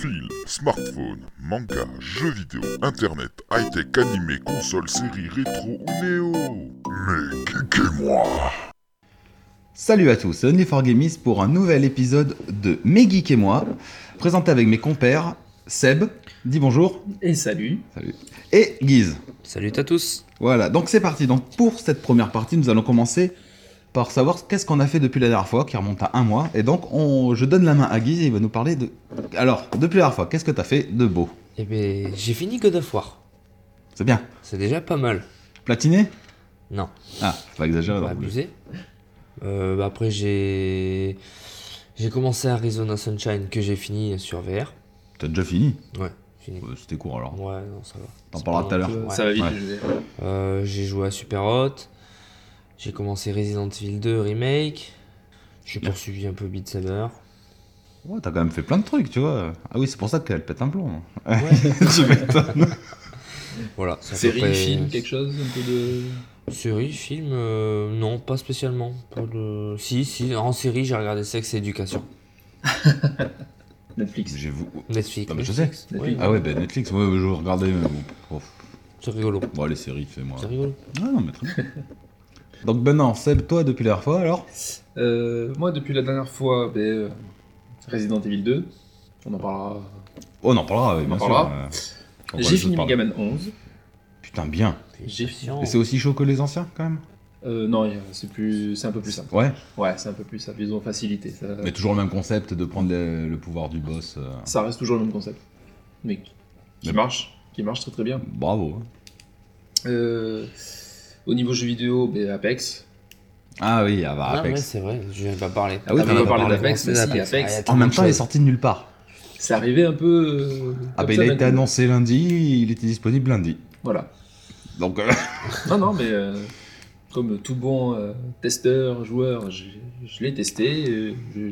fil, smartphone, manga, jeux vidéo, internet, high-tech, animé, console, série, rétro ou néo. Mais kickez-moi Salut à tous, only for Gamies pour un nouvel épisode de Mes Geeks et moi, présenté avec mes compères Seb, dis bonjour, Et salut. et Guise. Salut à tous Voilà, donc c'est parti. Donc pour cette première partie, nous allons commencer par savoir qu'est-ce qu'on a fait depuis la dernière fois, qui remonte à un mois. Et donc on, je donne la main à Guise et il va nous parler de... Alors, depuis la dernière fois, qu'est-ce que t'as fait de beau Eh ben, j'ai fini God of War. C'est bien. C'est déjà pas mal. Platiné Non, Ah, faut pas exagérer. pas non plus. abusé. Euh, bah, après, j'ai... J'ai commencé Arizona Sunshine que j'ai fini sur VR. T'as déjà fini Ouais, fini. Ouais, C'était court alors. Ouais, non, ça va. T'en C'est parleras pas tout à non l'heure. plus- Ça ouais. va vite. Ouais. je vais- Euh, j'ai joué à Super Hot. J'ai commencé Resident Evil 2 Remake. J'ai Bien. poursuivi un peu Beat Saber. Ouais, t'as quand même fait plein de trucs, tu vois. Ah oui, c'est pour ça qu'elle pète un plomb. Ouais. tu m'étonnes. Voilà. c'est à Série, peu près- film, quelque chose un peu de. Série, film, euh, non, pas spécialement. Pas de... Si, si, en série, j'ai regardé Sex et Éducation. Netflix. J'ai vou- Netflix. Ah, mais je Netflix, sais. oui. Ah ouais, ben Netflix, ouais, je regardais. mais Bon, bon, C'est rigolo. bon, les séries, fais-moi. C'est rigolo. Ah non, mais très bien. Donc ben non, Seb, toi, depuis la dernière fois, alors Euh, moi, depuis la dernière fois, ben, euh, Resident Evil 2, on en parlera. Oh, on en parlera, oui, On bien en sûr. euh, parlera. on va J'ai laisser fini parler. Megaman 11. Putain, bien. J'ai Oh. Et c'est aussi chaud que les anciens, quand même Euh, non, il y a- c'est plus, c'est un peu plus simple. Ouais, Ouais, c'est un peu plus simple. Ils ont facilité. Ça, mais toujours le même concept de prendre le, le pouvoir du boss. euh, ça reste toujours le même concept, mais qui- qui Mais- marche, qui marche très très bien. Bravo. hein. Euh, au niveau jeux vidéo, ben, Apex. Ah oui, ah bah, Ah ouais, Apex. c'est vrai, je viens pas parler. Ah oui, Ah, t'en mais as on pas parlait parlé. d'Apex, mais si, D'Apex. Ah, il y a Apex. En tellement même de temps, il est choses. sorti de nulle part. C'est arrivé un peu. euh, Ah comme bah, il ça, a d'un été coup. annoncé lundi, il était disponible lundi. Voilà. Donc, euh, Non, non, mais euh, comme tout bon euh, testeur, joueur, j'ai- je l'ai testé. et je-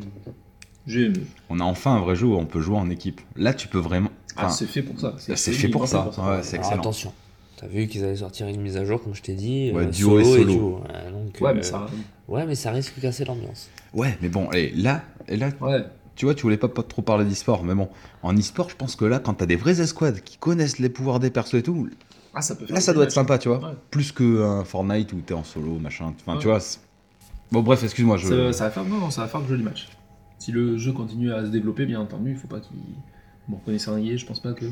J'ai aimé. on a enfin un vrai jeu où on peut jouer en équipe. Là, tu peux vraiment. Ah, enfin, bah, c'est fait pour ça. c'est fait pour ça. Ouais, c'est Alors, excellent. attention, t'as vu qu'ils allaient sortir une mise à jour, comme je t'ai dit. Ouais, euh, duo et solo solo. duo. Ouais, donc, Ouais, euh, mais ça. ouais, mais ça risque de casser l'ambiance. Ouais, mais bon, et là, et là, Ouais. tu vois, tu voulais pas, pas trop parler d'e-sport, mais bon, en e-sport, je pense que là, quand t'as des vrais escouades qui connaissent les pouvoirs des persos et tout, Ah, ça peut faire là, ça des doit être matchs. sympa, tu vois. Ouais. Plus qu'un Fortnite où t'es en solo, machin. Enfin, Ouais. tu vois. c'est- Bon, bref, excuse-moi, je. Ça, ça va faire, non, non, ça va faire de jolis matchs. Si le jeu continue à se développer, bien entendu, il faut pas qu'il. Bon, connaissant IE, je pense pas que.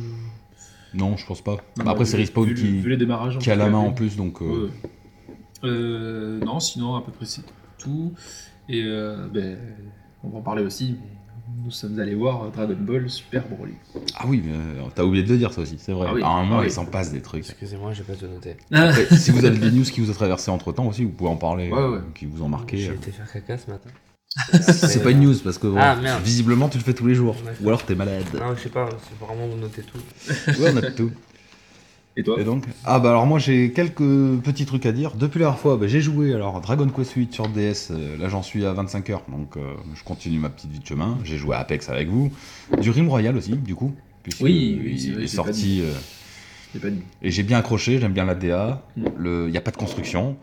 Non, je pense pas. Non, Bah, après, vu- c'est Respawn vu le- qui, vu les démarrages, en qui a tout la cas, main vu- en plus, donc. euh, Ouais. Euh, non, sinon, à peu près, c'est tout. Et euh, ben, on va en parler aussi. mais Nous sommes allés voir Dragon Ball Super Broly. Ah oui, mais euh, t'as oublié de le dire, ça aussi, c'est vrai. Ah oui. À un moment, Ah oui. ils s'en passent des trucs. Excusez-moi, j'ai pas tout noté. Et si vous avez des news qui vous a traversé entre temps aussi, vous pouvez en parler, Ouais, euh, ouais. qui vous ont marqué. J'ai euh. été faire caca ce matin. C'est pas une news parce que bon, Ah, merde. visiblement, tu le fais tous les jours. D'accord. Ou alors t'es malade. Non, je sais pas, c'est vraiment de noter tout. Ouais, on a tout. Et toi Et donc Ah bah alors moi j'ai quelques petits trucs à dire. Depuis la dernière fois, bah, j'ai joué alors à Dragon Quest 8 sur DS, euh, là j'en suis à 25 heures, donc euh, je continue ma petite vie de chemin. J'ai joué à Apex avec vous. Du Rim Royal aussi, du coup. puisque Oui, oui, c'est il vrai, est j'ai pas sorti. euh, J'ai pas dit. et j'ai bien accroché, j'aime bien la DA. Mm. Il n'y a pas de construction.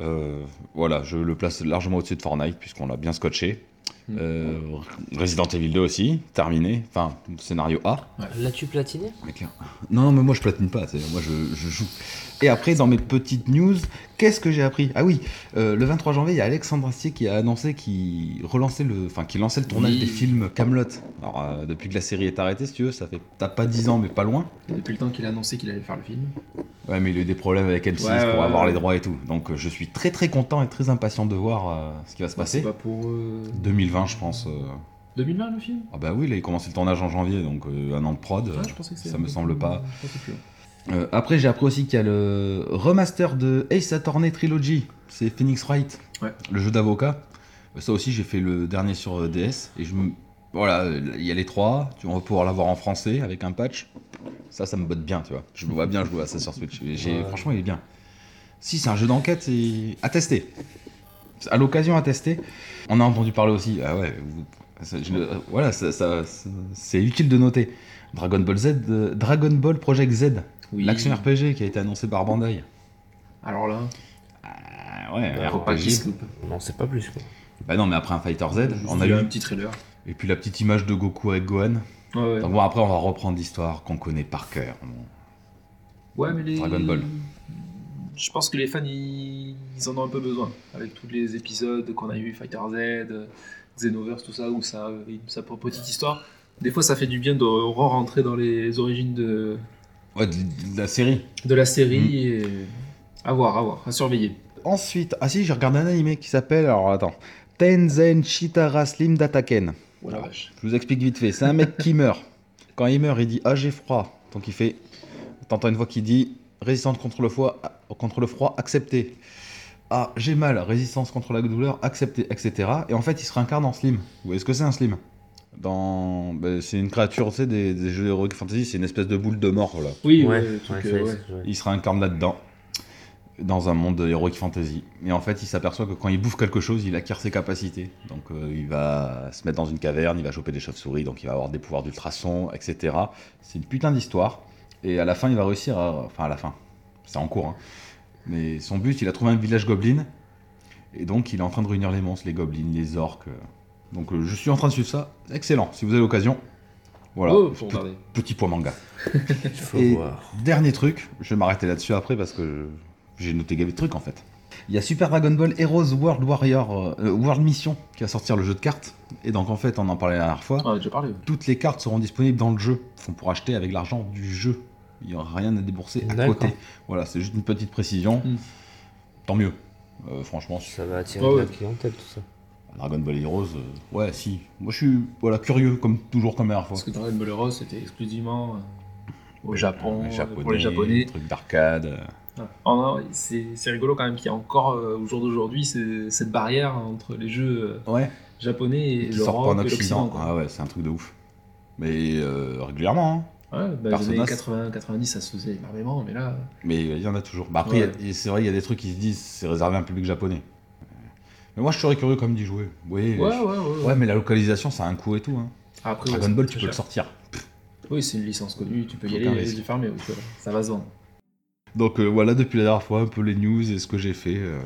Euh, voilà, je le place largement au-dessus de Fortnite puisqu'on l'a bien scotché. Mm. Euh, Resident Evil 2 aussi, terminé. Enfin, scénario A. L'as-tu platiné Mais clair. Non, non, mais moi je platine pas, c'est- moi je, je joue. Et après, dans mes petites news, qu'est-ce que j'ai appris Ah oui, euh, le 23 janvier, il y a Alexandre Astier qui a annoncé qu'il relançait le, enfin, qu'il lançait le tournage Oui. des films Camelot. Alors, euh, depuis que la série est arrêtée, si tu veux, ça fait t'as pas 10 ans, mais pas loin. Et Depuis le temps qu'il a annoncé qu'il allait faire le film. Ouais, mais il a eu des problèmes avec M6 Ouais, pour ouais, avoir ouais. les droits et tout. Donc, euh, je suis très très content et très impatient de voir euh, ce qui va se passer. C'est pas pour. euh, 2020, je pense. euh. 2020 le film Ah bah oui, là, il a commencé le tournage en janvier, donc euh, un an de prod. Ah, je pensais que c'est- ça me semble pas. Je pensais plus. Euh, après, j'ai appris aussi qu'il y a le remaster de Ace Attorney Trilogy. C'est Phoenix Wright, Ouais. le jeu d'avocat. Euh, Ça aussi, j'ai fait le dernier sur euh, DS. Et je me... Voilà, euh, il y a les trois. Tu, on va pouvoir l'avoir en français avec un patch. Ça, ça me botte bien, tu vois. Je me vois bien jouer à ça sur Switch. Et j'ai- Ouais. Franchement, il est bien. Si, c'est un jeu d'enquête et... à tester. C'est À l'occasion, à tester. On a entendu parler aussi. Ah ouais, vous- ça, je le- voilà, ça- ça- ça- c'est utile de noter. Dragon Ball Z, euh, Dragon Ball Project Z, Oui. L'action RPG qui a été annoncée par Bandai. Alors là, Ah ouais, faut pas qu'il se loupe. Non, c'est pas plus quoi. Bah non, mais après un Fighter Z, Juste, on a il y eu. un petit trailer. Et puis la petite image de Goku avec Gohan. Ouais, ouais. Donc bon, après, on va reprendre l'histoire qu'on connaît par cœur. Ouais, mais les... Dragon Ball. Je pense que les fans, ils, ils en ont un peu besoin. Avec tous les épisodes qu'on a eu, Fighter Z, euh, Xenoverse, tout ça, où ça euh, sa propre petite histoire. Des fois, ça fait du bien de re-rentrer dans les origines de, Ouais, de, de la série. de la série. Mm. Et... À voir, à voir, à surveiller. Ensuite, ah si, j'ai regardé un animé qui s'appelle, alors attends, Tenzen Shitara Slim Dataken. Oh la vache. Je vous explique vite fait. C'est un mec qui meurt. Quand il meurt, il dit Ah, j'ai froid. Donc il fait. T'entends une voix qui dit Résistante contre le froid, contre le froid acceptée. Ah, j'ai mal. Résistance contre la douleur acceptée, etc. Et en fait, il se réincarne en slim. Vous voyez ce que c'est un slim dans... ben, C'est une créature, tu sais, des, des jeux d'heroic fantasy, c'est une espèce de boule de mort, là. Oui, ouais, ouais, le ouais, truc, ça y euh, est, ouais. ça, ouais. Il se réincarne là-dedans, dans un monde de heroic fantasy. Et en fait, il s'aperçoit que quand il bouffe quelque chose, il acquiert ses capacités. Donc, euh, il va se mettre dans une caverne, il va choper des chauves-souris, donc il va avoir des pouvoirs d'ultrasons, etc. C'est une putain d'histoire. Et à la fin, il va réussir à. Enfin, à la fin, c'est en cours. hein. Mais son but, il a trouvé un village goblin. Et donc, il est en train de réunir les monstres, les goblins, les orques. euh. Donc, euh, je suis en train de suivre ça. Excellent, si vous avez l'occasion. Voilà, Oh, faut regarder. petit point manga. Il faut Et- voir. Dernier truc, je vais m'arrêter là-dessus après parce que je- j'ai noté gavé de trucs en fait. Il y a Super Dragon Ball Heroes World Warrior euh, euh, World Mission qui va sortir le jeu de cartes. Et donc en fait, on en parlait la dernière fois. On en a déjà parlé. Toutes les cartes seront disponibles dans le jeu. On pourra acheter avec l'argent du jeu. Il n'y aura rien à débourser à D'accord. côté. Voilà, c'est juste une petite précision. Hmm. Tant mieux. Euh, franchement, si- Ça va attirer Oh, Ouais, de la ouais. clientèle, tout ça. Dragon Ball Heroes, euh, ouais, si. Moi, je suis voilà curieux comme toujours comme la dernière fois. Parce que Dragon Ball Heroes, c'était exclusivement euh, au Japon, Les euh, pour les Japonais. Trucs d'arcade. euh. Ah, non, c'est c'est rigolo quand même qu'il y a encore, euh, au jour d'aujourd'hui, c'est- cette barrière entre les jeux euh, Ouais. japonais et qui sortent pas l'Europe en et l'Occident. Occident. quoi. Ah ouais, c'est un truc de ouf. Mais euh, régulièrement. hein. Ouais, bah, les Persona, années 80, 90, ça se faisait énormément, mais là, Mais il y en a toujours. Bah, après, Ouais. il y a- et c'est vrai, il y a des trucs qui se disent c'est réservé à un public japonais. Mais moi, je serais curieux comme d'y jouer. Oui, ouais, je- ouais, ouais. Ouais, mais la localisation, ça a un coût et tout. Hein. Après, ouais, Dragon c'est Ball, très tu peux le cher. sortir. Oui, c'est une licence connue, tu peux y Aucun aller, les risque. yeux fermés, oui, tu vois, ça va se vendre. Donc euh, voilà, depuis la dernière fois, un peu les news et ce que j'ai fait. euh.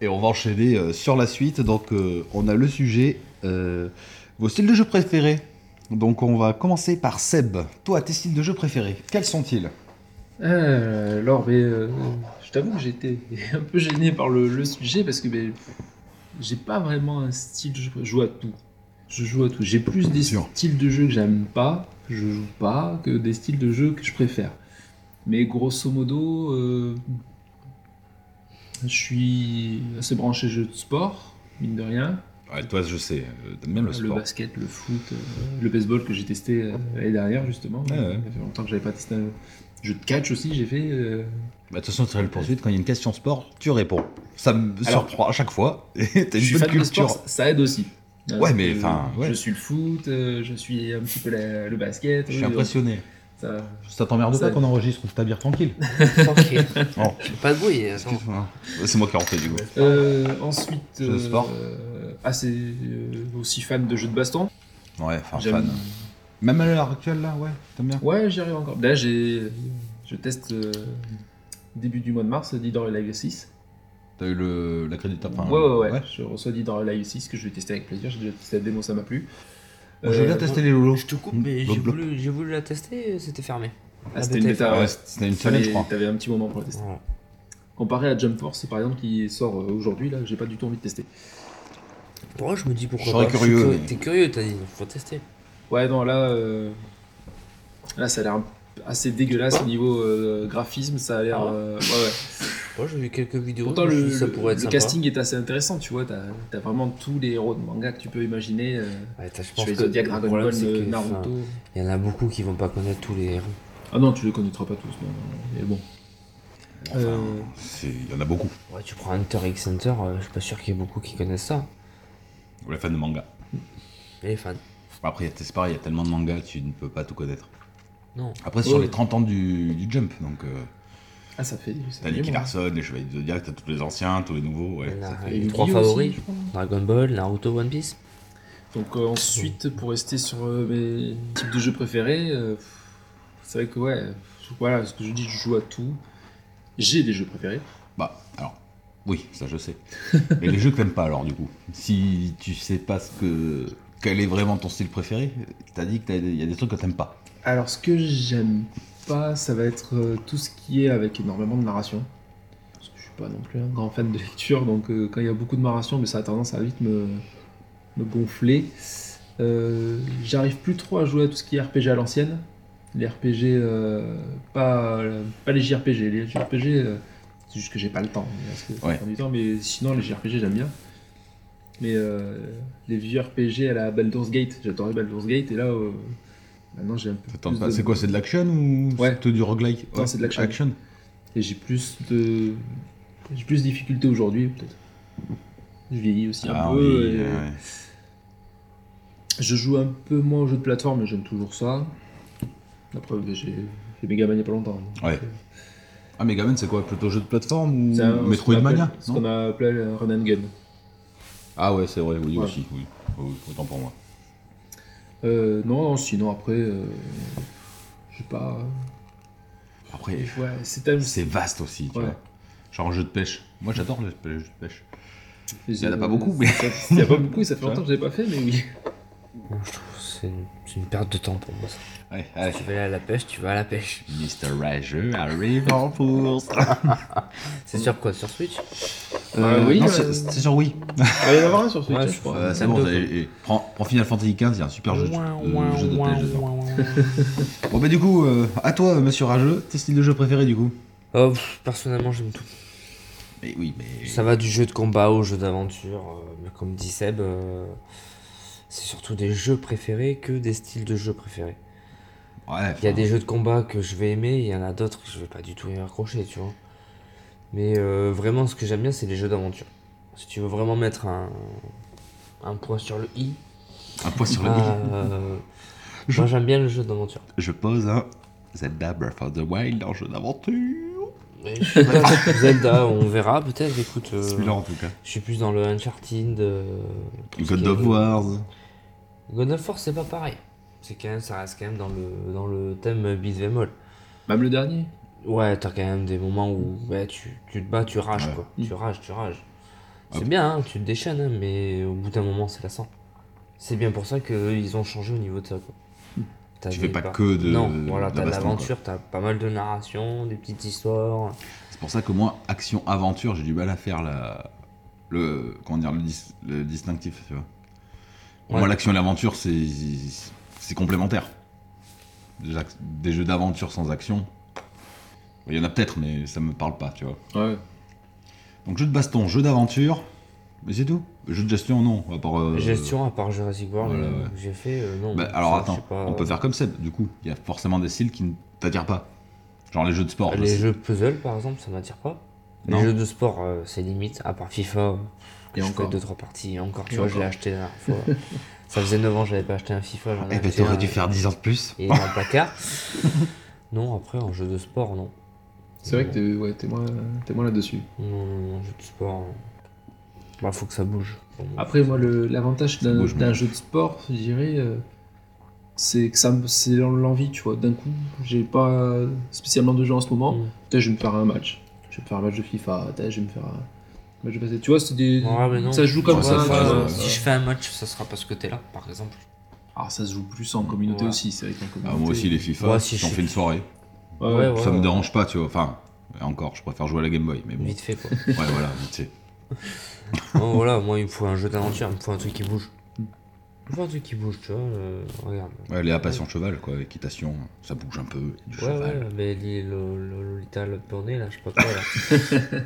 Et on va enchaîner euh, sur la suite. Donc euh, on a le sujet, euh, vos styles de jeu préférés. Donc on va commencer par Seb. Toi, tes styles de jeu préférés, quels sont-ils Euh, alors, mais, euh, je t'avoue que j'étais un peu gêné par le, le sujet parce que mais, j'ai pas vraiment un style. Je joue à tout. Je joue à tout. J'ai plus des Sûr. styles de jeu que j'aime pas, que je joue pas, que des styles de jeu que je préfère. Mais grosso modo, euh, je suis assez branché jeu de sport, mine de rien. Ouais, toi, je sais, euh, t'aimes bien le Ah, Le sport. basket, le foot, euh, le baseball que j'ai testé euh, l'année dernière justement. Ouais, Ah ouais. Ça fait longtemps que j'avais pas testé un jeu de catch aussi. J'ai fait. euh, Bah, de toute façon, tu le poursuite, quand il y a une question sport, tu réponds. Ça me Alors, surprend à chaque fois. Et t'as Je une suis bonne fan de culture. sport, ça aide aussi. Euh, Ouais, mais, je- enfin, ouais. Je suis le foot, euh, je suis un petit peu la- le basket. Je suis oui, impressionné. ça- Ça t'emmerde Ça- pas qu'on enregistre, on peut t'habiller tranquille. Tranquille. Non. J'ai pas de bruit. attends. Excuse-moi. C'est moi qui ai rentré du coup. Euh, ensuite, Jeu de sport. euh, assez euh, aussi fan de jeux de baston. Ouais, enfin, J'aime- fan. Même à l'heure actuelle, là, ouais, t'aimes bien. Ouais, j'y arrive encore. Là, j'ai, je teste euh, début du mois de mars Didor Live 6. T'as eu le, la crédit ouais, ouais, ouais, Je reçois Didor Live 6 que je vais tester avec plaisir. J'ai déjà testé la démo, ça m'a plu. je veux bien Euh, tester les lolos. Mmh. Je te coupe, mais Bloc, j'ai bloc. voulu, j'ai voulu la tester, c'était fermé. Ah, La c'était une BTF. bêta, Ouais, ouais. c'était une Fallait- challenge, je crois. T'avais un petit moment pour la tester. Voilà. Comparé à Jump Force, par exemple, qui sort euh, aujourd'hui, là, j'ai pas du tout envie de tester. Pour moi, je me dis pourquoi Je serais pas. Je suis curieux, mais- T'es curieux, t'as dit, faut tester. Ouais, non, là, euh, là ça a l'air un- assez dégueulasse au niveau euh, graphisme, ça a l'air. Ah ouais euh, ouais, ouais. Moi, j'ai vu quelques vidéos. Pourtant, je le, me suis dit, ça le- pourrait être le sympa. casting est assez intéressant, tu vois, t'as as vraiment tous les héros de manga que tu peux imaginer. euh, Ouais, t'as- je je pense fais que Zodiac, le Dragon problème, Ball, c'est que, euh, enfin, Naruto. Il y en a beaucoup qui vont pas connaître tous les héros. Ah non, tu les connaîtras pas tous, non, non, mais bon. Enfin, Euh, c'est- Il y en a beaucoup, Ouais, tu prends Hunter x Hunter, euh, je suis pas sûr qu'il y ait beaucoup qui connaissent ça. les fans de manga. Et les fans. Après, c'est pareil, il y a tellement de mangas, tu ne peux pas tout connaître. Non. Après, c'est sur Ouais. les 30 ans du, du Jump, donc euh, Ah, ça fait. ça t'as fait Nicky bon. Larson, les Chevaliers du Zodiac, t'as tous les anciens, tous les nouveaux, ouais. Il y en a fait les Yu-Gi-Oh trois aussi, favoris je crois. Dragon Ball, Naruto, One Piece. Donc euh, ensuite, pour rester sur euh, mes types de jeux préférés, euh, c'est vrai que ouais, euh, voilà, ce que je dis, je joue à tout. J'ai des jeux préférés. Bah, alors, oui, ça je sais. Mais les jeux que t'aimes pas, alors, du coup. Si tu sais pas ce que. quel est vraiment ton style préféré T'as dit qu'il y a des trucs que t'aimes pas. Alors, ce que j'aime pas, ça va être euh, tout ce qui est avec énormément de narration. Parce que je suis pas non plus un grand fan de lecture, donc euh, quand il y a beaucoup de narration, mais ça a tendance à vite me, me gonfler. Euh, J'arrive plus trop à jouer à tout ce qui est RPG à l'ancienne. Les RPG, euh, pas, pas les JRPG. Les JRPG, euh, c'est juste que j'ai pas le temps. mais parce que ça Ouais. prend du temps, mais sinon, les JRPG, j'aime bien. Mais euh, les vieux RPG à la Baldur's Gate, j'adorais Baldur's Gate, et là, euh, maintenant j'ai un peu. T'attends plus pas- de- C'est quoi C'est de l'action ou Ouais. c'est du roguelike Non, c'est de l'action. Action. Et j'ai plus de. J'ai plus de difficultés aujourd'hui, peut-être. Je vieillis aussi un Ah peu. oui, et ouais. Je joue un peu moins aux jeux de plateforme, mais j'aime toujours ça. La preuve, j'ai fait Megaman il y a pas longtemps. donc, Ouais. euh, Ah, Megaman, c'est quoi Plutôt jeu de plateforme ou c'est un- Metroidvania Ce non qu'on appelle- ce qu'on a appelé un run and gun. Ah ouais, c'est vrai, oui, Ouais. aussi. Oui. Ah Oui, autant pour moi. Euh, non, non, sinon après. Euh, je sais pas. Après, Ouais, c'est tellement. c'est vaste aussi, tu Ouais. vois. Genre jeu de pêche. Moi, j'adore le le jeu de pêche. Il y en a pas beaucoup, mais- Il y en a pas beaucoup, et ça fait Ça va longtemps que je l'ai pas fait, mais oui. Moi, je trouve que c'est une, c'est une perte de temps pour moi. ça. Ouais, ouais. Tu vas aller à la pêche, tu vas à la pêche. Mister Rageux arrive Euh, en course. C'est sur quoi Sur Switch Euh, oui, non, euh, c'est c'est sur Wii. Il va y en avoir un sur Switch, hein, Ouais, je crois. Euh, c'est Nintendo, bon, quoi. et- et- prends, prends Final Fantasy XV, il y a un super jeu de, de- jeu de pêche dedans. Bon, bah, du coup, euh, à toi, monsieur Rageux, tes styles de jeu préférés, du coup Oh, pff, personnellement, j'aime tout. Mais oui, mais. Ça va du jeu de combat au jeu d'aventure. euh, mais comme dit Seb, euh, c'est surtout des jeux préférés que des styles de jeux préférés. Ouais, Il y a enfin, des jeux de combat que je vais aimer, il y en a d'autres que je vais pas du tout y accrocher, tu vois. Mais euh, vraiment, ce que j'aime bien, c'est les jeux d'aventure. Si tu veux vraiment mettre un, un point sur le i, Un poids sur le bah, i. euh, Je- moi j'aime bien le jeu d'aventure. Je pose un Zelda Breath of the Wild en jeu d'aventure. Mais je suis pas Zelda, on verra peut-être. Écoute, euh, Celui-là, en tout cas. je suis plus dans le Uncharted. euh, tout ce God qui est- of War. God of War, c'est pas pareil. C'est quand même, ça reste quand même dans le dans le thème beat'em all. Même le dernier. Ouais, t'as quand même des moments où ouais, tu, tu te bats, tu rages, Ouais. quoi. Mm. Tu rages, tu rages. Ah C'est bon. bien, hein, tu te déchaînes, hein, mais au bout d'un moment, c'est lassant. C'est bien pour ça qu'ils ont changé au niveau de ça, quoi. T'as Tu des fais pas bas- que de. Non, de voilà, la t'as de baston, quoi. l'aventure, t'as pas mal de narration, des petites histoires. C'est pour ça que moi, action-aventure, j'ai du mal à faire la... le... Comment dire, le, dis- le distinctif, tu vois. Pour Ouais. moi, l'action et l'aventure, c'est... c'est complémentaire. Des, ac- des jeux d'aventure sans action, il y en a peut-être, mais ça me parle pas, tu vois. Ouais. Donc jeu de baston, jeu d'aventure, mais c'est tout. Jeu de gestion, non, à part... euh, Gestion, à part Jurassic World, voilà, euh, ouais. j'ai fait, euh, non. Bah, ça, alors je sais attends, pas. on peut faire comme ça, du coup. Il y a forcément des styles qui ne t'attirent pas. Genre les jeux de sport. bah, je Les sais. jeux puzzle, par exemple, ça m'attire pas. Oh, Non. Les jeux de sport, euh, c'est limite, à part FIFA. Et Et encore. encore. 2 trois parties, et encore, tu Et vois, je l'ai encore. acheté la dernière fois. ça faisait 9 ans, j'avais pas acheté un FIFA. j'en ai Eh ben acheté t'aurais un, dû faire 10 ans de plus. Et dans le placard. non, après, en jeu de sport, non. C'est vrai que t'es ouais, t'es moins, t'es moins là-dessus. Non, non, non, jeu de sport. non. Bah, faut que ça bouge. Bon, Après, moi, le- l'avantage Ça d'un bouge, d'un mais- jeu de sport, je dirais, euh, c'est que ça me- c'est dans l'envie, tu vois. D'un coup, j'ai pas spécialement de jeu en ce moment. Mm. Putain, je vais me faire un match. Je vais me faire un match de FIFA. Putain, je vais me faire un match de basket. Tu vois, c'est des. Ouais, mais non. Ça se joue comme Ouais, ça. euh, ça tu vois. ouais. Si je fais un match, ça sera parce que t'es là, par exemple. Ah, ça se joue plus en communauté Ouais. aussi, c'est vrai qu'en Ah, communauté. moi aussi les FIFA, Moi aussi, j'en je- fais une soirée. Ouais, ouais. ça me dérange pas, tu vois. Enfin, encore, je préfère jouer à la Game Boy, mais bon. Vite fait, quoi. ouais, voilà, vite fait. Oh, voilà, moi il me faut un jeu d'aventure, il me faut un truc qui bouge. Mm. Il me faut un truc qui bouge, tu vois. euh, regarde. Ouais, Léa Passion Cheval, quoi, équitation, ça bouge un peu, du Ouais, cheval. ouais, mais les- le- le- Lolita le poney, là, je sais pas quoi. Là.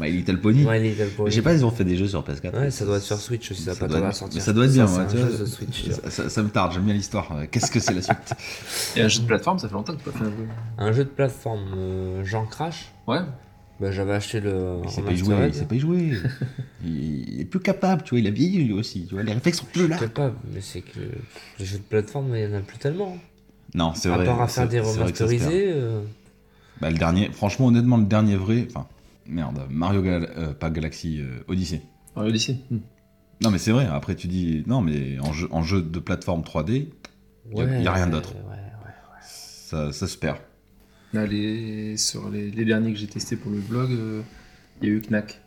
My Little Pony. Ouais, Little Pony. Je sais pas, ils ont fait des jeux sur PS4. Ouais, ça doit être sur Switch aussi, Ça ça va pas doit tarder à être- sortir. mais ça doit être bien, c'est ouais, un tu jeu vois, de Switch. Ça, ça- ça me tarde, j'aime bien l'histoire. Euh, Qu'est-ce que c'est la suite Et un jeu de plateforme, ça fait longtemps que t'as pas fait un jeu. Un jeu de plateforme, euh, genre Crash, Ouais. bah, j'avais acheté le. Il sait pas y remastered. jouer, il sait pas y jouer. Il, il est plus capable, tu vois, il a vieilli lui aussi, tu vois, les réflexes sont plus là. Peut-être pas, mais c'est que pff, les jeux de plateforme, il y en a plus tellement. Non, c'est À vrai. part à faire c'est- des c'est vrai que ça se perd. remasterisés. euh, Bah, le dernier, franchement, honnêtement, le dernier vrai, enfin, merde, Mario Gal- euh, pas Galaxy, euh, Odyssey. Mario Odyssey. Hmm. Non, mais c'est vrai, après tu dis, non, mais en jeu, en jeu de plateforme 3D, Y a- ouais, y a rien d'autre. ouais, ouais. ça, ça se perd. Là, les- sur les, les derniers que j'ai testés pour le blog, euh, il y a eu Knack.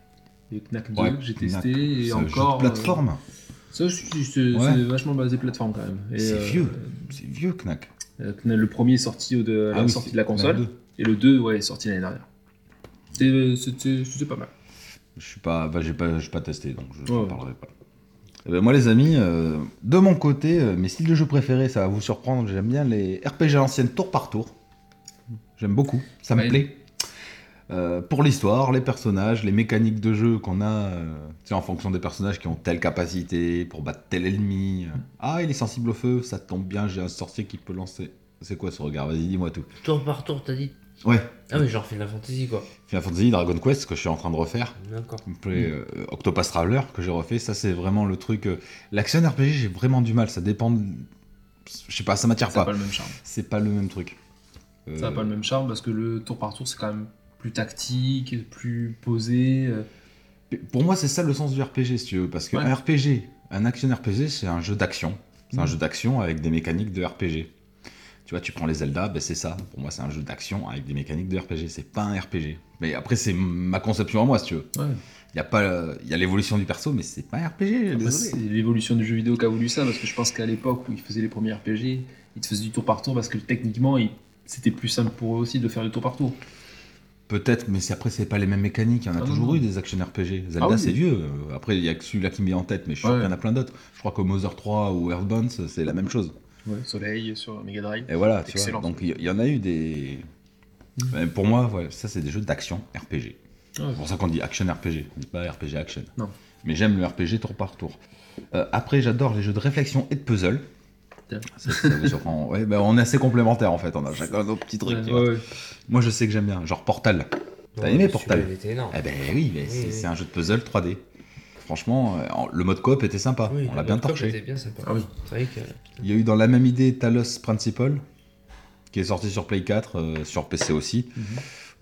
Il y a eu Knack 2 Ouais, que j'ai Knack, testé et C'est un encore. jeu de plateforme. euh, Ça, je suis- c'est Ouais. c'est vachement basé plateforme quand même. Et, C'est euh, vieux. C'est vieux, Knack. euh, le premier est sorti au- de, à Euh, la Ah oui, sortie c'est de la Knack console, 2. et le 2 ouais, est sorti l'année dernière. C'était- euh, C'était c'était pas mal. Je suis pas, bah, j'ai pas, j'ai pas testé, donc je Ouais, ne ouais. parlerai pas. Eh ben, moi, les amis, euh, de mon côté, euh, mes styles de jeu préférés, ça va vous surprendre. J'aime bien les RPG à l'ancienne, tour par tour. J'aime beaucoup. Ça me Ouais. plaît. Euh, pour l'histoire, les personnages, les mécaniques de jeu qu'on a, euh, tu sais, en fonction des personnages qui ont telle capacité pour battre tel ennemi. Ah, il est sensible au feu, ça tombe bien, j'ai un sorcier qui peut lancer. C'est quoi ce regard Vas-y, dis-moi tout. Tour par tour, t'as dit. Ouais, Ah, mais genre Final Fantasy, quoi. Final Fantasy, Dragon Quest, que je suis en train de refaire. D'accord. Il me plaît, euh, Octopath Traveler que j'ai refait, ça c'est vraiment le truc. euh, L'action RPG, j'ai vraiment du mal, ça dépend. de- Je sais pas, ça m'attire Ça n'a pas. pas le même charme. C'est pas le même truc. Euh, Ça n'a pas le même charme parce que le tour par tour, c'est quand même plus tactique, plus posé. euh, p- Pour moi, c'est ça le sens du RPG, si tu veux, parce qu'un Ouais. RPG, un action RPG, c'est un jeu d'action. C'est un Mhm. jeu d'action avec des mécaniques de RPG. Tu vois, tu prends les Zelda, ben c'est ça. Pour moi, c'est un jeu d'action avec des mécaniques de RPG. C'est pas un RPG. Mais après, c'est ma conception à moi, si tu veux. Ouais. Il y a pas, euh, il y a l'évolution du perso, mais c'est pas un RPG. Après, désolé. Eh ben c'est l'évolution du jeu vidéo qui a voulu ça, parce que je pense qu'à l'époque où ils faisaient les premiers RPG, ils te faisaient du tour par tour parce que techniquement, ils- c'était plus simple pour eux aussi de faire du tour par tour. Peut-être, mais c'est- après, c'est pas les mêmes mécaniques. Il y en a Ah, non, toujours non. eu des action RPG. Zelda, Ah oui. c'est vieux. Euh, Après, il y a que celui-là qui me vient en tête, mais je suis sûr Ouais. qu'il y en a plein d'autres. Je crois qu'au Mother 3 ou Earthbound, c'est la même chose. Soleil sur Mega Drive. Et voilà, tu Excellent. vois. Donc, il y- il y en a eu des. Mhm. Mais Pour moi, ouais, ça, c'est des jeux d'action RPG. C'est pour ça qu'on dit action RPG, on dit pas RPG action. Ah Non. Mais j'aime le RPG tour par tour. Euh, après, j'adore les jeux de réflexion et de puzzle. Tiens. Ça, ça vous surprend. Ouais, ben, on est assez complémentaires en fait, on a chacun nos petits trucs. Ouais, tu ouais, vois. ouais. Moi, je sais que j'aime bien, genre Portal. T'as Ouais, aimé mais Portal celui-là, Il était énorme. Eh ben oui, mais Oui, c'est oui. c'est un jeu de puzzle 3D. Franchement, euh, en- le mode coop était sympa, Oui, on le l'a bien Robocop torché. était bien sympa. Ah oui. C'est vrai que. Il y a eu dans la même idée Talos Principal, qui est sorti sur Play 4, euh, sur PC aussi. Mhm.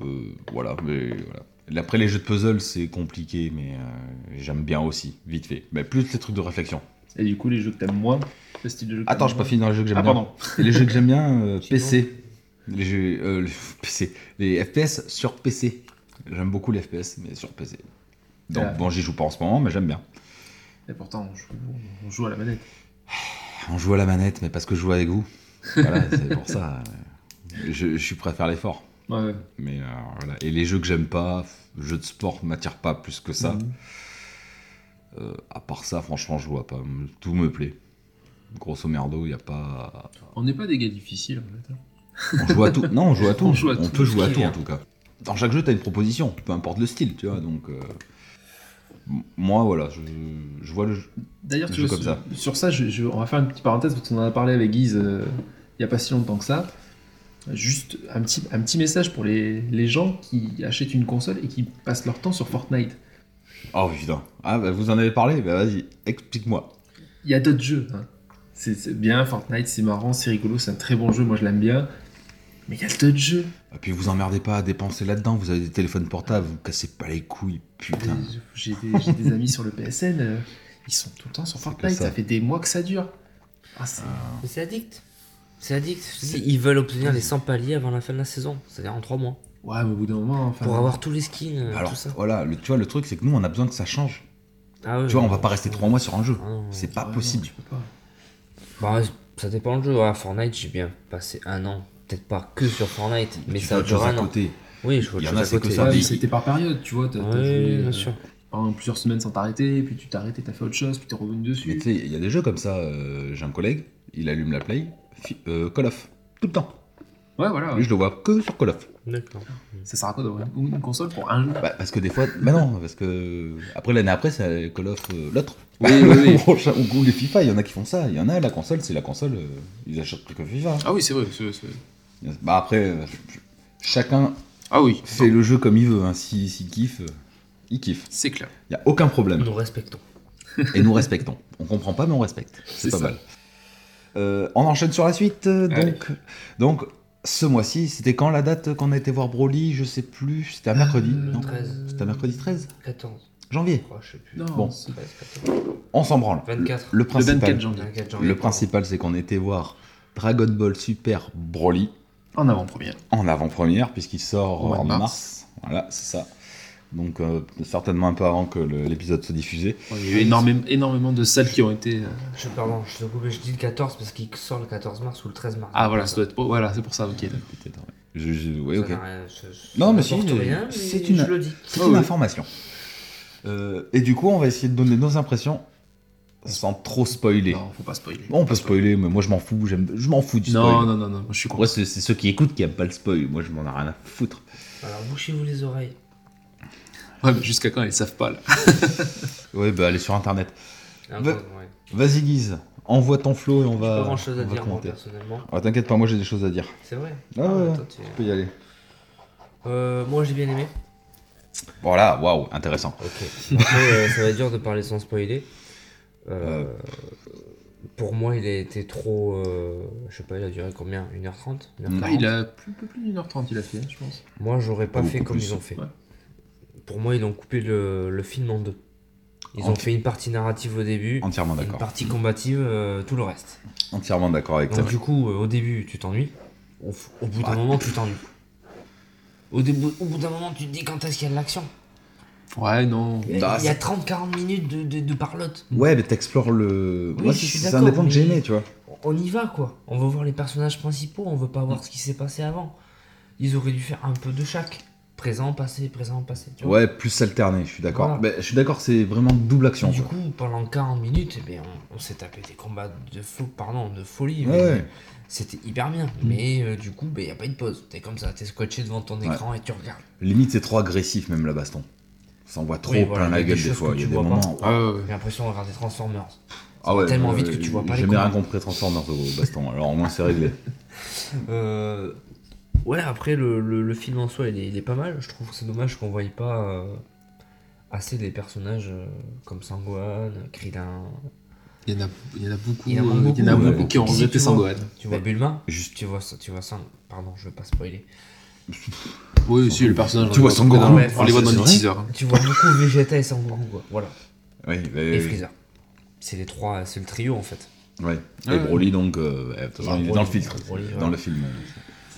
Euh, voilà, mais voilà. Et Après les jeux de puzzle, c'est compliqué, mais euh, j'aime bien aussi, vite fait. Mais plus les trucs de réflexion. Et du coup, les jeux que t'aimes moins, le style de jeu que Attends, t'aimes je pas moins. fini dans les jeux que j'aime Ah, bien. pardon. Et les jeux que j'aime bien, euh, Sinon. PC. Les jeux, euh, les PC. Les FPS sur PC. J'aime beaucoup les FPS, mais sur PC. Donc Ah. bon, j'y joue pas en ce moment, mais j'aime bien. Et pourtant, on joue, on joue à la manette. On joue à la manette, mais parce que je joue avec vous. Voilà, c'est pour ça. Je, je suis prêt à faire l'effort. Ouais, ouais. Mais euh, voilà. Et les jeux que j'aime pas, jeux de sport ne m'attirent pas plus que ça. Mhm. Euh, à part ça, franchement, je vois pas. Tout me plaît. Grosso merdo, il a pas. On n'est pas des gars difficiles, en fait. hein. On joue à tout. Non, on joue à tout. On joue à tout. peut jouer à Ce qui tout, est en tout cas. Dans chaque jeu, t'as une proposition, peu importe le style, tu vois. Donc. euh, m- Moi, voilà, je, je vois le jeu. D'ailleurs, tu Jeu vois, comme sur, ça. sur ça, je- je- on va faire une petite parenthèse parce qu'on en a parlé avec Guise euh, il n'y a pas si longtemps que ça. Juste un petit, un petit message pour les, les gens qui achètent une console et qui passent leur temps sur Fortnite. Oh putain. Ah, bah, vous en avez parlé Bah, Vas-y, explique-moi. Il y a d'autres jeux. hein. C'est c'est bien, Fortnite, c'est marrant, c'est rigolo, c'est un très bon jeu, moi je l'aime bien. Mais il y a d'autres jeux. Et Ah, puis vous emmerdez pas à dépenser là-dedans, vous avez des téléphones portables, vous cassez pas les couilles, Des- putain. J'ai des, j'ai des amis sur le PSN, euh, ils sont tout le temps sur C'est que Fortnite, ça. ça. fait des mois que ça dure. Ah, c'est- Mais c'est addict. C'est addict. Je te dis, Ils veulent obtenir les 100 paliers avant la fin de la saison, c'est-à-dire en 3 mois. Ouais, mais au bout d'un moment, enfin. Pour avoir tous les skins, euh, Ah. Alors tout ça. voilà, le, tu vois, le truc c'est que nous on a besoin que ça change. Ah ouais, Tu vois, on ouais. va pas rester trois mois sur un jeu. Ah non, C'est Ah, pas non, possible. tu peux pas. Bah, ça dépend le jeu. À Fortnite, j'ai bien passé un an. Peut-être pas que sur Fortnite, mais Tu fais ça autre chose dure à un an. côté. Oui, je vois Il y autre en a, chose c'est à que côté. ça. Ouais, mais mais il- c'était par période, tu vois. T'as t'as Oui, joué, euh, bien sûr. pendant plusieurs semaines sans t'arrêter, puis tu t'arrêtes et t'as fait autre chose, puis t'es revenu Mais dessus. tu sais, il y a des jeux comme ça. euh, J'ai un collègue, il allume la play, fi- euh, Call of, tout le temps. Ouais, voilà. Lui, je le vois que sur Call of. D'accord. Ça sert à quoi d'avoir une une console pour un jeu Bah, parce que des fois, bah non, parce que après l'année après, c'est Call of euh, l'autre. Oui, oui, oui. on change- on goûte les FIFA, il y en a qui font ça. Il y en a, la console, c'est la console, euh, ils achètent plus que FIFA. Ah oui, c'est vrai. Bah après, euh, chacun Ah oui, fait le jeu comme il veut. Hein. S'il s'il kiffe, euh, il kiffe. c'est clair. Il n'y a aucun problème. Nous respectons. Et nous respectons. On comprend pas, mais on respecte. C'est C'est pas ça. mal. Euh, on enchaîne sur la suite. euh, Allez. donc, donc, ce mois-ci, c'était quand la date qu'on a été voir Broly Je sais plus. C'était un mercredi. Euh, le non 13. C'était un mercredi 13 14, je janvier. crois, je sais plus. Non, Bon. c'est- 13, 14. On s'en branle. 24. Le, le le principal, 24 janvier. 24 janvier. le principal, c'est qu'on était voir Dragon Ball Super Broly. En avant-première. en avant-première, puisqu'il sort Au mois en de mars. mars. Voilà, c'est ça. donc euh, certainement un peu avant que le- l'épisode se diffusait. Il y a eu énormément, énormément de salles qui ont été. euh, Je, pardon, je te coupe, je dis le 14 parce qu'il sort le 14 mars ou le 13 mars. Ah voilà, ça doit être. oh, voilà, c'est pour ça, ok. d'accord. Peut-être, ouais. Je- je- ouais, Ça ok. n'a rien- je- je- Non, ça mais si, n'apporte mais rien, mais c'est une- Je le dis. C'est Ah une oui. information. Euh, et du coup, on va essayer de donner nos impressions sans trop spoiler. Non, faut pas spoiler. Bon, on peut spoiler, mais moi je m'en fous, j'aime- je m'en fous du spoil. Non, non, non, non, moi, je suis Moi, contre. c'est c'est ceux qui écoutent qui aiment pas le spoil. Moi, je m'en ai rien à foutre. Alors bouchez-vous les oreilles. Ouais, mais jusqu'à quand ils savent pas là Ouais, bah allez sur internet. Ah, Bah, ouais. J'ai Vas-y, Guise, envoie ton flow et on va. Pas grand chose on va à dire moi commenter. personnellement. Ah, T'inquiète pas, moi j'ai des choses à dire. C'est vrai. Ah Ah, ouais, toi, tu- tu peux y aller. Euh, moi j'ai bien aimé. Voilà, waouh, intéressant. Ok. Après, euh, ça va être dur de parler sans spoiler. Euh, Pour moi, il a été trop. euh, je sais pas, il a duré combien 1h30 Mm. Ah, Il a plus, peu plus d'une heure trente, il a fait, je pense. Moi, j'aurais pas Pas fait beaucoup comme plus. ils ont fait. Ouais. Pour moi, ils ont coupé le, le film en deux. Ils En- ont fait une partie narrative au début, Entièrement une d'accord. partie combative, euh, tout le reste. Entièrement d'accord avec Donc, toi. du coup, euh, au début, tu t'ennuies. Au, f- au bout d'un Ouais. moment, tu t'ennuies. Au, début- au bout d'un moment, tu te dis quand est-ce qu'il y a de l'action. Ouais, non. Il y Ah, a, il y a c'est- 30-40 minutes de, de, de parlotte. Ouais, mais t'explores le. Oui, Moi, je suis c'est un d'accord, des points que j'ai mais- aimé, tu vois. On y va, quoi. On veut voir les personnages principaux, on veut pas voir ce qui s'est passé avant. Ils auraient dû faire un peu de chaque. Présent, passé, présent, passé. tu vois. Ouais, plus alterné, je suis d'accord. Voilà. Ben, je suis d'accord, c'est vraiment double action. du quoi. coup, pendant 40 minutes, eh ben, on, on s'est tapé des combats de fou, pardon, de folie. mais Ouais, Mm. ouais. C'était hyper bien. Mais euh, du coup, il n'y a pas eu de pause. T'es comme ça, t'es scotché devant ton Ouais. écran et tu regardes. Limite, c'est trop agressif, même la baston. Ça envoie trop Oui, plein voilà, il y la a des gueule des choses fois. que Il y a tu des vois pas. moments. Ah, ouais, ouais. J'ai l'impression de regarder Transformers. Ah ouais, tellement euh, vite que tu vois pas J'ai les jamais combats. rien compris Transformers au baston, alors au moins c'est réglé. Euh, ouais, après, le, le- le film en soi, il est, il est pas mal. Je trouve que c'est dommage qu'on voie pas euh, assez des personnages euh, comme Sangohan, Krillin. Il y en a, il y en a beaucoup, Il y en a euh, il y en a beaucoup, beaucoup ouais. qui ont Si, tu regretté vois. Sangohan. Tu vois Bulma Juste- Tu vois, ça- tu vois Sang... Pardon, je veux pas spoiler. Oui, si, le personnage. Tu vois Sangohan, Ah ouais, enfin, On les voit dans c'est les vrai. teasers. Tu vois beaucoup Vegeta et Sangohan, quoi. Voilà. Euh, Oui, Et mais... Freezer. C'est les trois, c'est le trio en fait. ouais. Ouais. Et Broly, donc, euh, ouais, de toute façon, Bah, il est Broly, dans le filtre, Broly, ouais. dans le film.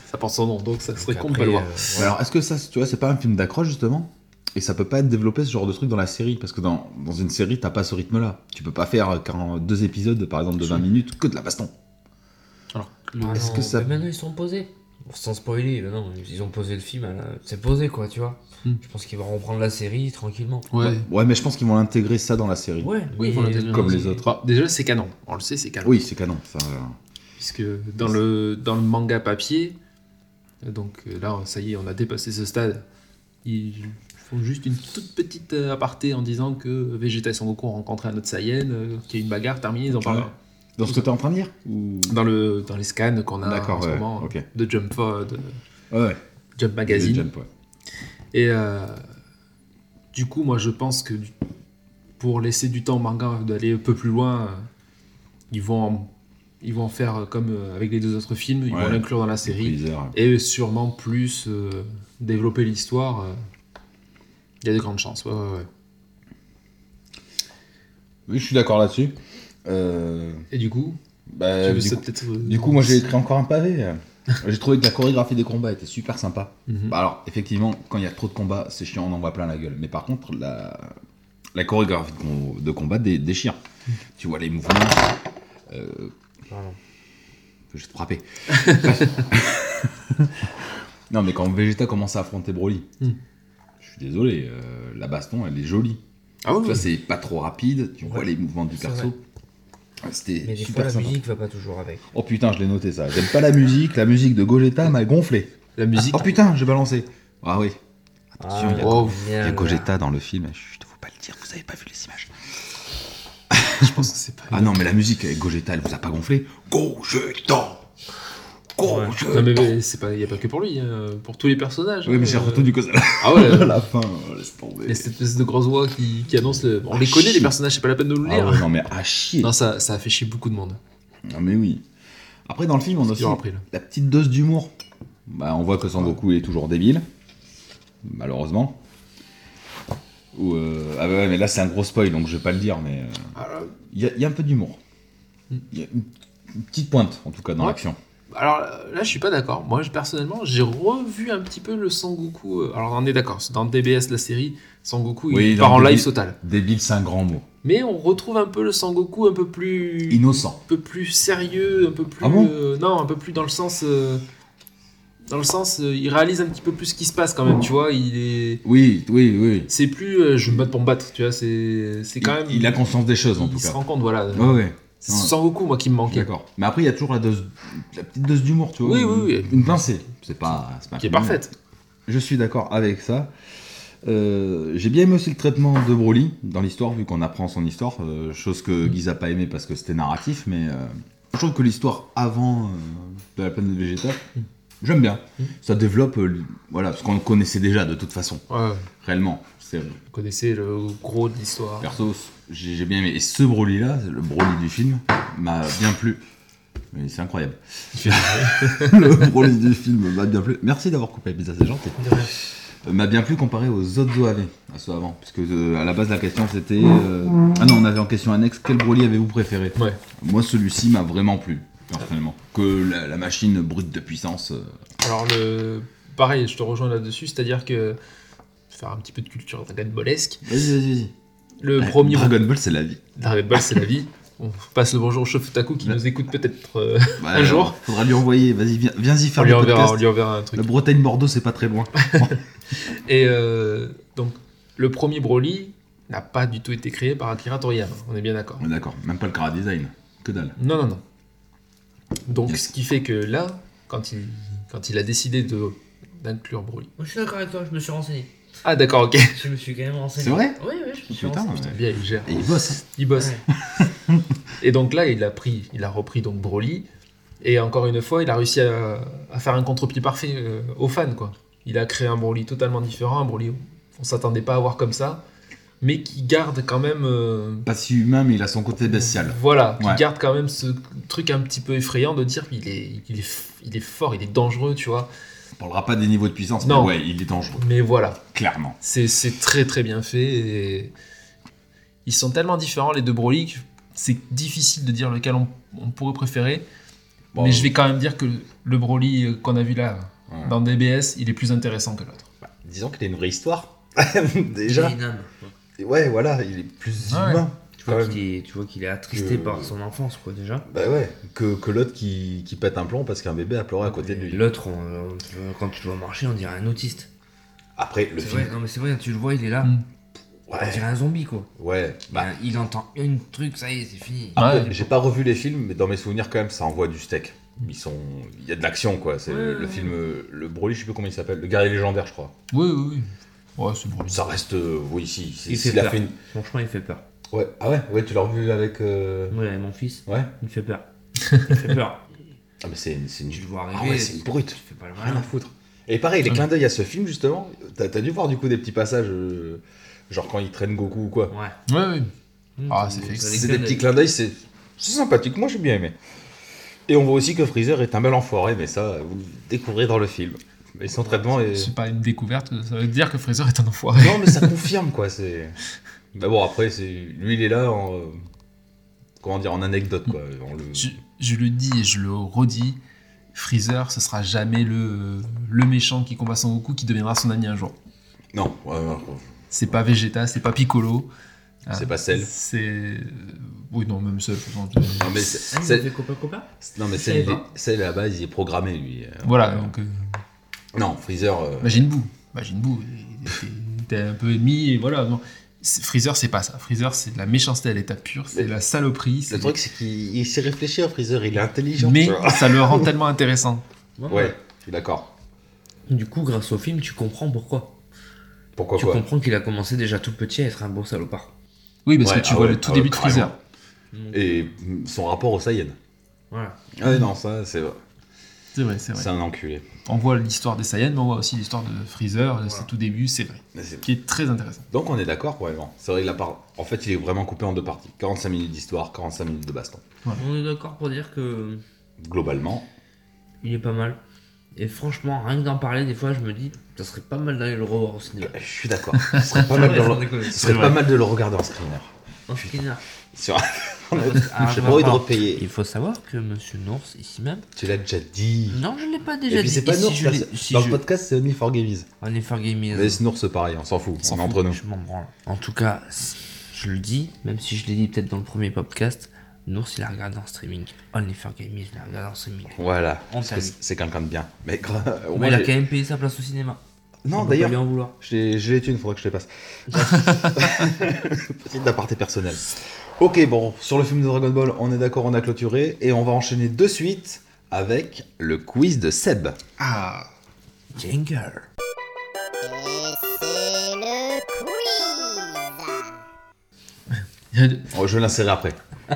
Ça porte son nom, donc ça serait Donc con de après, pas le voir. euh, Mais voilà. alors, est-ce que ça, tu vois, c'est pas un film d'accroche justement Et ça peut pas être développé ce genre de truc dans la série Parce que dans, dans une série, t'as pas ce rythme-là. Tu peux pas faire 40 deux épisodes, par exemple, de 20 minutes que de la baston. euh, Alors, le- Ah est-ce non, que ça- mais Maintenant ils sont posés. Sans spoiler, mais non, ils ont posé le film, à la- c'est posé quoi, tu vois. Hmm. Je pense qu'ils vont reprendre la série tranquillement. Ouais. Ouais, mais je pense qu'ils vont l'intégrer ça dans la série. Ouais, Oui, mais- faut l'intégrer Comme dans la les série. autres. Enfin, déjà, c'est canon. On le sait, c'est canon. Oui, c'est canon. Ça... Puisque dans le, dans le manga papier, euh, donc euh, là, ça y est, on a dépassé ce stade. Ils font juste une toute petite euh, aparté en disant que Vegeta et Son Goku ont rencontré un autre Saiyan, euh, qu'il y a une bagarre terminée, ils en parlent. Dans ce que t'es en train de dire ou- Bah, Dans, le, dans les scans qu'on a en D'accord, ce ouais, moment ok. de Jump, euh, de Ouais, ouais. Jump Magazine. Jump, ouais. Et euh, du coup, moi, je pense que du- pour laisser du temps au manga d'aller un peu plus loin, euh, ils vont en, ils vont en faire euh, comme euh, avec les deux autres films, ils vont Ouais. l'inclure dans la série Freezer. et sûrement plus euh, développer l'histoire. euh, Il y a de grandes chances. Ouais, ouais, ouais. Oui, je suis d'accord là-dessus. Euh, Et du coup, bah, tu veux du, ça coup, peut-être. euh, du coup, moi j'ai écrit encore un pavé. j'ai trouvé que la chorégraphie des combats était super sympa. Mhm. Bah alors, effectivement, quand il y a trop de combats, c'est chiant, on en voit plein la gueule. Mais par contre, la, la chorégraphie de, com- de combat dé- déchire. Tu vois les mouvements. euh, Pardon. je vais te frapper. non, mais quand Vegeta commence à affronter Broly, Hmm. je suis désolé, euh, la baston, elle est jolie. Tu Ah ouais, vois, ouais. c'est pas trop rapide, tu vois Ouais. les mouvements du C'est perso. Ah, C'était Mais des fois super la sympa. musique va pas toujours avec. Oh putain, je l'ai noté ça. J'aime pas la musique, la musique de Gogeta m'a gonflé. la musique. Oh putain, j'ai balancé. Ah oui. Ah, il y a- Oh, Il y a merde. Gogeta dans le film, je ne faut pas le dire, vous avez pas vu les images. je pense que c'est pas. Ah non, mais la musique avec Gogeta, elle vous a pas gonflé Gogeta Gogeta Non, mais- mais c'est pas, il n'y a pas que pour lui, hein, pour tous les personnages. Ah, Oui, mais j'ai euh, retenu que ça Ah ouais, à la fin, oh, laisse Il y a tomber. cette espèce de grosse voix qui, qui annonce le. On Ah, les connaît, chier. les personnages, c'est pas la peine de nous le Ah lire. ouais, non mais à chier hein. Non, ça, ça a fait chier beaucoup de monde. Non mais oui. Après, dans le film, on a Il aussi aura pris, là. la petite dose d'humour. Bah, on voit que Sangoku est toujours débile, malheureusement. Ou euh, Ah bah ouais, mais là c'est un gros spoil, donc je vais pas le dire, mais... euh, Il y, a- il y a un peu d'humour. Il y a une, une petite pointe, en tout cas, dans Hmm. Ouais. l'action. Alors là, je suis pas d'accord. Moi, je- personnellement, j'ai revu un petit peu le Sangoku. euh, Alors, on en est d'accord. c'est Dans DBS, la série, Sangoku, Oui, il dans part en DB. live total. Débile, c'est un grand mot. Mais on retrouve un peu le Sangoku un peu plus. Innocent. un peu plus sérieux, un peu plus. Ah bon euh, non, un peu plus dans le sens. euh, dans le sens, euh, il réalise un petit peu plus ce qui se passe quand même, tu vois. Il est. Oui, oui, oui. C'est plus euh, je me batte pour me battre, tu vois. C'est c'est quand il, même. il a conscience des choses, en il tout se cas. rend compte, voilà. Ouais, ouais. C'est Ouais. Sangoku, moi, qui me manquait. D'accord. Mais après, il y a toujours la, dose, la petite dose d'humour, tu vois. Oui, une- oui, oui. Une pincée. C'est pas, c'est pas Qui est criminel. parfaite. Je suis d'accord avec ça. Euh, J'ai bien aimé aussi le traitement de Broly dans l'histoire, vu qu'on apprend son histoire, euh, chose Mm. que Guise a pas aimé parce que c'était narratif, mais euh, je trouve que l'histoire avant euh, de la planète végétale, j'aime bien. Mm. Ça développe euh, voilà, ce qu'on connaissait déjà de toute façon, Ouais, réellement. C'est- vous connaissez le gros de l'histoire. Perso, j'ai j'ai bien aimé. Et ce Broly-là, le Broly du film, m'a bien plu. Mais c'est incroyable. le Broly du film m'a bien plu. Merci d'avoir coupé la pizza, c'est gentil. De rien. Euh, m'a bien plu comparé aux autres OAV, à ceux avant. Parce que euh, à la base, la question c'était. euh, Ah non, on avait en question annexe quel Broly avez-vous préféré Ouais. Moi, celui-ci m'a vraiment plu, personnellement. Que la, la machine brute de puissance. euh, Alors, le... pareil, je te rejoins là-dessus, c'est-à-dire que. Faire un petit peu de culture Dragon Ballesque. Vas-y, vas-y, vas-y. Le Eh, premier Dragon Ball, c'est la vie. Dragon Ball, c'est la vie. On passe le bonjour au chef Otaku qui nous écoute peut-être. euh, Bah, Un jour. Faudra lui envoyer, vas-y, viens, viens-y on, faire lui le podcast. enverra, on lui enverra un truc. La Bretagne-Bordeaux, c'est pas très loin. Et euh, donc, le premier Broly n'a pas du tout été créé par Akira Toriyama, on est bien d'accord. On est Ah D'accord, même pas le cara design. Que dalle. Non, non, non. Donc, Yes. ce qui fait que là, quand il, quand il a décidé de d'inclure Broly. Moi, je suis d'accord avec toi, je me suis renseigné. Ah, d'accord, ok. Je me suis quand même renseigné. C'est vrai Oh, Oui, oui, je me suis Putain, renseigné. ouais. Bien, il gère. Et il bosse. Il bosse. Ouais. Et donc là, il a pris, il a repris donc Broly. Et encore une fois, il a réussi à, à faire un contre-pied parfait euh, aux fans, quoi. Il a créé un Broly totalement différent, un Broly on s'attendait pas à voir comme ça, mais qui garde quand même. euh, Pas si humain, mais il a son côté bestial. Voilà, qui Ouais. garde quand même ce truc un petit peu effrayant de dire qu'il est, il est, f- il est fort, il est dangereux, tu vois. On parlera pas des niveaux de puissance, Non. mais ouais, il est dangereux, Mais voilà, clairement. C'est, c'est très très bien fait. Et... Ils sont tellement différents les deux Broly que c'est difficile de dire lequel on, on pourrait préférer. Bon, mais je vais quand même dire que le Broly euh, qu'on a vu là, ouais. dans DBS, il est plus intéressant que l'autre. Disons qu'il a une vraie histoire. Il est âme. Ouais, voilà, il est plus Ouais. humain. Tu Quand vois même. qu'il est, tu vois qu'il est attristé Que- par son enfance, quoi, déjà. Bah ouais, que, que l'autre qui, qui pète un plomb parce qu'un bébé a pleuré à côté de Et lui. L'autre, on- on- tu vois, quand tu le vois marcher, on dirait un autiste. Après, le C'est film. vrai, non, mais c'est vrai, tu le vois, il est là. Mm. On Ouais, dirait un zombie, quoi. ouais. Bah, Il, il entend une truc, ça y est, c'est fini. Ouais. j'ai pas revu les films, mais dans mes souvenirs, quand même, ça envoie du steak. Ils sont... Il y a de l'action, quoi. C'est le, Ouais, le ouais. film. euh, Le Broly, je sais plus comment il s'appelle. Le guerrier légendaire, je crois. Oui, oui, oui. Ouais, c'est Broly. Ça reste. euh, oui, si. si- Il fait s'il a peur. fait une- Franchement, il fait peur. Ouais, ah ouais, ouais, tu l'as revu avec. euh, Ouais, mon fils, Ouais. il fait peur. Il fait peur. Ah, mais c'est une. c'est une- Tu le vois arriver. Ah ouais, c'est une brute. Tu fais pas le Rien à malin. foutre. Et pareil, les Ouais. clins d'œil à ce film, justement, t'as t'as dû voir du coup des petits passages, euh, genre quand il traîne Goku ou quoi. Ouais. Ouais, oui. Mm, Ah, c'est fait ça exprès. les C'est des donne- petits clins d'œil, c'est c'est sympathique, moi j'ai bien aimé. Et on voit aussi que Freezer est un bel enfoiré, mais ça, vous le découvrez dans le film. Et son traitement est. C'est pas une découverte, ça veut dire que Freezer est un enfoiré. Non, mais ça confirme quoi, c'est. Bah bon, après, c'est lui il est là en. euh, Comment dire, en anecdote quoi. On le... Je, je le dis et je le redis, Freezer, ce sera jamais le, le méchant qui combat son Goku qui deviendra son ami un jour. Non, ouais, ouais, C'est pas Vegeta, c'est pas Piccolo. c'est pas celle. C'est. Oui, non, même seul. Non, mais Ah, il c'est- nous c'est- fait hein. copain copain non, mais Je celle, savais il est- pas. celle, à la base, il est programmé lui. Euh, Voilà, donc. Euh, Non, Freezer. euh, Majin Buu. Majin Buu, t'es- t'es un peu ennemi, et voilà. Non. C'est- Freezer, c'est pas ça. Freezer, c'est de la méchanceté à l'état pur, c'est Mais- de la saloperie. Le c'est- truc, c'est qu'il il sait réfléchir, Freezer, il est intelligent. Mais tu vois. ça le rend tellement intéressant. Ouais, je suis d'accord. Du coup, grâce au film, tu comprends pourquoi. Pourquoi tu quoi comprends qu'il a commencé déjà tout petit à être un beau salopard. Oui, parce Ouais, que tu ah vois ouais, le tout ah début ouais, de Freezer. carrément. Et mm, son rapport au Saiyan. Voilà. Ah non, ça, c'est C'est vrai, c'est vrai. c'est un enculé. On voit l'histoire des Saiyans, mais on voit aussi l'histoire de Freezer, ses tout débuts, c'est vrai. Mais c'est- Qui est très intéressant. Donc on est d'accord, ouais, bon. C'est vrai que la part... En fait, il est vraiment coupé en deux parties. 45 minutes d'histoire, 45 minutes de baston. On est d'accord pour dire que Globalement, il est pas mal. Et franchement, rien que d'en parler, des fois, je me dis, ça serait pas mal d'aller le revoir au cinéma. je suis d'accord. Ce serait pas mal de le, Sans déconner. ce serait C'est pas vrai. mal de le regarder en screener. En screener. Sur- J'ai pas envie de repayer. ah, Il faut savoir que Monsieur Nours, ici même. Tu l'as déjà dit. Non, je l'ai pas déjà Et puis dit. c'est pas Ici, Nours. je là, l'ai- c'est- si Dans je- le podcast, c'est Only for Gamies. On est for gaming. Mais Snours, c'est pareil, on s'en fout, on est entre nous. Je m'en branle. En tout cas, je le dis, même si je l'ai dit peut-être dans le premier podcast, Nours il a regardé en streaming. Only for Gaming, je l'ai regardé en streaming. Voilà. On Parce que t'aime. c'est c'est quelqu'un de bien. Mais grave, au Mais moins, il a j'ai- quand même payé sa place au cinéma. On Non, peut pas lui d'ailleurs, en vouloir. je l'ai- je l'ai tué, il faudra que je te les passe. Petit aparté personnel. Ok, bon, sur le film de Dragon Ball, on est d'accord, on a clôturé. Et on va enchaîner de suite avec le quiz de Seb. Ah, Jengar. Et c'est le quiz Oh, je vais l'insérer après. Euh,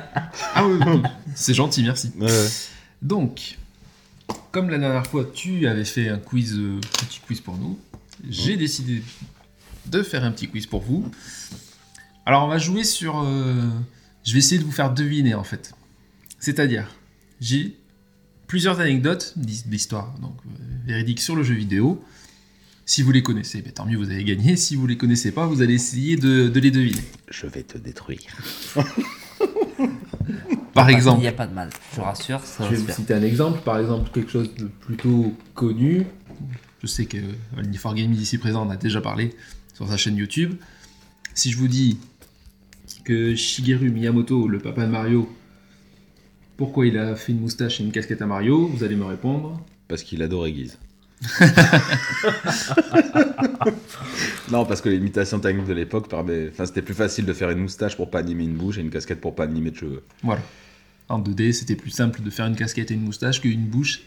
ah oui, oui, oui. c'est gentil, merci. Donc, comme la dernière fois, tu avais fait un quiz, euh, petit quiz pour nous, j'ai décidé de faire un petit quiz pour vous. Alors, on va jouer sur. euh, je vais essayer de vous faire deviner, en fait. C'est-à-dire, j'ai plusieurs anecdotes d'his- d'histoire, donc euh, véridiques sur le jeu vidéo. Si vous les connaissez, ben, tant mieux, vous avez gagné. Si vous les connaissez pas, vous allez essayer de, de les deviner. Je vais te détruire. Par Il exemple, n'y a pas de mal. Je te rassure, ça Je va vais se vous faire. citer un exemple, par exemple quelque chose de plutôt connu. Je sais que Only for Gaming ici présent en a déjà parlé sur sa chaîne YouTube. Si je vous dis que Shigeru Miyamoto, le papa de Mario, pourquoi il a fait une moustache et une casquette à Mario, vous allez me répondre. Parce qu'il adorait Guise. non, parce que l'imitation technique de l'époque, permet... enfin, c'était plus facile de faire une moustache pour pas animer une bouche et une casquette pour pas animer de cheveux. Voilà. En 2D, c'était plus simple de faire une casquette et une moustache qu'une bouche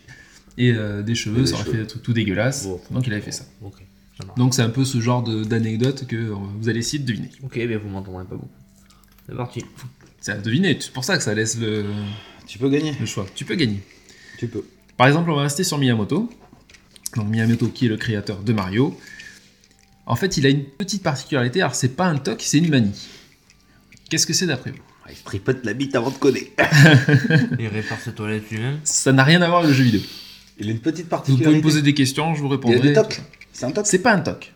et euh, des cheveux, Et des ça aurait cheveux. fait un truc tout dégueulasse. Bon. Donc il avait fait ça. Ok. ça marche. Donc c'est un peu ce genre de- d'anecdote que euh, vous allez essayer de deviner. Ok, mais eh vous m'entendrez pas beaucoup. C'est parti. C'est à deviner, c'est pour ça que ça laisse le, Tu peux gagner le choix. Tu peux gagner. Tu peux. Par exemple, on va rester sur Miyamoto. Donc Miyamoto qui est le créateur de Mario. En fait, il a une petite particularité. Alors, c'est pas un toc, c'est une manie. Qu'est-ce que c'est d'après vous Ah, Il se tripote la bite avant de coller. Il répare ses toilettes lui-même. Ça n'a rien à voir avec le jeu vidéo. Il a une petite Vous particularité. pouvez me poser des questions, je vous Il y répondrai. a des tocs. C'est un toc. C'est pas un toc.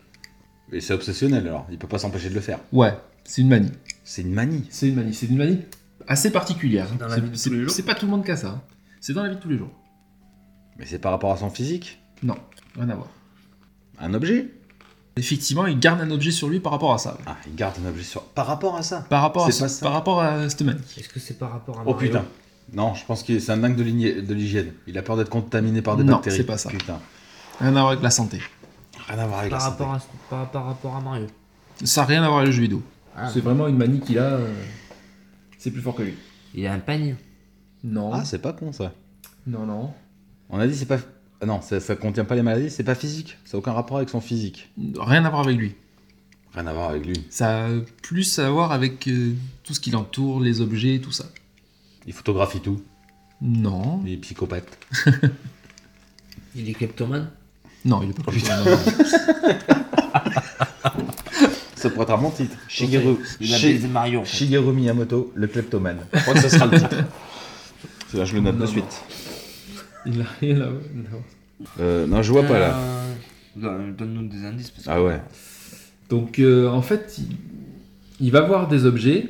Et c'est obsessionnel alors. Il peut pas s'empêcher de le faire. Ouais, c'est une manie. C'est une manie. C'est une manie. C'est une manie assez particulière. C'est dans la C'est- vie de tous c'est- les jours C'est pas tout le monde qui a ça. hein. C'est dans la vie de tous les jours. Mais c'est par rapport à son physique. Non, rien à voir. Un objet. Effectivement, il garde un objet sur lui par rapport à ça. ouais. Ah, il garde un objet sur. Par rapport à ça. Par rapport à, C'est ce- pas ça. Par rapport à cette manie. Est-ce que c'est par rapport à Oh Mario putain. Non, je pense que c'est un dingue de l'hygiène- de l'hygiène. Il a peur d'être contaminé par des Non, bactéries. c'est pas ça. Putain. Rien à voir avec la santé. Rien à voir avec Par la santé. rapport, à, par, par rapport à Mario. Ça n'a rien à voir avec le jeu vidéo. Ah, C'est vraiment une manie qu'il a. euh, C'est plus fort que lui. il a un panier. Non. Ah, c'est pas con ça. non, non. On a dit c'est pas. Ah Non, ça, ça contient pas les maladies, c'est pas physique. Ça a aucun rapport avec son physique. Rien à voir avec lui. Rien à voir avec lui. Ça a plus à voir avec euh, tout ce qui l'entoure, les objets, tout ça. Il photographie tout. Non. Il est psychopathe. Il est kleptomane. Non, il est pas Oh, plus putain. Ça pourrait être un bon titre. Shigeru. Il a Shi- baisé Mario. en fait. Shigeru Miyamoto, le kleptomane. Je crois que ça sera le titre. Là, je le note de Non, suite. Il n'a rien à voir. rien à voir. Euh, non, je vois pas là. Euh, donne- Donne-nous des indices. Parce que Ah ouais. Donc, euh, en fait, il... il va voir des objets.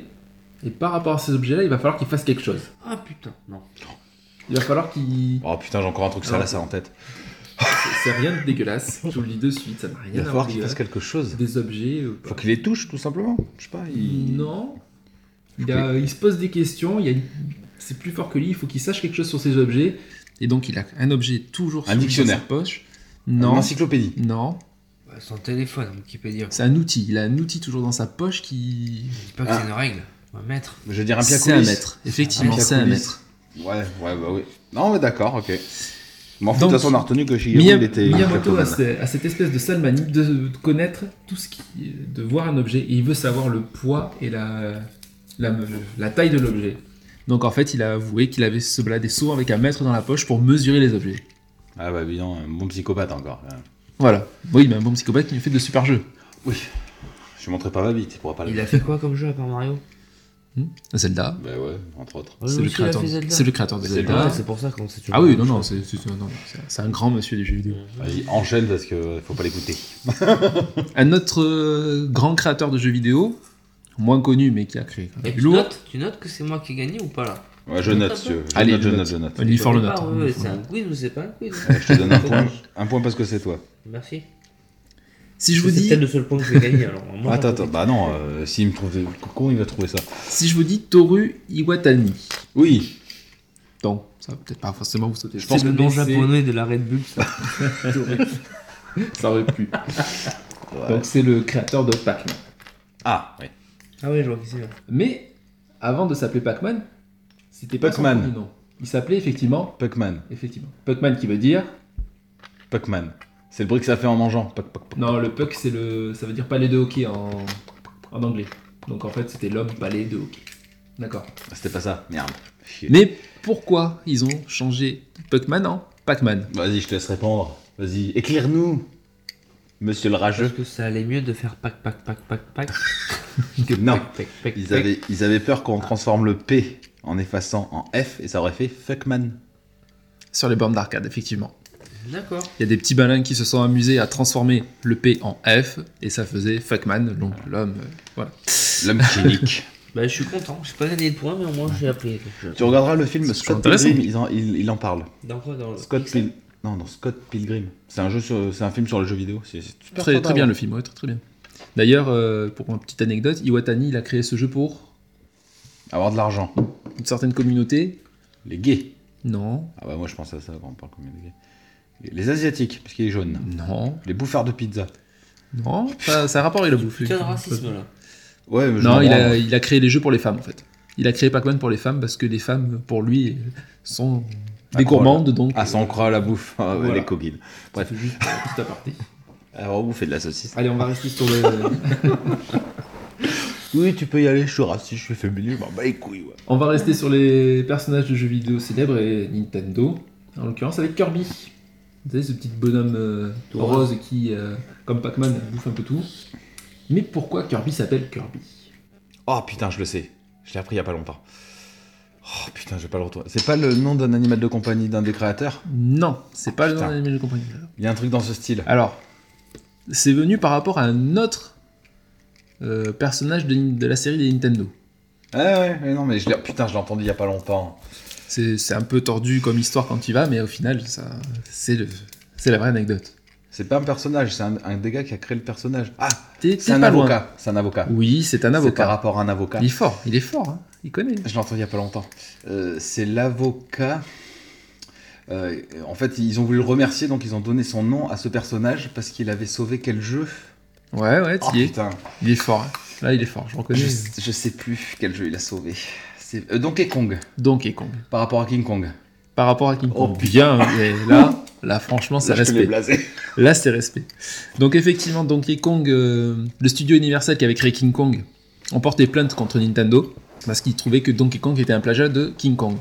Et par rapport à ces objets-là, il va falloir qu'il fasse quelque chose. Ah putain, non. Il va falloir qu'il. Oh putain, j'ai encore un truc sale à ça en tête. C'est rien de dégueulasse. Je vous le dis de suite, ça n'a rien Il va à falloir voir. qu'il avec fasse quelque chose. euh, Des objets. euh, Faut qu'il les touche tout simplement. Je sais pas. Il... Non. Il, a- il se pose des questions, il y a une- c'est plus fort que lui, il faut qu'il sache quelque chose sur ses objets. Et donc il a un objet toujours Un sur lui dans dictionnaire. sa poche. Une Non, encyclopédie. non. Bah, Son téléphone, Wikipédia. C'est un outil, il a un outil toujours dans sa poche qui... Je dis pas que Ah. c'est une règle. Un maître. Je veux dire un C'est un piacolis. maître, effectivement, Un c'est un Piacolis. maître. Ouais, ouais, bah oui. Non, mais d'accord, ok. M'en fous, de Donc, toute façon, on a retenu que Shigeru, Miyam- il était Miyamoto a, kleptomane. ce- a cette espèce de sale manie de, de connaître tout ce qui... de voir un objet, et il veut savoir le poids et la, la, la taille de l'objet. Donc en fait, il a avoué qu'il avait se balader souvent avec un mètre dans la poche pour mesurer les objets. Ah bah bien, un bon psychopathe encore. là. Voilà. Oui, mais un bon psychopathe qui nous fait de super jeux. Oui. Je lui montrerai pas ma bite, il pourra pas le Il a fait quoi comme jeu à part Mario Zelda. Bah ouais, entre autres. Oui, C'est oui, le, si, il a créateur, fait Zelda. c'est le créateur de C'est Zelda. Ouais, Ah, C'est pour ça qu'on s'est toujours. Euh, Ah oui, non, non, c'est c'est- non, non, c'est- c'est un grand monsieur des jeux vidéo. Vas-y, enchaîne parce que faut pas l'écouter. Un autre euh, grand créateur de jeux vidéo, moins connu, mais qui a créé. quand Et même tu du lourd. notes, tu notes que c'est moi qui ai gagné ou pas là Ouais, je note, si tu veux. Je Allez, note, je je note, je note. On y fort le Je sais note, pas, hein, ouais, il faut C'est le un note. quiz ou c'est pas un quiz hein. Je te donne un point, un point parce que c'est toi. Merci. Si je vous C'est dis, peut-être le seul point que j'ai gagné alors. Moi, attends, attends. Bah non, euh, s'il me trouve con, il va trouver ça. si je vous dis Toru Iwatani, Oui. donc ça va peut-être pas forcément vous sauter. Je C'est le nom japonais de la Red Bull. ça. ça aurait pu. Ouais. Donc c'est le créateur de Pac-Man. Ah, oui. Ah ouais, je vois qui c'est. là. Mais avant de s'appeler Pac-Man, c'était pas son Pac-Man. premier nom. Il s'appelait effectivement, Pac-Man. effectivement, Pac-Man qui veut dire. Pac-Man. C'est le bruit que ça fait en mangeant. Pac, pac, pac. Non, le puck c'est le, ça veut dire palais de hockey en, en anglais. Donc en fait c'était l'homme palais de hockey. D'accord. Ah, C'était pas ça. Merde. Chier. Mais pourquoi ils ont changé Pac-Man en Pac-Man Vas-y, je te laisse répondre. Vas-y, éclaire-nous, monsieur le Parce rageux. que ça allait mieux de faire pac pac pac pac pac. Non. Pac, pac, pac, Ils pac. avaient, ils avaient peur qu'on transforme le P en effaçant en F et ça aurait fait Fuckman. Sur les bornes d'arcade, effectivement. D'accord. Il y a des petits balins qui se sont amusés à transformer le P en F et ça faisait Pac-Man, donc l'homme. euh, voilà. L'homme clinique. Bah, je suis content. J'ai pas gagné de points, mais au moins j'ai appris quelque chose. tu regarderas le film C'est Scott intéressant. Pilgrim, il en, il- il en parle. Dans quoi Dans le. Scott Pixar Pil- Non, non, Scott Pilgrim. C'est un jeu, sur- c'est un film sur le jeu vidéo. C'est c'est super Très, sympa, très bien ouais. le film, ouais, très, très bien. D'ailleurs, euh, pour une petite anecdote, Iwatani il a créé ce jeu pour Avoir de l'argent. une certaine communauté. Les gays. Non, Ah bah moi je pense à ça quand on parle combien de gays. Les, les asiatiques, parce qu'il est jaune. non, Les bouffeurs de pizza. non, ça, ça a rapport avec la bouffe. Putain de racisme là. Ouais, mais je Non, m'en il a, branle. il a créé les jeux pour les femmes en fait. Il a créé Pac-Man pour les femmes parce que les femmes, pour lui, sont des Ah, gourmandes donc. Ah, ça on croit à la bouffe, Ah, ouais, Voilà. les coquines. Ça fait juste un petit aparté. Alors, vous faites de la saucisse. Allez, on va rester sur le. Oui, tu peux y aller, je suis raciste, je suis féminin, bah, bah les couilles, ouais. On va rester sur les personnages de jeux vidéo célèbres et Nintendo, en l'occurrence avec Kirby. Vous savez, ce petit bonhomme euh, rose qui, euh, comme Pac-Man, bouffe un peu tout. Mais pourquoi Kirby s'appelle Kirby Oh putain, je le sais. Je l'ai appris il y a pas longtemps. Oh putain, je vais pas le retrouver. C'est pas le nom d'un animal de compagnie d'un des créateurs Non, c'est pas le nom Putain. d'un animal de compagnie. Il y a un truc dans ce style. Alors, c'est venu par rapport à un autre euh, personnage de, de la série des Nintendo. Ouais, Eh ouais, mais non, mais je l'ai... putain, je l'ai entendu il y a pas longtemps. C'est c'est un peu tordu comme histoire quand tu y vas, mais au final, ça, c'est le- c'est la vraie anecdote. C'est pas un personnage, c'est un, un des gars qui a créé le personnage. Ah, T'es c'est t'es un pas loin. avocat. C'est un avocat. Oui, c'est un C'est par avocat. rapport à un avocat. Il est fort, il est fort, hein. il connaît. Je l'ai entendu il y a pas longtemps. Euh, c'est l'avocat. Euh, en fait, ils ont voulu le remercier, donc ils ont donné son nom à ce personnage parce qu'il avait sauvé quel jeu Ouais, ouais, Oh t'y es. putain, Il est fort. hein. Là, il est fort, je reconnais. je, je sais plus quel jeu il a sauvé. C'est euh, Donkey Kong. Donkey Kong. Par rapport à King Kong. Par rapport à King Oh, Kong. bien. Et là, là, franchement, c'est respect. blasé. Là, c'est respect. Donc, effectivement, Donkey Kong, euh, le studio Universal qui avait créé King Kong, ont porté plainte contre Nintendo parce qu'ils trouvaient que Donkey Kong était un plagiat de King Kong.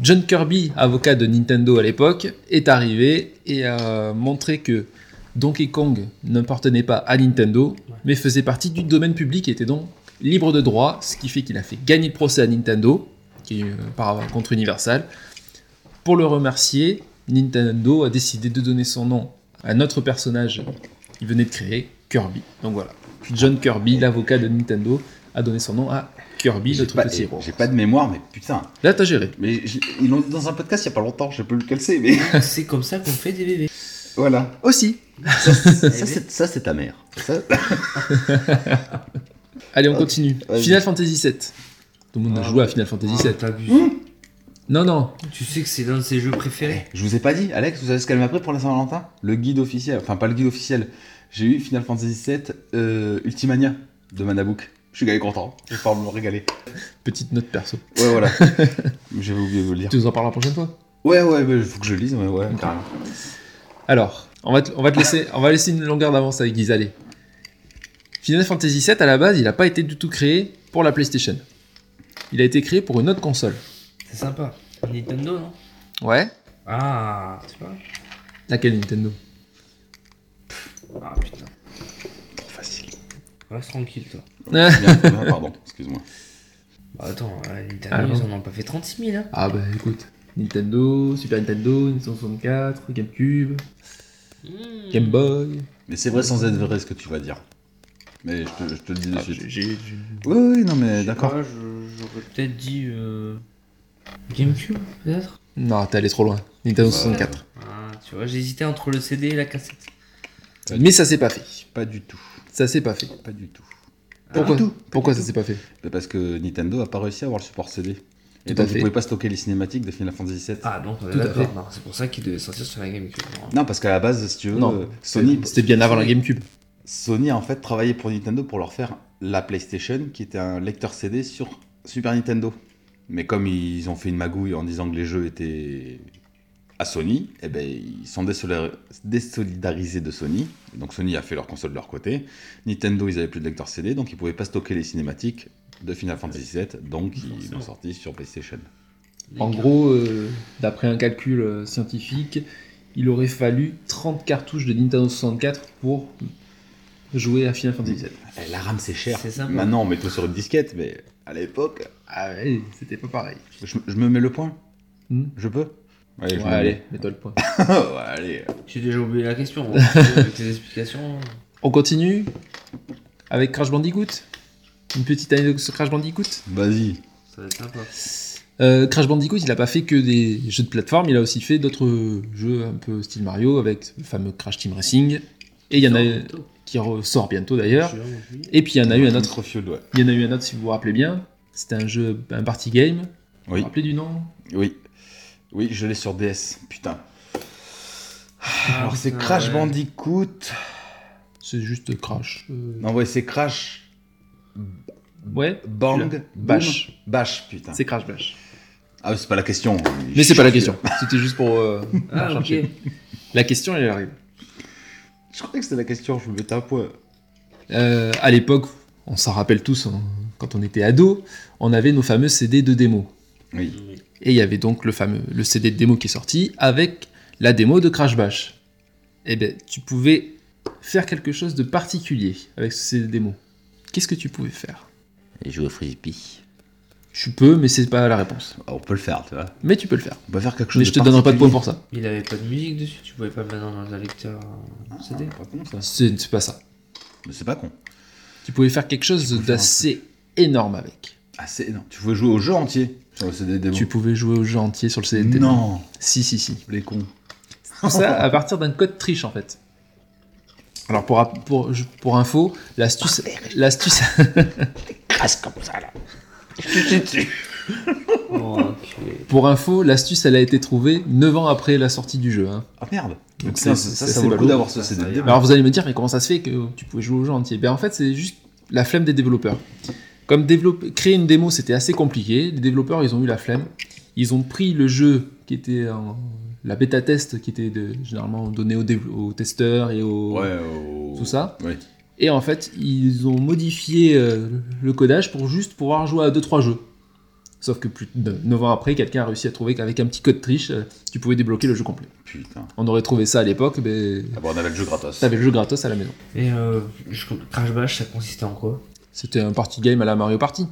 John Kirby, avocat de Nintendo à l'époque, est arrivé et a montré que Donkey Kong n'appartenait pas à Nintendo, mais faisait partie du domaine public et était donc libre de droit, ce qui fait qu'il a fait gagner le procès à Nintendo, qui, euh, par, contre Universal. Pour le remercier, Nintendo a décidé de donner son nom à un autre personnage qu'il venait de créer, Kirby. Donc voilà, John Kirby, l'avocat de Nintendo, a donné son nom à Kirby, J'ai le pas, truc petit héros. j'ai pas de mémoire, mais putain. Là, t'as géré. Mais j'ai- ils l'ont dit dans un podcast il y a pas longtemps, je sais plus lequel c'est, mais C'est comme ça qu'on fait des bébés. voilà. Aussi. Ça, ça, c'est, ça, c'est ta mère. Ça- Allez, on Ok, continue. vas-y. Final Fantasy VII. Tout le monde a Ah joué à Final Fantasy VII. t'abuses. Non, non. Tu sais que c'est l'un de ses jeux préférés. Hmm. Eh, Je vous ai pas dit, Alex, vous savez ce qu'elle m'a pris pour la Saint-Valentin Le guide officiel, enfin pas le guide officiel. J'ai eu Final Fantasy VII euh, Ultimania de Manabook. Je suis gavé content, je vais pouvoir me régaler. Petite note perso. Ouais, voilà. J'avais oublié de vous le dire. Tu nous en parles la prochaine fois. Ouais, ouais, il faut que je lise, ouais, ouais, carrément. Alors, on va te, on va te laisser, on va laisser une longueur d'avance avec Guise. Allez. Final Fantasy VII, à la base, il n'a pas été du tout créé pour la PlayStation. Il a été créé pour une autre console. C'est sympa. Nintendo, non Ouais. Ah, tu vois Laquelle Nintendo Ah putain. Facile. Reste tranquille, toi. Ah, Bien, bien, pardon, excuse-moi. Bah, attends, euh, Nintendo, Ah, non. ils en ont pas fait 36 000, hein Ah bah écoute. Nintendo, Super Nintendo, Nintendo 64, GameCube, Mmh. Game Boy. Mais c'est vrai sans être vrai ce que tu vas dire. Mais je te, je te le dis de Ah, suite. j'ai- j'ai- j'ai- Oui, oui, non, mais Je sais d'accord. pas, je- J'aurais peut-être dit. euh, Gamecube, peut-être Non, t'es allé trop loin. Nintendo 64. Ah, tu vois, j'hésitais entre le CD et la cassette. Mais ça s'est pas fait. Pas du tout. Ça s'est pas fait. Pas du tout. Pourquoi tout, Pourquoi du ça tout. s'est pas fait Bah, Parce que Nintendo a pas réussi à avoir le support CD. Et Tout à donc, vous fait. pouvez pas stocker les cinématiques de Final Fantasy VII. Ah, donc on est Tout à d'accord. fait. non, C'est pour ça qu'il devait sortir sur la Gamecube. non. Non, parce qu'à la base, si tu veux, Non, euh, Sony, C'était bien avant la GameCube. Sony a en fait travaillé pour Nintendo pour leur faire la PlayStation, qui était un lecteur CD sur Super Nintendo. Mais comme ils ont fait une magouille en disant que les jeux étaient à Sony, eh ben, ils sont désolari- désolidarisés de Sony. Donc Sony a fait leur console de leur côté. Nintendo, ils avaient plus de lecteur CD, donc ils pouvaient pas stocker les cinématiques de Final Fantasy VII, donc ils Forcément. l'ont sorti sur PlayStation. En gros, euh, d'après un calcul euh, scientifique, il aurait fallu 30 cartouches de Nintendo 64 pour jouer à Final Fantasy VII. Eh, la RAM, c'est cher. C'est sympa. Maintenant, on met tout sur une disquette, mais à l'époque, Ah ouais, c'était pas pareil. je, je me mets le point. Hmm. Je peux Allez, je Ouais, me allez, mets-toi le point. mets. Ouais, Oh, allez. J'ai déjà oublié la question. moi. Avec tes explications. On continue avec Crash Bandicoot. Une petite anecdote sur Crash Bandicoot. Vas-y. Ça va être sympa. Euh, Crash Bandicoot, il a pas fait que des jeux de plateforme, il a aussi fait d'autres jeux un peu style Mario avec le fameux Crash Team Racing. Et il y en a qui ressort bientôt d'ailleurs. Et puis il y en a eu un autre. Field, ouais. Il y en a eu un autre si vous vous rappelez bien. C'était un jeu, un party game. Vous Oui, vous rappelez du nom oui. Oui, je l'ai sur DS, putain. Ah, Alors c'est Ah, putain, Crash ouais. Bandicoot. C'est juste Crash. euh, Non, ouais, c'est Crash. Ouais, Tu l'as. Bang. Bash. Boom, Bash, putain. c'est Crash Bash. Ah, c'est pas la question. Mais c'est pas la question. C'était juste pour. euh, Ah, ok. chercher. La question, elle arrive. Je croyais que c'était la question, je me mettais un point. Euh, à l'époque, on s'en rappelle tous, on- quand on était ado, on avait nos fameux CD de démo. Oui. Et il y avait donc le fameux le CD de démo qui est sorti avec la démo de Crash Bash. Eh ben, tu pouvais faire quelque chose de particulier avec ce CD de démo. Qu'est-ce que tu pouvais faire Et jouer au frisbee. Tu peux, mais c'est pas la réponse. Ah, on peut le faire, tu vois. Mais tu peux le faire. On peut faire quelque chose Mais de je te donnerai pas de particulier. points pour ça. Il avait pas de musique dessus, tu pouvais pas le mettre dans un lecteur euh, CD. Ah, pas con, ça. C'est c'est pas ça. Mais c'est pas con. Tu pouvais faire quelque chose faire un d'assez énorme avec. Ah, c'est énorme. Tu pouvais jouer au jeu entier sur le CD démo. Tu pouvais jouer au jeu entier sur le CD de démo. Non, Si, si, si. les cons. Tout ça à partir d'un code triche en fait. Alors pour, pour, pour info, l'astuce l'astuce Oh, ok. pour info, l'astuce elle a été trouvée 9 ans après la sortie du jeu. hein. Ah merde. Donc Donc c'est- ça, c'est- ça, c'est ça vaut le coup ballot. d'avoir ce CD Ça, ça démo. Alors vous allez me dire mais comment ça se fait que tu pouvais jouer au jeu entier Ben en fait, c'est juste la flemme des développeurs. Comme développer, créer une démo, c'était assez compliqué, les développeurs, ils ont eu la flemme. Ils ont pris le jeu qui était en- la bêta test qui était de- généralement donnée aux, dév- aux testeurs et aux Ouais, oh. au- tout ça. Ouais. Et en fait, ils ont modifié euh, le codage pour juste pouvoir jouer à 2-3 jeux. Sauf que plus de 9 ans après, quelqu'un a réussi à trouver qu'avec un petit code triche, euh, tu pouvais débloquer le jeu complet. Putain. On aurait trouvé ça à l'époque, mais Ah bon, on avait le jeu gratos. t'avais le jeu gratos à la maison. Et euh, je- Crash Bash, ça consistait en quoi C'était un party game à la Mario Party.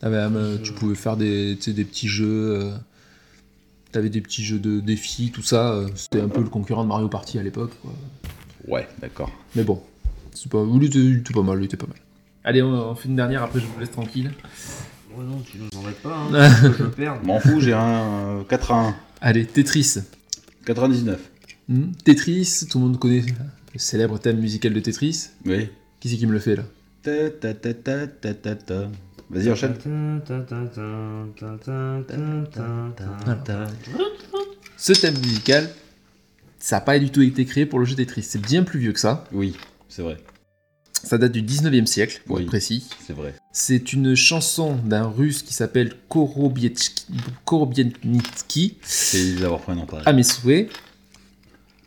T'avais, euh, tu pouvais faire des, tu sais, des petits jeux. euh, T'avais des petits jeux de défis, tout ça. euh, C'était un peu le concurrent de Mario Party à l'époque. quoi. Ouais, d'accord. Mais bon, c'est pas, il était, il était pas mal, il était pas mal. Allez, on, on fait une dernière, après je vous laisse tranquille. Ouais, non, tu nous embêtes pas, hein, faut que je perds. M'en fous, j'ai un euh, 4 à 1. Allez, Tetris. 99. Hmm, Tetris, tout le monde connaît le célèbre thème musical de Tetris. Oui. Qui c'est qui me le fait là Ta ta ta ta ta ta ta. Vas-y, enchaîne. Alors. Ce thème musical, ça n'a pas du tout été créé pour le jeu Tetris. C'est bien plus vieux que ça. Oui, c'est vrai, Ça date du 19e siècle, pour Oui. être précis. c'est vrai. C'est une chanson d'un russe qui s'appelle Korobietski- Korobietnitsky, C'est d'avoir pris un entourage. à mes souhaits.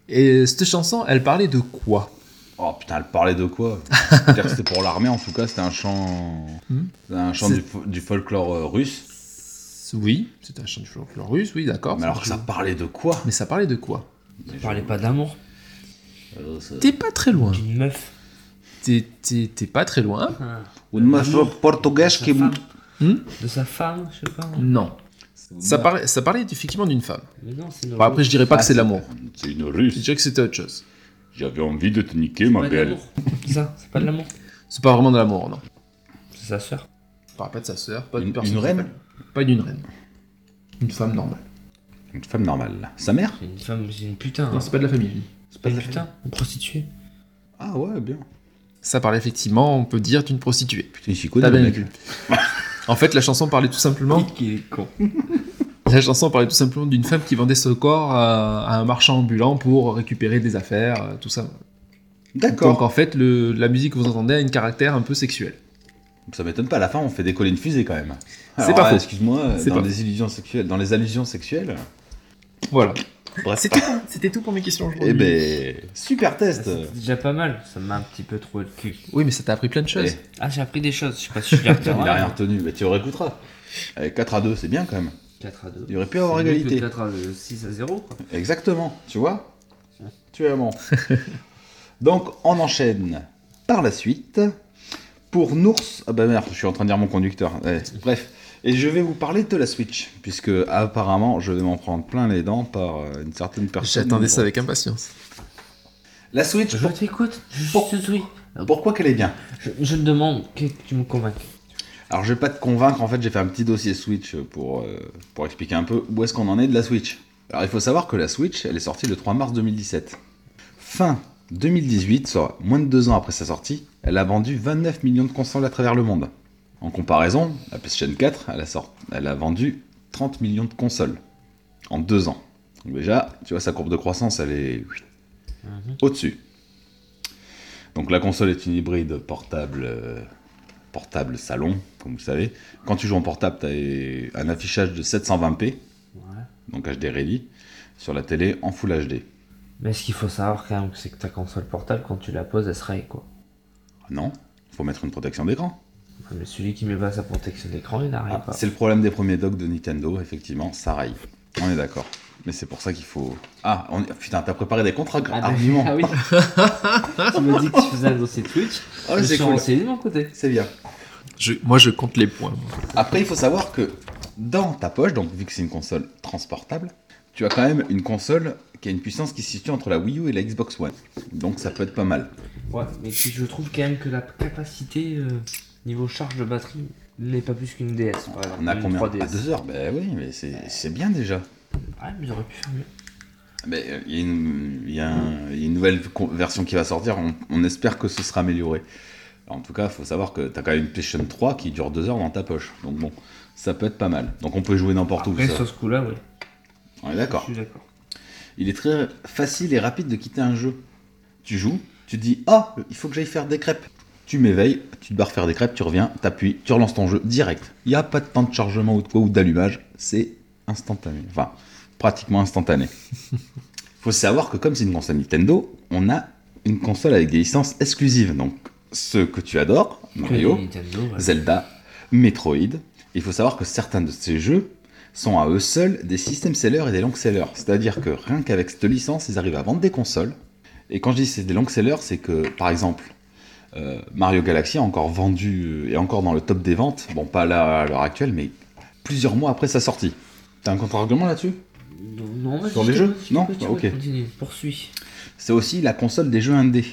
Et cette chanson, elle parlait de quoi Oh putain, elle parlait de quoi C'est-à-dire que C'était pour l'armée en tout cas, c'était un chant, Hmm. un chant C'est- du, fo- du folklore euh, russe. Oui, c'est un chant du folklore russe, oui, d'accord. Mais alors que ça parlait de quoi Mais ça parlait de quoi Tu parlais pas d'amour, Euh, ça- T'es pas très loin. d'une meuf. T'es- T'es t'es pas très loin. Ah, Une meuf D'amour. portugaise de sa qui... femme. Hmm De sa femme, je sais pas. hein. Non. Ça parlait, ça parlait effectivement d'une femme. Mais non, c'est Enfin, Bah, après, je dirais pas que c'est de l'amour. Ah, C'est une Je russe. dirais que c'était autre chose. J'avais envie de te niquer, pas de l'amour. Ça, c'est pas de l'amour. C'est pas vraiment de l'amour, non. C'est sa sœur. On parle pas de sa sœur, pas Une- d'une personne. une qui reine s'appelle- Pas d'une reine. Une femme normale. Une femme normale. Sa mère C'est une femme, c'est une putain. hein. Non, c'est pas de la famille. C'est pas une putain, une prostituée. Ah ouais, bien. Ça parle effectivement, on peut dire, d'une prostituée. Putain, il s'y connaît, T'as le bien mec. vu. En fait, la chanson parlait tout simplement. Qui est con. La chanson parlait tout simplement d'une femme qui vendait son corps à, à un marchand ambulant pour récupérer des affaires, euh, tout ça. Donc D'accord. en fait, le- la musique que vous entendez a un caractère un peu sexuel. Ça m'étonne pas, à la fin, on fait décoller une fusée quand même. C'est Alors, pas ouais, faux. Excuse-moi, C'est dans pas des illusions sexuelles, dans les allusions sexuelles. Voilà. Bref. C'était tout, c'était tout pour mes questions aujourd'hui. Ah, Eh ben, super test. Ah, C'était Ah, déjà pas mal. Ça m'a un petit peu trouvé le cul. Oui, mais ça t'a appris plein de choses. Eh, Ah, j'ai appris des choses. Je sais pas si je les Il a rien retiendrai. retenu, mais tu réécouteras. Eh, 4 à 2, c'est bien quand même. 4 à 2. Il aurait pu avoir C'est mieux que égalité. 4 à 2, 6 à 0, quoi. Exactement, tu vois Tu es bon. Donc, on enchaîne par la suite. Pour Nours, ah bah merde, je suis en train de dire mon conducteur. Ouais, bref, et je vais vous parler de la Switch, puisque apparemment je vais m'en prendre plein les dents par euh, une certaine personne. J'attendais ça avec impatience. La Switch, Je pour- t'écoute. Je Bon. te souris. pourquoi qu'elle est bien Je, je te demande que tu me convainques. Alors je vais pas te convaincre, en fait j'ai fait un petit dossier Switch pour, euh, pour expliquer un peu où est-ce qu'on en est de la Switch. Alors il faut savoir que la Switch, elle est sortie le 3 mars 2017. Fin 2018, soit moins de deux ans après sa sortie, elle a vendu 29 millions de consoles à travers le monde. En comparaison, la PlayStation 4, elle a, sort- elle a vendu 30 millions de consoles en deux ans. Donc déjà, tu vois, sa courbe de croissance, elle est Mhm. au-dessus. Donc la console est une hybride portable, euh, portable salon, comme vous le savez. Quand tu joues en portable, tu as un affichage de 720p, Ouais. donc HD Ready, sur la télé en Full HD. Mais ce qu'il faut savoir quand même, c'est que ta console portable, quand tu la poses, elle se raye, quoi. Non, faut mettre une protection d'écran. Ah, Mais celui qui met pas sa protection d'écran, il n'arrive Ah, pas. C'est le problème des premiers docks de Nintendo, effectivement, ça raille. On est d'accord. Mais c'est pour ça qu'il faut. Ah, on... putain, t'as préparé des Ah, bah, ah contre-arguments. oui. tu me dis que tu faisais un dossier Twitch. Ah, je c'est suis cool. renseigné de mon côté. C'est bien. Je- moi, je compte les points. moi. Après, il faut savoir que dans ta poche, donc vu que c'est une console transportable, tu as quand même une console qui a une puissance qui se situe entre la Wii U et la Xbox One. Donc ça peut être pas mal. Ouais, mais puis je trouve quand même que la capacité euh, niveau charge de batterie n'est pas plus qu'une DS, par exemple. On a Une combien 3DS. À 2 heures Ben oui, mais c'est c'est bien déjà. Ah, Ouais, mais ils auraient pu faire mieux. Mais euh, il y, a une- il y a un- il y a une nouvelle con- version qui va sortir, on, on espère que ce sera amélioré. En tout cas, il faut savoir que tu as quand même une PlayStation 3 qui dure 2 heures dans ta poche. Donc bon, ça peut être pas mal. Donc on peut jouer n'importe où. Après, ça. sur ce coup-là, oui. On est d'accord. Je suis d'accord. Il est très facile et rapide de quitter un jeu. Tu joues, tu dis Ah, il faut que j'aille faire des crêpes. Tu m'éveilles, tu te barres faire des crêpes, tu reviens, t'appuies, tu relances ton jeu direct. Il n'y a pas de temps de chargement ou de quoi ou d'allumage, c'est instantané. Enfin, pratiquement instantané. faut savoir que comme c'est une console Nintendo, on a une console avec des licences exclusives. Donc, ceux que tu adores, Mario, Que Nintendo, ouais. Zelda, Metroid. Il faut savoir que certains de ces jeux sont à eux seuls des system sellers et des long sellers. C'est-à-dire que rien qu'avec cette licence, ils arrivent à vendre des consoles. Et quand je dis c'est des long sellers, c'est que par exemple, euh, Mario Galaxy a encore vendu et encore dans le top des ventes. Bon, pas là à l'heure actuelle, mais plusieurs mois après sa sortie. T'as un contre-argument là-dessus Non, non, vas-y, Sur je les te- jeux je te- Non je te- Bah, ok. Continue, poursuis. C'est aussi la console des jeux indés,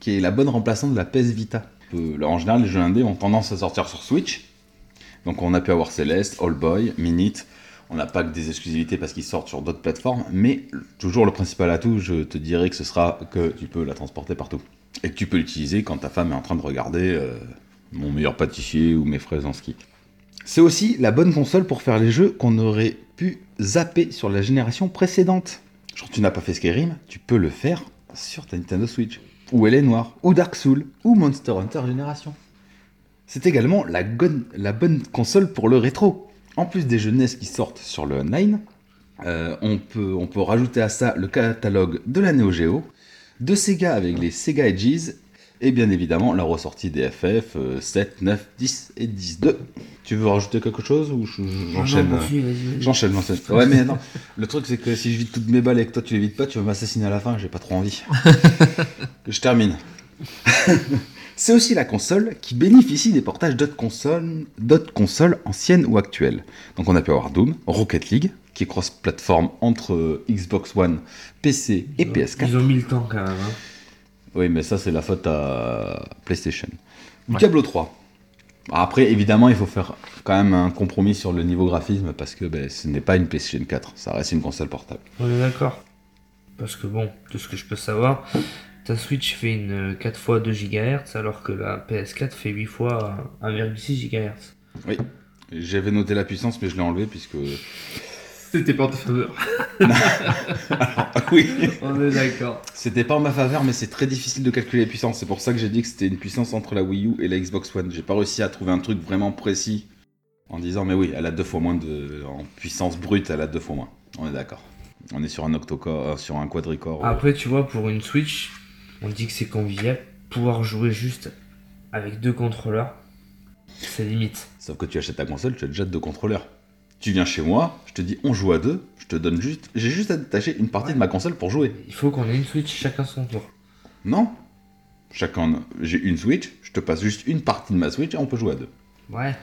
qui est la bonne remplaçante de la PS Vita. Euh, là, en général, les jeux indés ont tendance à sortir sur Switch. Donc on a pu avoir Celeste, All Boy, Minute. On n'a pas que des exclusivités parce qu'ils sortent sur d'autres plateformes, mais toujours le principal atout, je te dirais que ce sera que tu peux la transporter partout. Et que tu peux l'utiliser quand ta femme est en train de regarder euh, mon meilleur pâtissier ou mes fraises en ski. C'est aussi la bonne console pour faire les jeux qu'on aurait pu zapper sur la génération précédente. Genre tu n'as pas fait Skyrim, tu peux le faire sur ta Nintendo Switch. Ou elle est noire, ou Dark Souls, ou Monster Hunter Génération. C'est également la, gonne- la bonne console pour le rétro. En plus des jeux NES qui sortent sur le online, euh, on, peut, on peut rajouter à ça le catalogue de la Neo Geo, de Sega avec les Sega Edges, et bien évidemment la ressortie des FF euh, 7, 9, 10 et 10 2. Tu veux rajouter quelque chose ou je- je- j'enchaîne Non, euh, poursuis, vas-y, vas-y. J'enchaîne, j'enchaîne. Ouais, mais non. Le truc, c'est que si je vide toutes mes balles et que toi tu les vides pas, tu vas m'assassiner à la fin, j'ai pas trop envie. que je termine. c'est aussi la console qui bénéficie des portages d'autres consoles, d'autres consoles anciennes ou actuelles. Donc on a pu avoir Doom, Rocket League, qui est cross-platform entre euh, Xbox One, PC et Ils ont- PS4. Ils ont mis le temps quand même. hein. Oui, mais ça, c'est la faute à PlayStation. ou Ouais. Diablo 3. Après, évidemment, il faut faire quand même un compromis sur le niveau graphisme parce que ben, ce n'est pas une PlayStation 4, ça reste une console portable. On est d'accord. Parce que bon, de ce que je peux savoir, ta Switch fait une euh, 4 x 2 GHz alors que la PS4 fait 8 x 1,6 GHz. J'avais noté la puissance, mais je l'ai enlevée puisque. C'était pas en ta faveur. Ah oui On est d'accord. C'était pas en ma faveur, mais c'est très difficile de calculer les puissances. C'est pour ça que j'ai dit que c'était une puissance entre la Wii U et la Xbox One. J'ai pas réussi à trouver un truc vraiment précis en disant, mais oui, elle a deux fois moins de. En puissance brute, elle a deux fois moins. On est d'accord. On est sur un octocore, euh, sur un quadricore. euh, Après, tu vois, pour une Switch, on dit que c'est convivial. Pouvoir jouer juste avec deux contrôleurs, c'est limite. Sauf que tu achètes ta console, tu as déjà deux contrôleurs. Tu viens chez moi, je te dis, on joue à deux, je te donne juste. J'ai juste à détacher une partie de ma console pour jouer. Il faut qu'on ait une Switch chacun son tour. Non Chacun. J'ai une Switch, je te passe juste une partie de ma Switch et on peut jouer à deux. Ouais.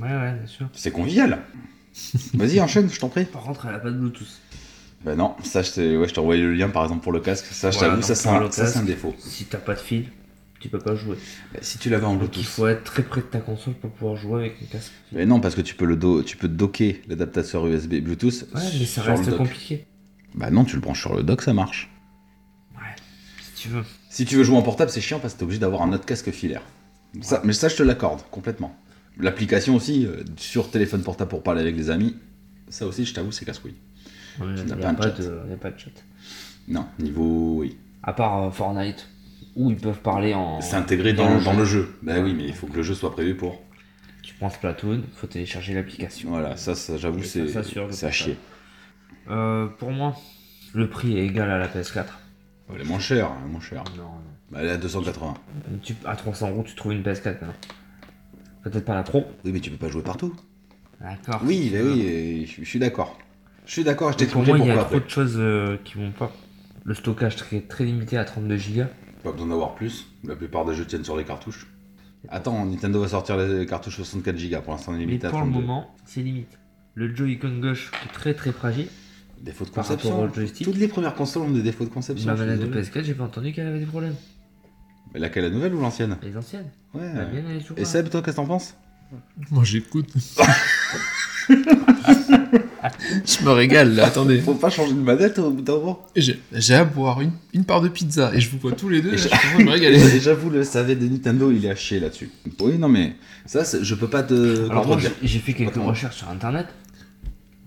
Ouais, ouais, bien sûr. C'est convivial Vas-y, enchaîne, je t'en prie. Par contre, elle a pas de Bluetooth. Ben non, ça je t'ai ouais, je t'ai envoyé le lien par exemple pour le casque. Ça, je Voilà, t'avoue, ça donc c'est pour un, le ça, c'est un casque. défaut. Si t'as pas de fil, tu peux pas jouer. Ben, si tu l'avais en Donc il Bluetooth. faut être très près de ta console pour pouvoir jouer avec une casque. Mais non, parce que tu peux le do- tu peux docker l'adaptateur USB Bluetooth. Ouais, mais sur ça reste le dock. compliqué. Bah non, tu le branches sur le dock, ça marche. Si tu veux. Si tu veux jouer en portable, c'est chiant parce que t'es obligé d'avoir un autre casque filaire. Ça, mais ça, je te l'accorde complètement. L'application aussi, euh, sur téléphone portable pour parler avec les amis, ça aussi, je t'avoue, c'est casse-couille. Il Tu n'as n'y pas a, un pas chat. de- y a pas de chat. Non, niveau. Oui. À part euh, Fortnite, où ils peuvent parler en. C'est intégré dans dans, le dans jeu. le jeu. Bah oui, mais il faut que le jeu soit prévu pour. Tu prends Splatoon, faut télécharger l'application. Voilà, ça, ça, j'avoue, Et ça, c'est ça, sur le c'est à portable. chier. Euh, pour moi, le prix est égal à la PS4. Elle est moins chère, elle est moins chère. Oh Non, Bah, elle est à 280. non. Tu, à 300 euros, tu trouves une PS4 maintenant. Peut-être pas la Pro. Oui, mais tu peux pas jouer partout. D'accord. Oui, bah oui, euh, je je suis d'accord. Je suis d'accord, je Mais pour t'expliquerai moi, il y pourquoi a trop après. de choses euh, qui vont pas. Le stockage très, très limité à 32 Go. Pas besoin d'avoir plus. La plupart des jeux tiennent sur les cartouches. Attends, Nintendo va sortir les cartouches 64 Go pour l'instant, on est Mais limité à pour le 32. moment, c'est limite. Le Joy-Con gauche qui est très très fragile. Défaut de Par conception. rapport au joystick. Toutes les premières consoles ont des défauts de conception. Ma je suis manette de désolé. PS4, j'ai pas entendu qu'elle avait des problèmes. Mais laquelle, la nouvelle ou l'ancienne Les anciennes. Ouais. La mienne, elle est toujours Et là. Seb, toi, qu'est-ce que t'en penses Moi j'écoute. Je me régale là, attendez. Faut pas changer de manette au bout d'un moment. J'ai j'ai à boire une, une part de pizza et je vous vois tous les deux, Et là, je je- suis en train de me régaler. Et J'avoue, le savait de Nintendo, il est à chier là-dessus. Oui, non, mais ça, c'est- je peux pas te Alors moi, contredire. j'ai- j'ai fait quelques Autrement. recherches sur internet.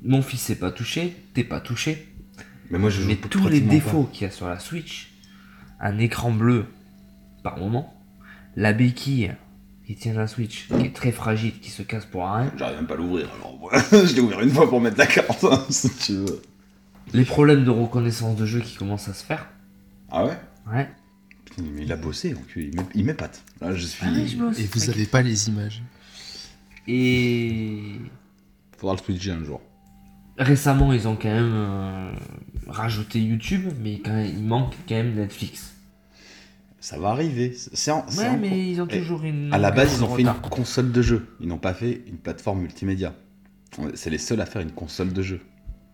Mon fils n'est pas touché, t'es pas touché. Mais moi, je joue Mais tous les pratiquement pas. défauts qu'il y a sur la Switch, un écran bleu par moment, la béquille qui tient la Switch, qui est très fragile, qui se casse pour rien, J'arrive même pas à l'ouvrir, alors moi, je l'ai ouvert une fois pour mettre la carte, hein, si tu veux. les problèmes de reconnaissance de jeu qui commencent à se faire. Ah ouais Ouais. Putain, mais il a bossé, donc il m'é- il m'épate. Là, je suis... Ah oui, je bosse. Et vous avez pas les images. Et Faudra le switcher un jour. récemment, ils ont quand même euh, rajouté YouTube, mais quand il manque quand même Netflix. Ça va arriver. C'est en... c'est Ouais, en- mais ils ont Et toujours une. Eh, À la base, ils une ont fait une retard. console de jeu. Ils n'ont pas fait une plateforme multimédia. C'est les seuls à faire une console de jeu.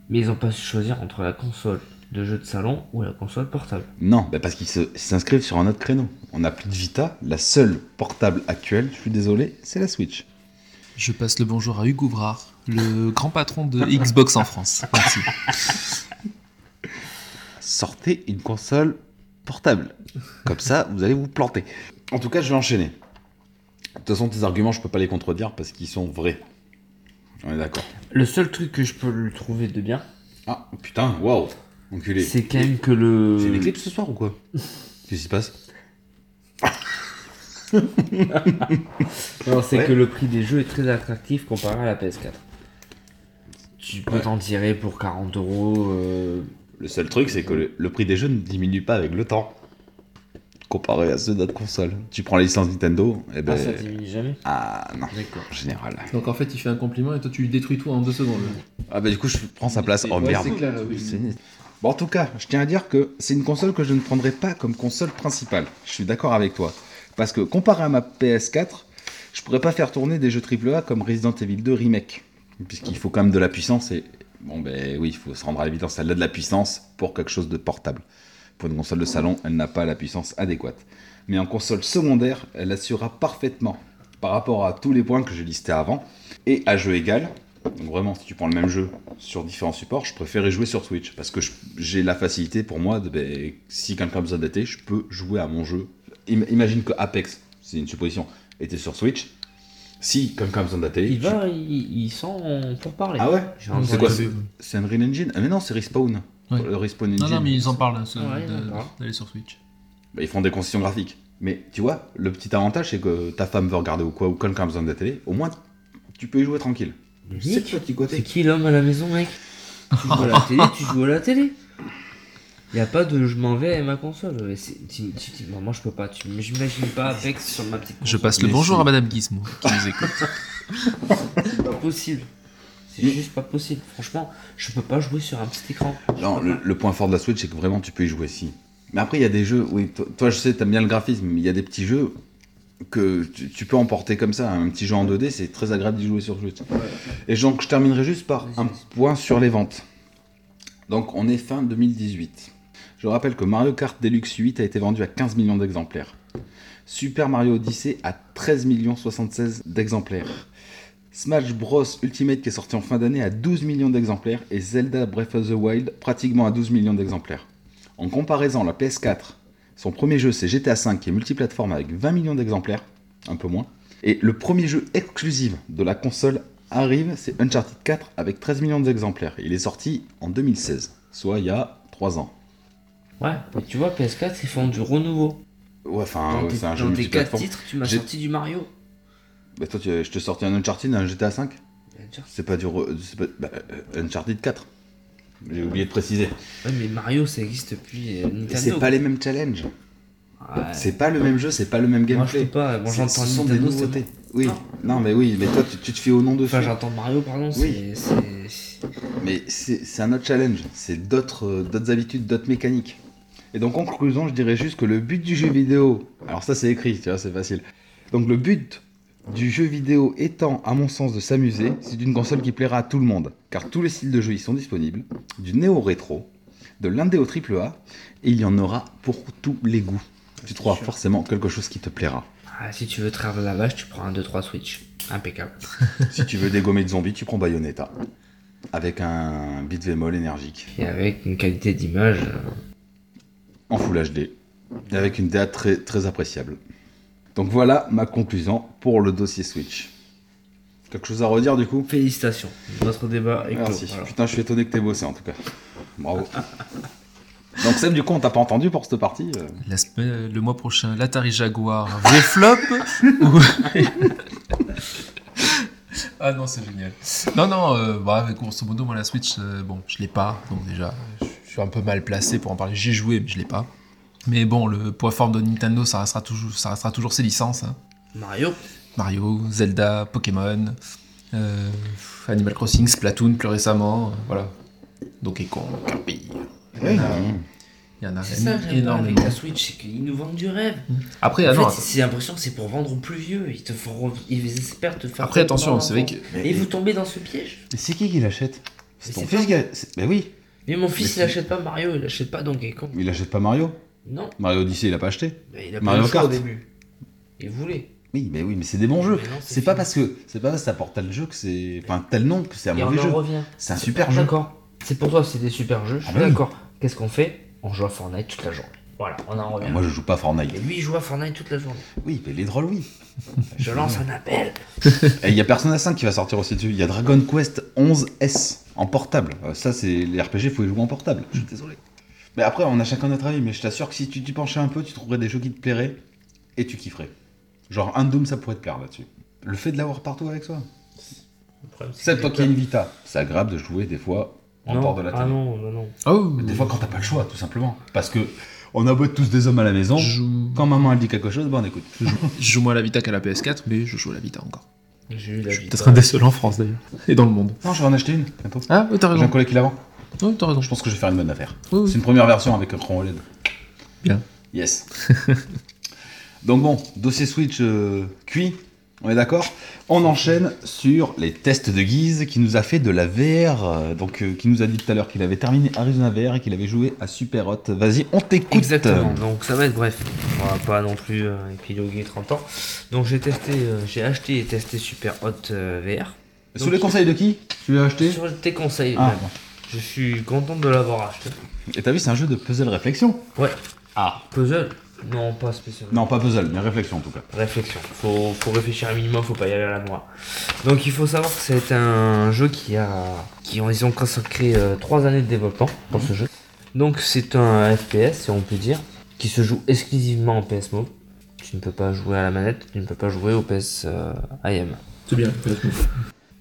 Mais ils ont pas su choisir entre la console de jeu de salon ou la console portable. Non, bah parce qu'ils se- s'inscrivent sur un autre créneau. On n'a plus de Vita. La seule portable actuelle, je suis désolé, c'est la Switch. Je passe le bonjour à Hugo Brard, le grand patron de Xbox en France. Merci. sortez une console portable. Comme ça, vous allez vous planter. En tout cas, je vais enchaîner. De toute façon, tes arguments, je peux pas les contredire parce qu'ils sont vrais. On est d'accord. Le seul truc que je peux lui trouver de bien, Ah putain, waouh, enculé. c'est quand même Euh, que le. C'est une éclipse ce soir ou quoi Qu'est-ce qui se passe Non, c'est Ouais. que le prix des jeux est très attractif comparé à la PS4. Tu peux Ouais. t'en tirer pour 40 euros. euh, Le seul truc, c'est que le, le prix des jeux ne diminue pas avec le temps. Comparé à ceux d'autres consoles. Tu prends la licence Nintendo, et Ah, ben. ça diminue jamais. Ah, non, D'accord. en général. Donc en fait, il fait un compliment et toi tu lui détruis tout en deux secondes. Ah bah du coup, je prends sa place. Oh Ouais, merde. c'est clair, oui. C'est nul. Bon, en tout cas, je tiens à dire que c'est une console que je ne prendrai pas comme console principale. Je suis d'accord avec toi. Parce que comparé à ma PS4, je pourrais pas faire tourner des jeux AAA comme Resident Evil 2 Remake. Puisqu'il faut quand même de la puissance et. Bon, ben oui, il faut se rendre à l'évidence. Elle a de la puissance pour quelque chose de portable. Pour une console de salon, elle n'a pas la puissance adéquate. mais en console secondaire, elle assurera parfaitement par rapport à tous les points que j'ai listés avant. Et à jeu égal, donc vraiment, si tu prends le même jeu sur différents supports, je préférais jouer sur Switch parce que je- j'ai la facilité pour moi de ben, si quelqu'un a besoin d'été, je peux jouer à mon jeu. Im- imagine que Apex, c'est une supposition, était sur Switch. Si quelqu'un a besoin d'été, Il va, il, il sent pour parler. Ah ouais J'ai C'est entendu- quoi c'est- C'est Unreal Engine Ah, Mais non, c'est Respawn. Ouais. Le Respawn Engine. Non, non, mais ils en parlent ça, Ouais, ils en de- parlent. d'aller sur Switch. Bah, ils font des concessions graphiques. Mais tu vois, le petit avantage, c'est que ta femme veut regarder ou quoi, ou quelqu'un a besoin de la télé, au moins tu peux y jouer tranquille. C'est Nick, le petit C'est côté. qui l'homme à la maison, mec Tu joues à la télé, tu joues à la télé. Y a pas de je m'en vais avec ma console. Ouais, c'est- tu- tu- tu- moi je peux pas. Tu j'imagine pas Apex sur ma petite. Je console. passe le Mais bonjour si. à Madame Gizmo qui nous écoute. C'est pas possible. C'est Mais- juste pas possible. Franchement, je peux pas jouer sur un petit écran. Non, le, le point fort de la Switch, c'est que vraiment tu peux y jouer si. Mais après, il y a des jeux, oui, toi, toi, je sais, t'aimes bien le graphisme, mais il y a des petits jeux que tu, tu peux emporter comme ça. Un petit jeu en 2D, c'est très agréable d'y jouer sur Switch. Et donc, je terminerai juste par Vas-y, un vas-y. point sur les ventes. Donc, on est fin 2018. Je rappelle que Mario Kart Deluxe 8 a été vendu à 15 millions d'exemplaires. Super Mario Odyssey à 13 millions 76 d'exemplaires. Smash Bros Ultimate qui est sorti en fin d'année à 12 millions d'exemplaires et Zelda Breath of the Wild pratiquement à 12 millions d'exemplaires. En comparaison, la PS4, son premier jeu c'est GTA V qui est multiplateforme avec 20 millions d'exemplaires, un peu moins. Et le premier jeu exclusif de la console arrive, c'est Uncharted 4 avec 13 millions d'exemplaires. Il est sorti en 2016, soit il y a 3 ans. Ouais, mais tu vois, PS4 ils font du renouveau. Ouais, enfin, dans Ah ouais, tes, c'est un jeu dans tes quatre multiplateforme. titres, tu m'as J'ai- sorti du Mario. Bah, toi, tu- je te sortais un Uncharted, un GTA V Bien sûr. C'est pas du. re- c'est pas- bah, euh, Uncharted 4. J'ai oublié de préciser. Ouais, mais Mario ça existe depuis euh, Et C'est Nintendo. pas les mêmes challenges. Ouais. C'est pas le même jeu, c'est pas le même Moi je peux gameplay. pas. Moi C'est- j'entends ce sont Nintendo. des c'est nouveautés. bon. Ah. Oui, Non. non, mais oui, mais toi, tu, tu te fais au nom de Enfin, ça. j'entends Mario, pardon. Oui. c'est- C'est. Mais c'est c'est un autre challenge, c'est d'autres euh, d'autres habitudes, d'autres mécaniques. Et donc en conclusion, je dirais juste que le but du jeu vidéo, alors ça c'est écrit, tu vois, c'est facile. Donc le but du jeu vidéo étant, à mon sens, de s'amuser, c'est une console qui plaira à tout le monde, car tous les styles de jeu y sont disponibles, du néo-rétro, de l'indé au triple A, et il y en aura pour tous les goûts. Tu trouveras sûr. forcément quelque chose qui te plaira. Ah, si tu veux traire la vache, tu prends un 2-3 Switch. Impeccable. si tu veux dégommer de zombies, tu prends Bayonetta, avec un beat bémol énergique. Et avec une qualité d'image. euh, en Full HD et avec une DA très, très appréciable. Donc voilà ma conclusion pour le dossier Switch. Quelque chose à redire du coup Félicitations. Notre débat est clos. Merci. Voilà. Putain, je suis étonné que t'aies bossé en tout cas. Bravo. Donc Seb, du coup, on t'a pas entendu pour cette partie euh, La semaine- le mois prochain, l'Atari Jaguar, vrai flop ou- Ah non, c'est génial. Non, non, euh, bah, grosso modo, moi la Switch, euh, bon, je l'ai pas, donc déjà, je je suis un peu mal placé pour en parler. J'ai joué, mais je l'ai pas. Mais bon, le poids fort de Nintendo, ça restera toujours, ça restera toujours ses licences. hein. Mario, Mario, Zelda, Pokémon, euh, Animal Crossing, Splatoon plus récemment, euh, voilà. Donkey Kong, Kirby, Euh, il y en a c'est ça que j'aime pas avec énormément. la Switch, c'est qu'ils nous vendent du rêve. Après, ah en non, fait, c'est l'impression que c'est pour vendre aux plus vieux. Ils te font, re- ils espèrent te faire. après revivre attention, dans c'est vrai que l'enfance. Et vous tombez dans ce piège C'est qui qui l'achète Mais C'est ton c'est fils pas- qui a- c'est- Bah oui Mais mon fils, Mais il achète pas Mario, il achète pas Donkey Kong. ben Il achète pas Mario Non, Mario Odyssey, il a pas acheté bah, il a Mario pas le choix au Kart. début. Il voulait. Oui, mais oui, mais c'est des bons jeux. Mais non, C'est pas fini. parce que c'est pas parce que ça porte tel jeu que c'est enfin tel nom que c'est un Et mauvais on en jeu. revient. C'est un super jeu. D'accord. C'est pour toi, c'est des super jeux. Je Ah suis bah oui. d'accord. Qu'est-ce qu'on fait On joue à Fortnite toute la journée. Voilà, on en revient. Ben, Moi, je joue pas à Et Fortnite. lui, il joue à Fortnite toute la journée. Oui, mais les drôles, oui. Je lance un appel. Et il y a Persona 5 qui va sortir aussi dessus. Il y a Dragon Quest 11S en portable. Euh, ça, c'est les RPG, faut y jouer en portable. Je suis désolé. Mais après, on a chacun notre avis, mais je t'assure que si tu t'y penchais un peu, tu trouverais des jeux qui te plairaient et tu kifferais. Genre, un Doom, ça pourrait te plaire là-dessus. Le fait de l'avoir partout avec soi. Le problème, C'est que- toi qui as une Vita. C'est agréable de jouer des fois en Non, dehors de la télé. Ah non, non, non. Oh, Des fois, quand t'as pas le choix, tout simplement. Parce que on a beau être tous des hommes à la maison. je joue, Quand maman elle dit quelque chose, ben on écoute. je joue moins à la Vita qu'à la PS4, mais je joue à la Vita encore. J'ai eu la Je suis vie. peut-être un des seuls en France d'ailleurs, et dans le monde. Non, je vais en acheter une bientôt. Ah, oui, t'as J'ai un raison. collègue qui la vend. Oui, t'as raison. Je pense que je vais faire une bonne affaire. Oui, oui. C'est une première version avec un cran OLED. Bien. Yes. Donc bon, dossier Switch euh, cuit. On est d'accord On enchaîne sur les tests de Guise qui nous a fait de la VR, euh, donc euh, qui nous a dit tout à l'heure qu'il avait terminé Arizona VR et qu'il avait joué à Super Hot. Vas-y, on t'écoute. Exactement, donc ça va être bref. On va pas non plus euh, épiloguer 30 ans. Donc j'ai testé, euh, j'ai acheté et testé Super Hot euh, VR. Sous les conseils de qui Tu l'as acheté Sur tes conseils, Ah, même. je suis content de l'avoir acheté. Et t'as vu, c'est un jeu de puzzle réflexion. Ouais, Ah. puzzle Non, pas spécialement. Non, pas puzzle, mais réflexion en tout cas. Réflexion. Faut, faut réfléchir un minimum, faut pas y aller à la noire. Donc il faut savoir que c'est un jeu qui a. qui ont, ils ont consacré euh, trois années de développement pour Mhm. ce jeu. Donc c'est un FPS, si on peut dire, qui se joue exclusivement en PS Move. Tu ne peux pas jouer à la manette, tu ne peux pas jouer au PS euh, IM. C'est bien.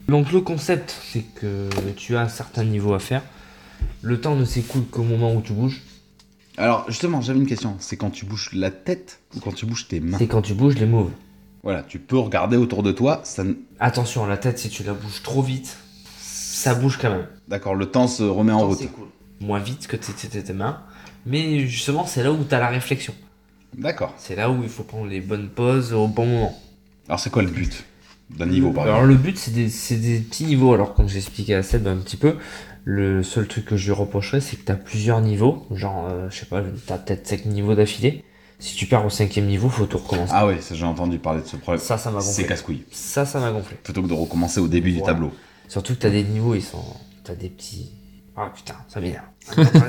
Donc le concept, c'est que tu as un certain niveau à faire. Le temps ne s'écoule qu'au moment où tu bouges. Alors justement, j'avais une question. C'est quand tu bouges la tête ou quand tu bouges tes mains C'est quand tu bouges les moves. Voilà, tu peux regarder autour de toi. Ça... n- Attention, la tête, si tu la bouges trop vite, ça bouge quand même. D'accord, le temps se remet en Tant route. c'est cool. Moins vite que tes, tes- tes mains. Mais justement, c'est là où tu as la réflexion. D'accord. C'est là où il faut prendre les bonnes pauses au bon moment. Alors c'est quoi le but d'un niveau par exemple Alors le but, c'est des, c'est des petits niveaux. Alors comme j'expliquais à Seb un petit peu, le seul truc que je lui reprocherais, c'est que tu as plusieurs niveaux. Genre, euh, je sais pas, tu as peut-être 5 niveaux d'affilée. Si tu pars au cinquième niveau, faut tout recommencer. Ah oui, ça, j'ai entendu parler de ce problème. Ça, ça m'a Ah, C'est gonflé. casse-couille. Ça, ça m'a gonflé. Plutôt que de recommencer au début du Voilà. tableau. Surtout que t'as des niveaux, ils sont. T'as des petits. Ah putain, ça m'énerve.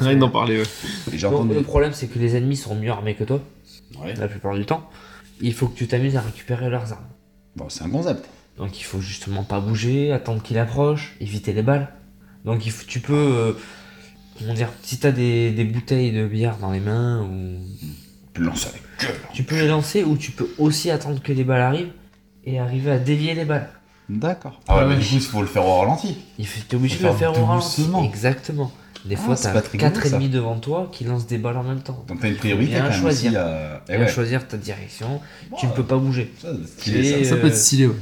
Rien d'en parler. ouais. Et j'ai Donc, entendu. le problème, c'est que les ennemis sont mieux armés que toi, Ouais. la plupart du temps. Il faut que tu t'amuses à récupérer leurs armes. Bon, c'est un concept. Donc il faut justement pas bouger, attendre qu'il approche, éviter les balles. Donc il faut- tu peux. euh, comment dire Si t'as des, des bouteilles de bière dans les mains, ou. Tu le lances avec gueule. Tu peux les lancer, ou tu peux aussi attendre que les balles arrivent et arriver à dévier les balles. D'accord. Ah ouais, Ah mais ouais. du coup, il faut le faire au ralenti. Il fait- T'es obligé de Faut le faire faire au ralenti. doucement. Exactement. Des Ah, fois, c'est t'as pas très rigolo, 4 ça. ennemis devant toi qui lancent des balles en même temps. Donc t'as une priorité Bien quand même choisir. aussi à. Eh Tu ouais. vas choisir ta direction. Bon, euh. tu ne peux pas bouger. ça, c'est stylé, ça. Et, Ça peut être stylé, ouais.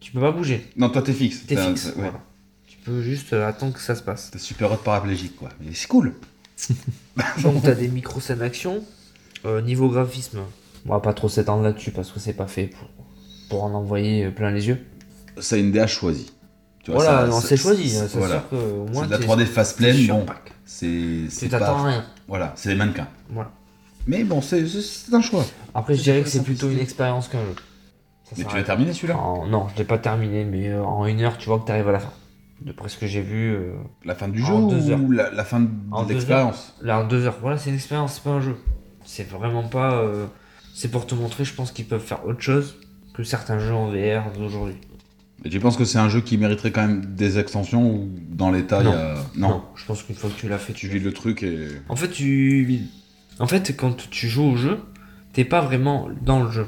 Tu peux pas bouger. Non, toi t'es fixe. T'es T'as- fixe. ouais. voilà. Tu peux juste euh, attendre que ça se passe. T'es super hot paraplégique, quoi. Mais c'est cool. Donc t'as des micro scènes d'action. Euh, niveau graphisme, on va pas trop s'étendre là-dessus parce que c'est pas fait pour, pour en envoyer euh, plein les yeux. C'est une DA choisie. Tu vois, voilà, Bah, ça- on ça- s'est choisi. hein, c'est- C'est voilà. sûr que au C'est moins de la t'es- 3D face t'es pleine, sur bon. pack. C'est. c'est Tu t'attends à pas... rien. Voilà, c'est des mannequins. Voilà. Mais bon, c'est- c'est c'est un choix. Après, je C'est dirais pas que c'est ça, plutôt c'est- une expérience qu'un jeu. Ça Mais tu sert à l'as rien. terminé celui-là En- Non, je l'ai pas terminé, mais euh, en une heure, tu vois que t'arrives à la fin. D'après ce que j'ai vu, euh, La fin du En jeu deux heures. ou la, la fin de En de deux l'expérience là en deux heures, voilà, c'est une expérience, c'est pas un jeu. C'est vraiment pas. euh, C'est pour te montrer, je pense qu'ils peuvent faire autre chose que certains jeux en VR d'aujourd'hui. Et tu penses que c'est un jeu qui mériterait quand même des extensions ou dans l'état il y a. Non. Je pense qu'une fois que tu l'as fait, Tu tu vides le truc et. En fait, tu. En fait, quand tu joues au jeu, t'es pas vraiment dans le jeu.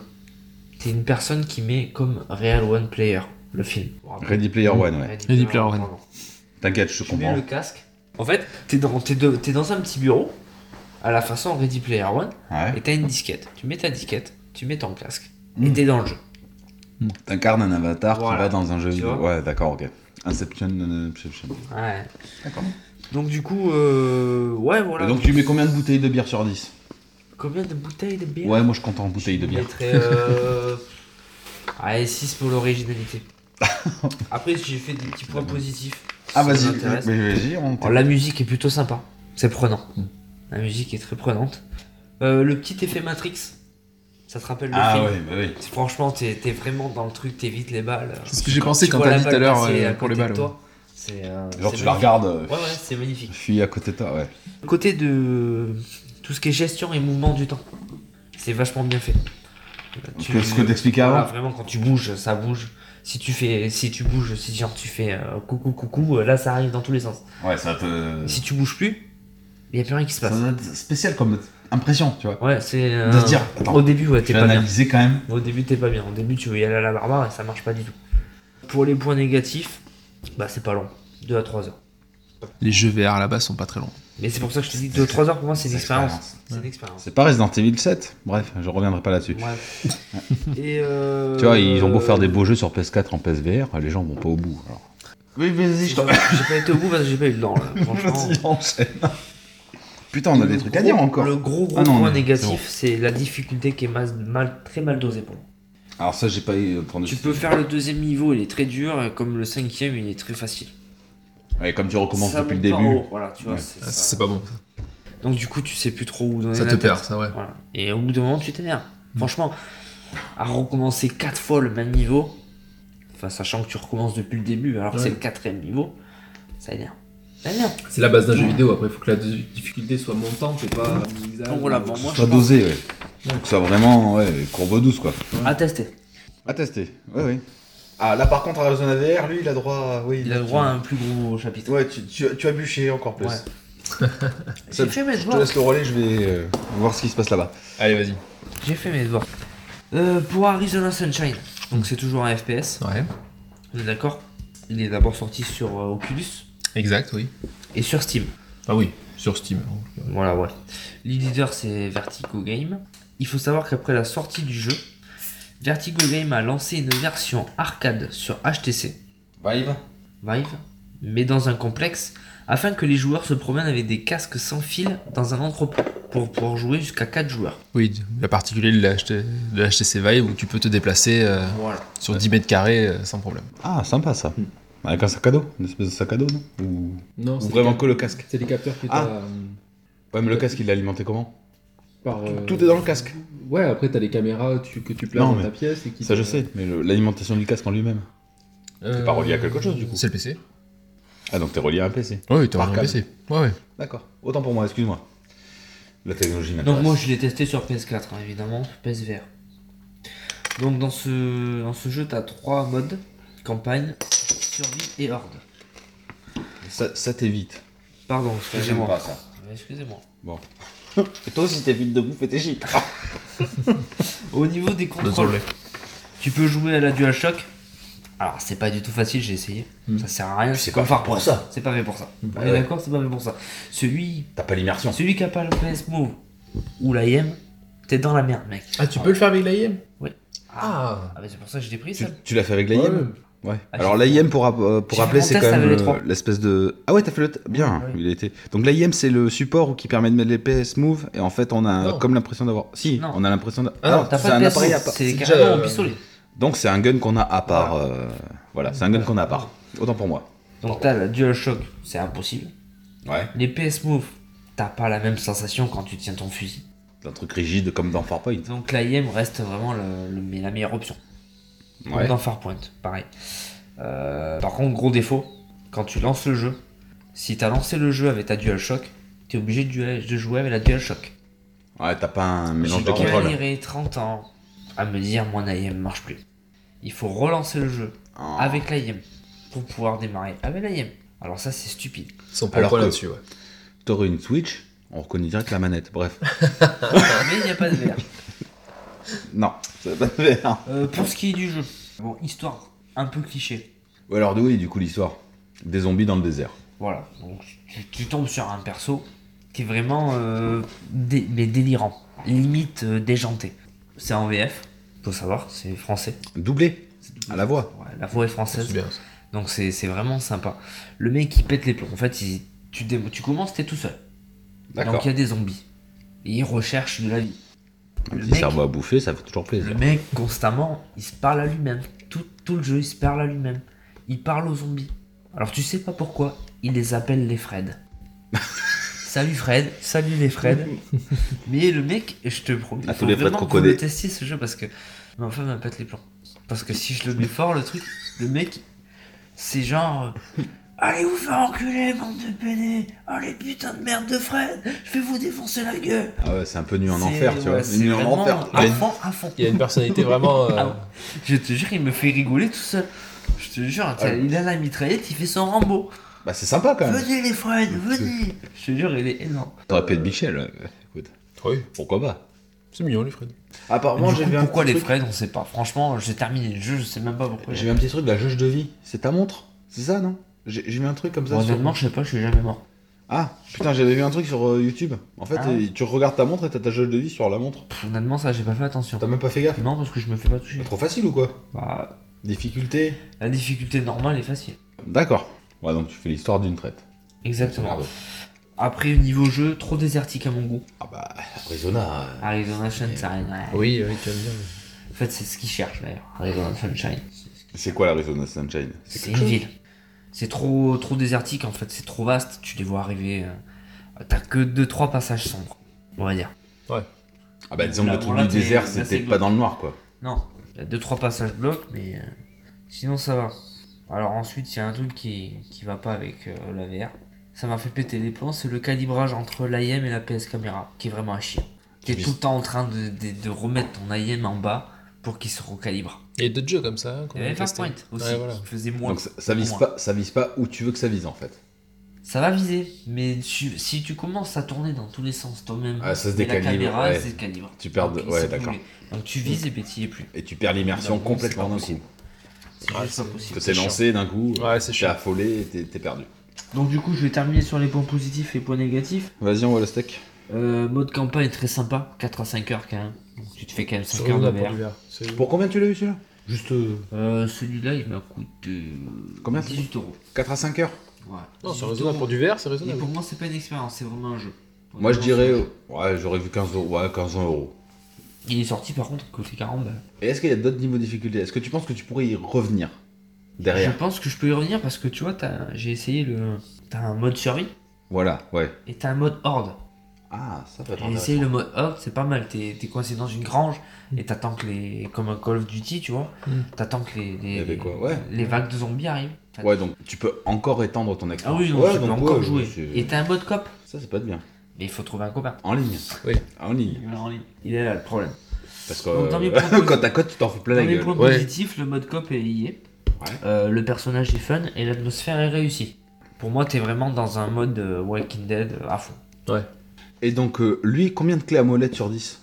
T'es une personne qui met comme Real One Player le film. Ready Player One, ouais. Ready Player One. pardon. T'inquiète, je Tu mets comprends. le casque. En fait, t'es dans, t'es de- t'es dans un petit bureau, à la façon Ready Player One, et Ah Ouais. t'as une disquette. Tu mets ta disquette, tu mets ton casque, et Mm. t'es dans le jeu. T'incarnes un avatar Voilà. qui va dans un jeu Tu vidéo. vois Ouais, d'accord, ok. Inception, euh, Inception. Ouais. D'accord. Donc du coup, euh, ouais, voilà. Et donc tu mets combien de bouteilles de bière sur 10 Combien de bouteilles de bière Ouais, moi je compte en bouteilles de Je bière. mettrais, euh... Allez, 6 pour l'originalité. Après, j'ai fait des petits points positifs. Ah, Ça vas-y, m'intéresse. mais vas-y, on Alors, Oh, la musique est plutôt sympa. C'est prenant. Hmm. La musique est très prenante. Euh, le petit effet Matrix, ça te rappelle le Ah, film ouais, bah oui. C'est- Franchement, t'es t'es vraiment dans le truc, t'évites les balles. C'est ce que j'ai pensé Tu quand vois t'as la dit tout à balle l'heure passer euh, à pour les côté de balles. ouais. toi. C'est, euh, Genre, c'est tu la magnifique. regardes, euh, Ouais, ouais, c'est magnifique. je suis à côté de toi, ouais. Côté de tout ce qui est gestion et mouvement du temps, c'est vachement bien fait. Euh, Tu- Que- ce que t'expliquais voilà, avant vraiment quand tu bouges, ça bouge. Si tu fais, si tu bouges, si genre tu fais euh, coucou coucou, euh, là ça arrive dans tous les sens. Ouais, ça te. Si tu bouges plus, il y a plus rien qui se Euh. Ça passe. doit être spécial comme impression, tu vois. Ouais, c'est. euh, De se dire, attends, au début, ouais, t'es J'ai pas bien. analysé quand même. Au début, t'es pas bien. Au début, tu veux y aller à la barbare et ça marche pas du tout. Pour les points négatifs, bah c'est pas long, 2 à 3 heures. Les jeux VR là-bas sont pas très longs. Mais c'est pour ça que je te dis 2 à 3 heures pour moi c'est une expérience. C'est une expérience. C'est pas Resident Evil 7. Bref, je reviendrai pas là-dessus. Ouais. Et euh, Tu vois, ils ont beau faire des beaux jeux sur PS4 en PSVR, les gens vont pas au bout. Alors. Oui, vas-y, J'ai pas été au bout parce que j'ai pas eu le temps là. Franchement. Putain, on a Le des trucs à gros- dire encore. Le gros gros Ah non, point non, négatif, c'est bon. c'est la difficulté qui est mas- mal- très mal dosée pour moi. Alors ça, j'ai pas eu euh, le temps de... Tu peux faire le deuxième niveau, il est très dur, et comme le cinquième, il est très facile. Ouais, comme tu recommences Ça depuis le monte par début. haut, Voilà, tu vois, Ouais. c'est Ah, ça, ça. C'est pas bon. ça. Donc du coup, tu sais plus trop où donner Ça la te tête. perd, ça, ouais. Voilà. Et au bout d'un moment, tu t'énerves. Mm. Franchement, à recommencer quatre fois le même niveau, enfin sachant que tu recommences depuis le début, alors que Ouais. c'est le quatrième niveau, ça énerve. Ça énerve. C'est la base d'un jeu vidéo. Après, il faut que la difficulté soit montante et pas. Euh, Donc voilà, pour moi, Soit je pense- dosé, ouais. Que ça vraiment, ouais, courbe douce, quoi. à tester. À tester, ouais, ouais. Ah, là, par contre, Arizona VR, lui, il a droit... à- Oui, Il a droit à un plus gros chapitre. Ouais, tu, tu- tu as bûché encore plus. Ouais. Ça- J'ai fait mes Je te devoirs. laisse le relais, je vais euh, voir ce qui se passe là-bas. Allez, vas-y. J'ai fait mes devoirs. Euh, pour Arizona Sunshine, donc c'est toujours un FPS, Ouais, on est d'accord Il est d'abord sorti sur euh, Oculus exact, oui. et sur Steam. Ah oui, sur Steam. Voilà, ouais. L'éditeur, c'est Vertigo Game. Il faut savoir qu'après la sortie du jeu, Vertigo Game a lancé une version arcade sur HTC Vive Vive, mais dans un complexe, afin que les joueurs se promènent avec des casques sans fil dans un entrepôt pour pouvoir jouer jusqu'à 4 joueurs. Oui, la particulier de la, HT de la HTC Vive où tu peux te déplacer euh, Voilà. sur 10 mètres carrés euh, sans problème. Ah, sympa ça. Bah, Avec un sac à dos, une espèce de sac à dos, non Ou, Non, ou c'est vraiment les cap- que le casque C'est les capteurs que Ah. t'as. euh, Ouais, mais le casque, il est alimenté comment par, euh, Tout est dans le casque. Ouais, après, t'as les caméras tu- que tu places Non, dans mais ta pièce. Et qui Euh, Ça, te- je sais, mais le- l'alimentation du casque en lui-même. Euh, T'es pas relié à quelque chose, du coup. C'est le PC Ah, donc t'es relié à un PC. Oui, t'es Par relié à un câble. PC. Ouais, ouais. D'accord. Autant pour moi, excuse-moi. La technologie m'intéresse. Donc moi je l'ai testé sur PS4 hein, évidemment, PSVR. Donc dans ce, dans ce jeu t'as trois modes, campagne, survie et horde. Ça, ça t'évite. Pardon, J'aime excusez-moi. pas ça. Excusez-moi. Bon. Ah, Et toi aussi, t'évites de bouffer tes gîtes. Au niveau des contrôles, Désolé. tu peux jouer à la DualShock. Alors, c'est pas du tout facile, j'ai essayé. Ça sert à rien. C'est pas fait pour ça. C'est pas fait pour ça. On est ouais. d'accord, c'est pas fait pour ça. Celui, T'as pas l'immersion. celui qui a pas le PS Move ou la IM, t'es dans la merde, mec. Ah, tu peux le faire avec l'AIM Oui. Ah Ah, mais c'est pour ça que je l'ai pris, Tu, ça. tu l'as fait avec l'AIM Ouais. Ouais. Ah, Alors j'ai- l'AIM pour, rapp- euh, pour J'ai rappeler fait c'est mon quand test même avec les euh, trois. l'espèce de ah ouais t'as fait le t- bien Ouais. il était donc l'AIM c'est le support qui permet de mettre les PS Move et en fait on a Non. comme l'impression d'avoir si Non. on a l'impression d'a- Ah non, Ah, T'as c'est pas un de PS appareil à Move, part c'est déjà, carrément euh, au pistolet. donc c'est un gun qu'on a à part euh, voilà c'est un gun qu'on a à part autant pour moi Donc t'as la DualShock, c'est impossible. ouais Les PS Move, t'as pas la même sensation quand tu tiens ton fusil. c'est un truc rigide comme dans Farpoint Donc la IM reste vraiment le- le- la meilleure option. Comme ouais dans Farpoint, pareil. Euh, par contre, gros défaut, quand tu lances le jeu, si t'as lancé le jeu avec ta DualShock, t'es obligé de, dual- de jouer avec la DualShock. ouais t'as pas un mélange de J'ai contrôle galéré 30 ans à me dire mon IM marche plus. Il faut relancer le jeu Ah. avec l'IM pour pouvoir démarrer avec l'IM. Alors ça c'est stupide. Ils sont pas Alors que- là-dessus, ouais. t'aurais une Switch on reconnaît direct la manette bref Mais il n'y a pas de verre. non ça va pas faire Euh, pour ce qui est du jeu, bon histoire un peu cliché. ou alors oui du coup l'histoire des zombies dans le désert Voilà, donc tu, tu tombes sur un perso qui est vraiment euh, dé- mais délirant, limite euh, déjanté. C'est en VF, faut savoir, c'est français. doublé à la voix Ouais, la voix est française, C'est bien ça. donc c'est c'est vraiment sympa. Le mec il pète les plombs, en fait il- tu, dé- tu commences, t'es tout seul. Donc d'accord il y a des zombies. Et ils recherchent de la vie. un Le petit mec- cerveau à bouffer ça fait toujours plaisir Le mec, constamment, il se parle à lui-même. Tout, tout le jeu, il se parle à lui-même. Il parle aux zombies. Alors tu sais pas pourquoi, il les appelle les Fred. salut Fred, salut les Fred. Mais le mec, je te promets, À il tous faut les Fred vraiment qu'on que vous connaît. le testiez ce jeu parce que ma femme elle pète les plans. Parce que si je le mets fort, le truc, le mec, c'est genre. euh, Allez vous faire enculer, bande de pédés Allez putain de merde de Fred Je vais vous défoncer la gueule Ah ouais, c'est un peu nu en C'est- enfer, tu vois. ouais, C'est C'est nu en vraiment enfer. à fond, à fond. Il y a une personnalité vraiment. euh, Ah ouais. Je te jure, il me fait rigoler tout seul. Je te Ah jure, t'as- il a la mitraillette, il fait son Rambo. Bah, c'est sympa quand même. Venez les Fred, venez Je te jure, il est énorme. T'aurais pu être Michel. euh, Écoute, Oui, pourquoi pas c'est mignon, lui, Fred. Apparemment, Du coup, pourquoi les Fred, on sait pas. Franchement, j'ai terminé le jeu, je sais même pas pourquoi. J'ai vu un petit truc de la jauge de vie. C'est ta montre C'est ça, non J'ai j'ai vu un truc comme ça. sur- Honnêtement, je sais pas, je suis jamais mort. Ah, putain, j'avais vu un truc sur euh, YouTube. En fait, Ah. euh, tu regardes ta montre et t'as ta jauge de vie sur la montre. Pff, honnêtement, ça, j'ai pas fait attention. T'as même pas fait gaffe. Non, parce que je me fais pas toucher. C'est Trop facile ou quoi Bah, Difficulté la difficulté normale est facile. D'accord. Ouais, donc tu fais l'histoire d'une traite. Exactement. Merde. Après, niveau jeu, trop désertique à mon goût. Ah bah, Arizona. euh, Ah Arizona Sunshine, ouais. Oui, oui, tu aimes bien. fait, c'est ce qu'ils cherchent d'ailleurs, Arizona Sunshine. C'est quoi l'Arizona Sunshine C'est une ville. C'est trop, trop désertique en fait, c'est trop vaste, tu les vois arriver. euh, T'as que 2-3 passages sombres, on va dire. Ah bah disons que Là, le truc là, du t'es- désert, là, c'était c'est pas glauque. dans le noir quoi. Non, il y a 2-3 passages blocs, mais euh, sinon ça va. Alors ensuite, il y a un truc qui, qui va pas avec euh, la VR. Ça m'a fait péter les plombs, c'est le calibrage entre l'IM et la PS caméra, qui est vraiment à chier. Qui est tout le temps en train de, de- de remettre ton IM en bas pour qu'il se recalibre. Il y a d'autres jeux comme ça. hein, qu'on Il y avait avait testés. Farpoint aussi, Ouais, voilà. qui faisait moins. Donc ça, ça vise Moins. pas, ça vise pas où tu veux que ça vise en fait. Ça va viser, mais tu- si tu commences à tourner dans tous les sens toi-même, Ah, ça se mais décalibre, la caméra ouais. elle se décalibre. Tu perds, de- Donc, il ouais s'est d'accord. paumé. Donc tu vises et pétilles plus. Et tu perds l'immersion Non, complètement d'un c'est coup. pas C'est Ah, juste pas c'est- Que possible. t'es lancé d'un coup, Ouais, c'est t'es chiant. affolé, et t'es t'es perdu. Donc du coup, je vais terminer sur les points positifs et points négatifs. Vas-y, on voit le steak. Euh, mode campagne très sympa, 4 à 5 heures quand même. Donc tu te fais quand même 5 Sur heures le de map, pour verre. l'hiver. C'est- Pour combien tu l'as eu celui-là Juste euh, celui-là, il m'a coûté euh, Combien 18 euros. 4 à 5 heures Ouais. Non, c'est 18 raisonnable. euros. Pour du verre, c'est Et raisonnable. pour moi, c'est pas une expérience, c'est vraiment un jeu. Moi je dirais, euh, ouais j'aurais vu 15 euros, ouais 15 euros. Il est sorti par contre côté 40 balles. Et est-ce qu'il y a d'autres niveaux de difficulté Est-ce que tu penses que tu pourrais y revenir Je derrière pense que je peux y revenir parce que tu vois, t'as- j'ai essayé le. T'as un mode survie Voilà, ouais. et t'as un mode horde. Ah, ça peut être J'ai intéressant. essayé le mode horde, c'est pas mal. T'es t'es coincé dans une grange et t'attends que les. Comme un Call of Duty, tu vois. Mm. T'attends que les. les Il y avait quoi Ouais. les vagues de zombies arrivent. T'as- Ouais, donc tu peux encore étendre ton Ah expérience. oui, non, Ouais, tu peux donc, encore ouais, jouer. c'est- Et t'as un mode cop. Ça, ça peut être bien. Mais il faut trouver un copain. En ligne. Oui. En ligne. Il est en ligne. Il est là le problème. Parce que Donc, dans mes euh, propos- quand t'as cote, tu t'en fous plein Dans la les gueule. points Ouais. positifs, le mode cop est y est. Ouais. Euh, le personnage est fun et l'atmosphère est réussie. Pour moi, t'es vraiment dans un mode euh, Walking Dead à fond. Et donc, euh, lui, combien de clés à molette sur 10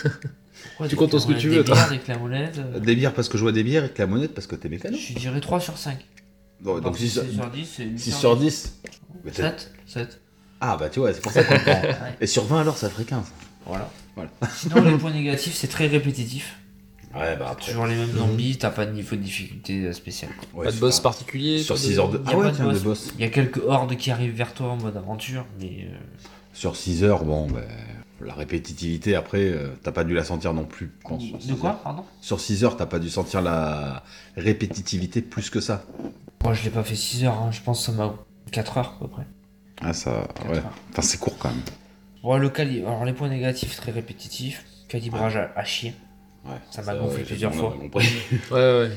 Pourquoi Tu des comptes en ce que clairons- tu euh, des veux, toi. bières, des claironnaises, euh, Des bières parce que je vois des bières et clés à molette parce que t'es mécano. Je dirais 3 sur 5. Bon, donc, 6 sur, 10, c'est 8 six sur 10. Mais t'as- 7, 7. Ah, bah tu vois, c'est pour ça qu'on le prend. Ouais. Et sur 20, alors, ça ferait 15. Voilà. Voilà. Sinon, les points négatifs, c'est très répétitif. Ouais, bah après. Toujours les mêmes zombies, t'as pas de niveau de difficulté euh, spécial. ouais, Pas de sur- boss particulier. Sur pas 6 heures de. Y a Ah ouais, pas de tiens, de boss. boss. Il y a quelques hordes qui arrivent vers toi en mode aventure, mais euh, Sur 6 heures, bon, bah. La répétitivité, après, euh, t'as pas dû la sentir non plus. je pense, sur six de quoi, heures. pardon Sur 6 heures, t'as pas dû sentir la répétitivité plus que ça. Moi, je l'ai pas fait 6 heures, hein, je pense que ça m'a 4 heures à peu près. Ah, ça. Quatre Ouais. heures. Enfin, c'est court quand même. Bon, le cali- Alors, les points négatifs, très répétitifs. Calibrage à, à chier. Ouais. Ça m'a gonflé ouais, plusieurs on a fois. compris. Ouais, ouais.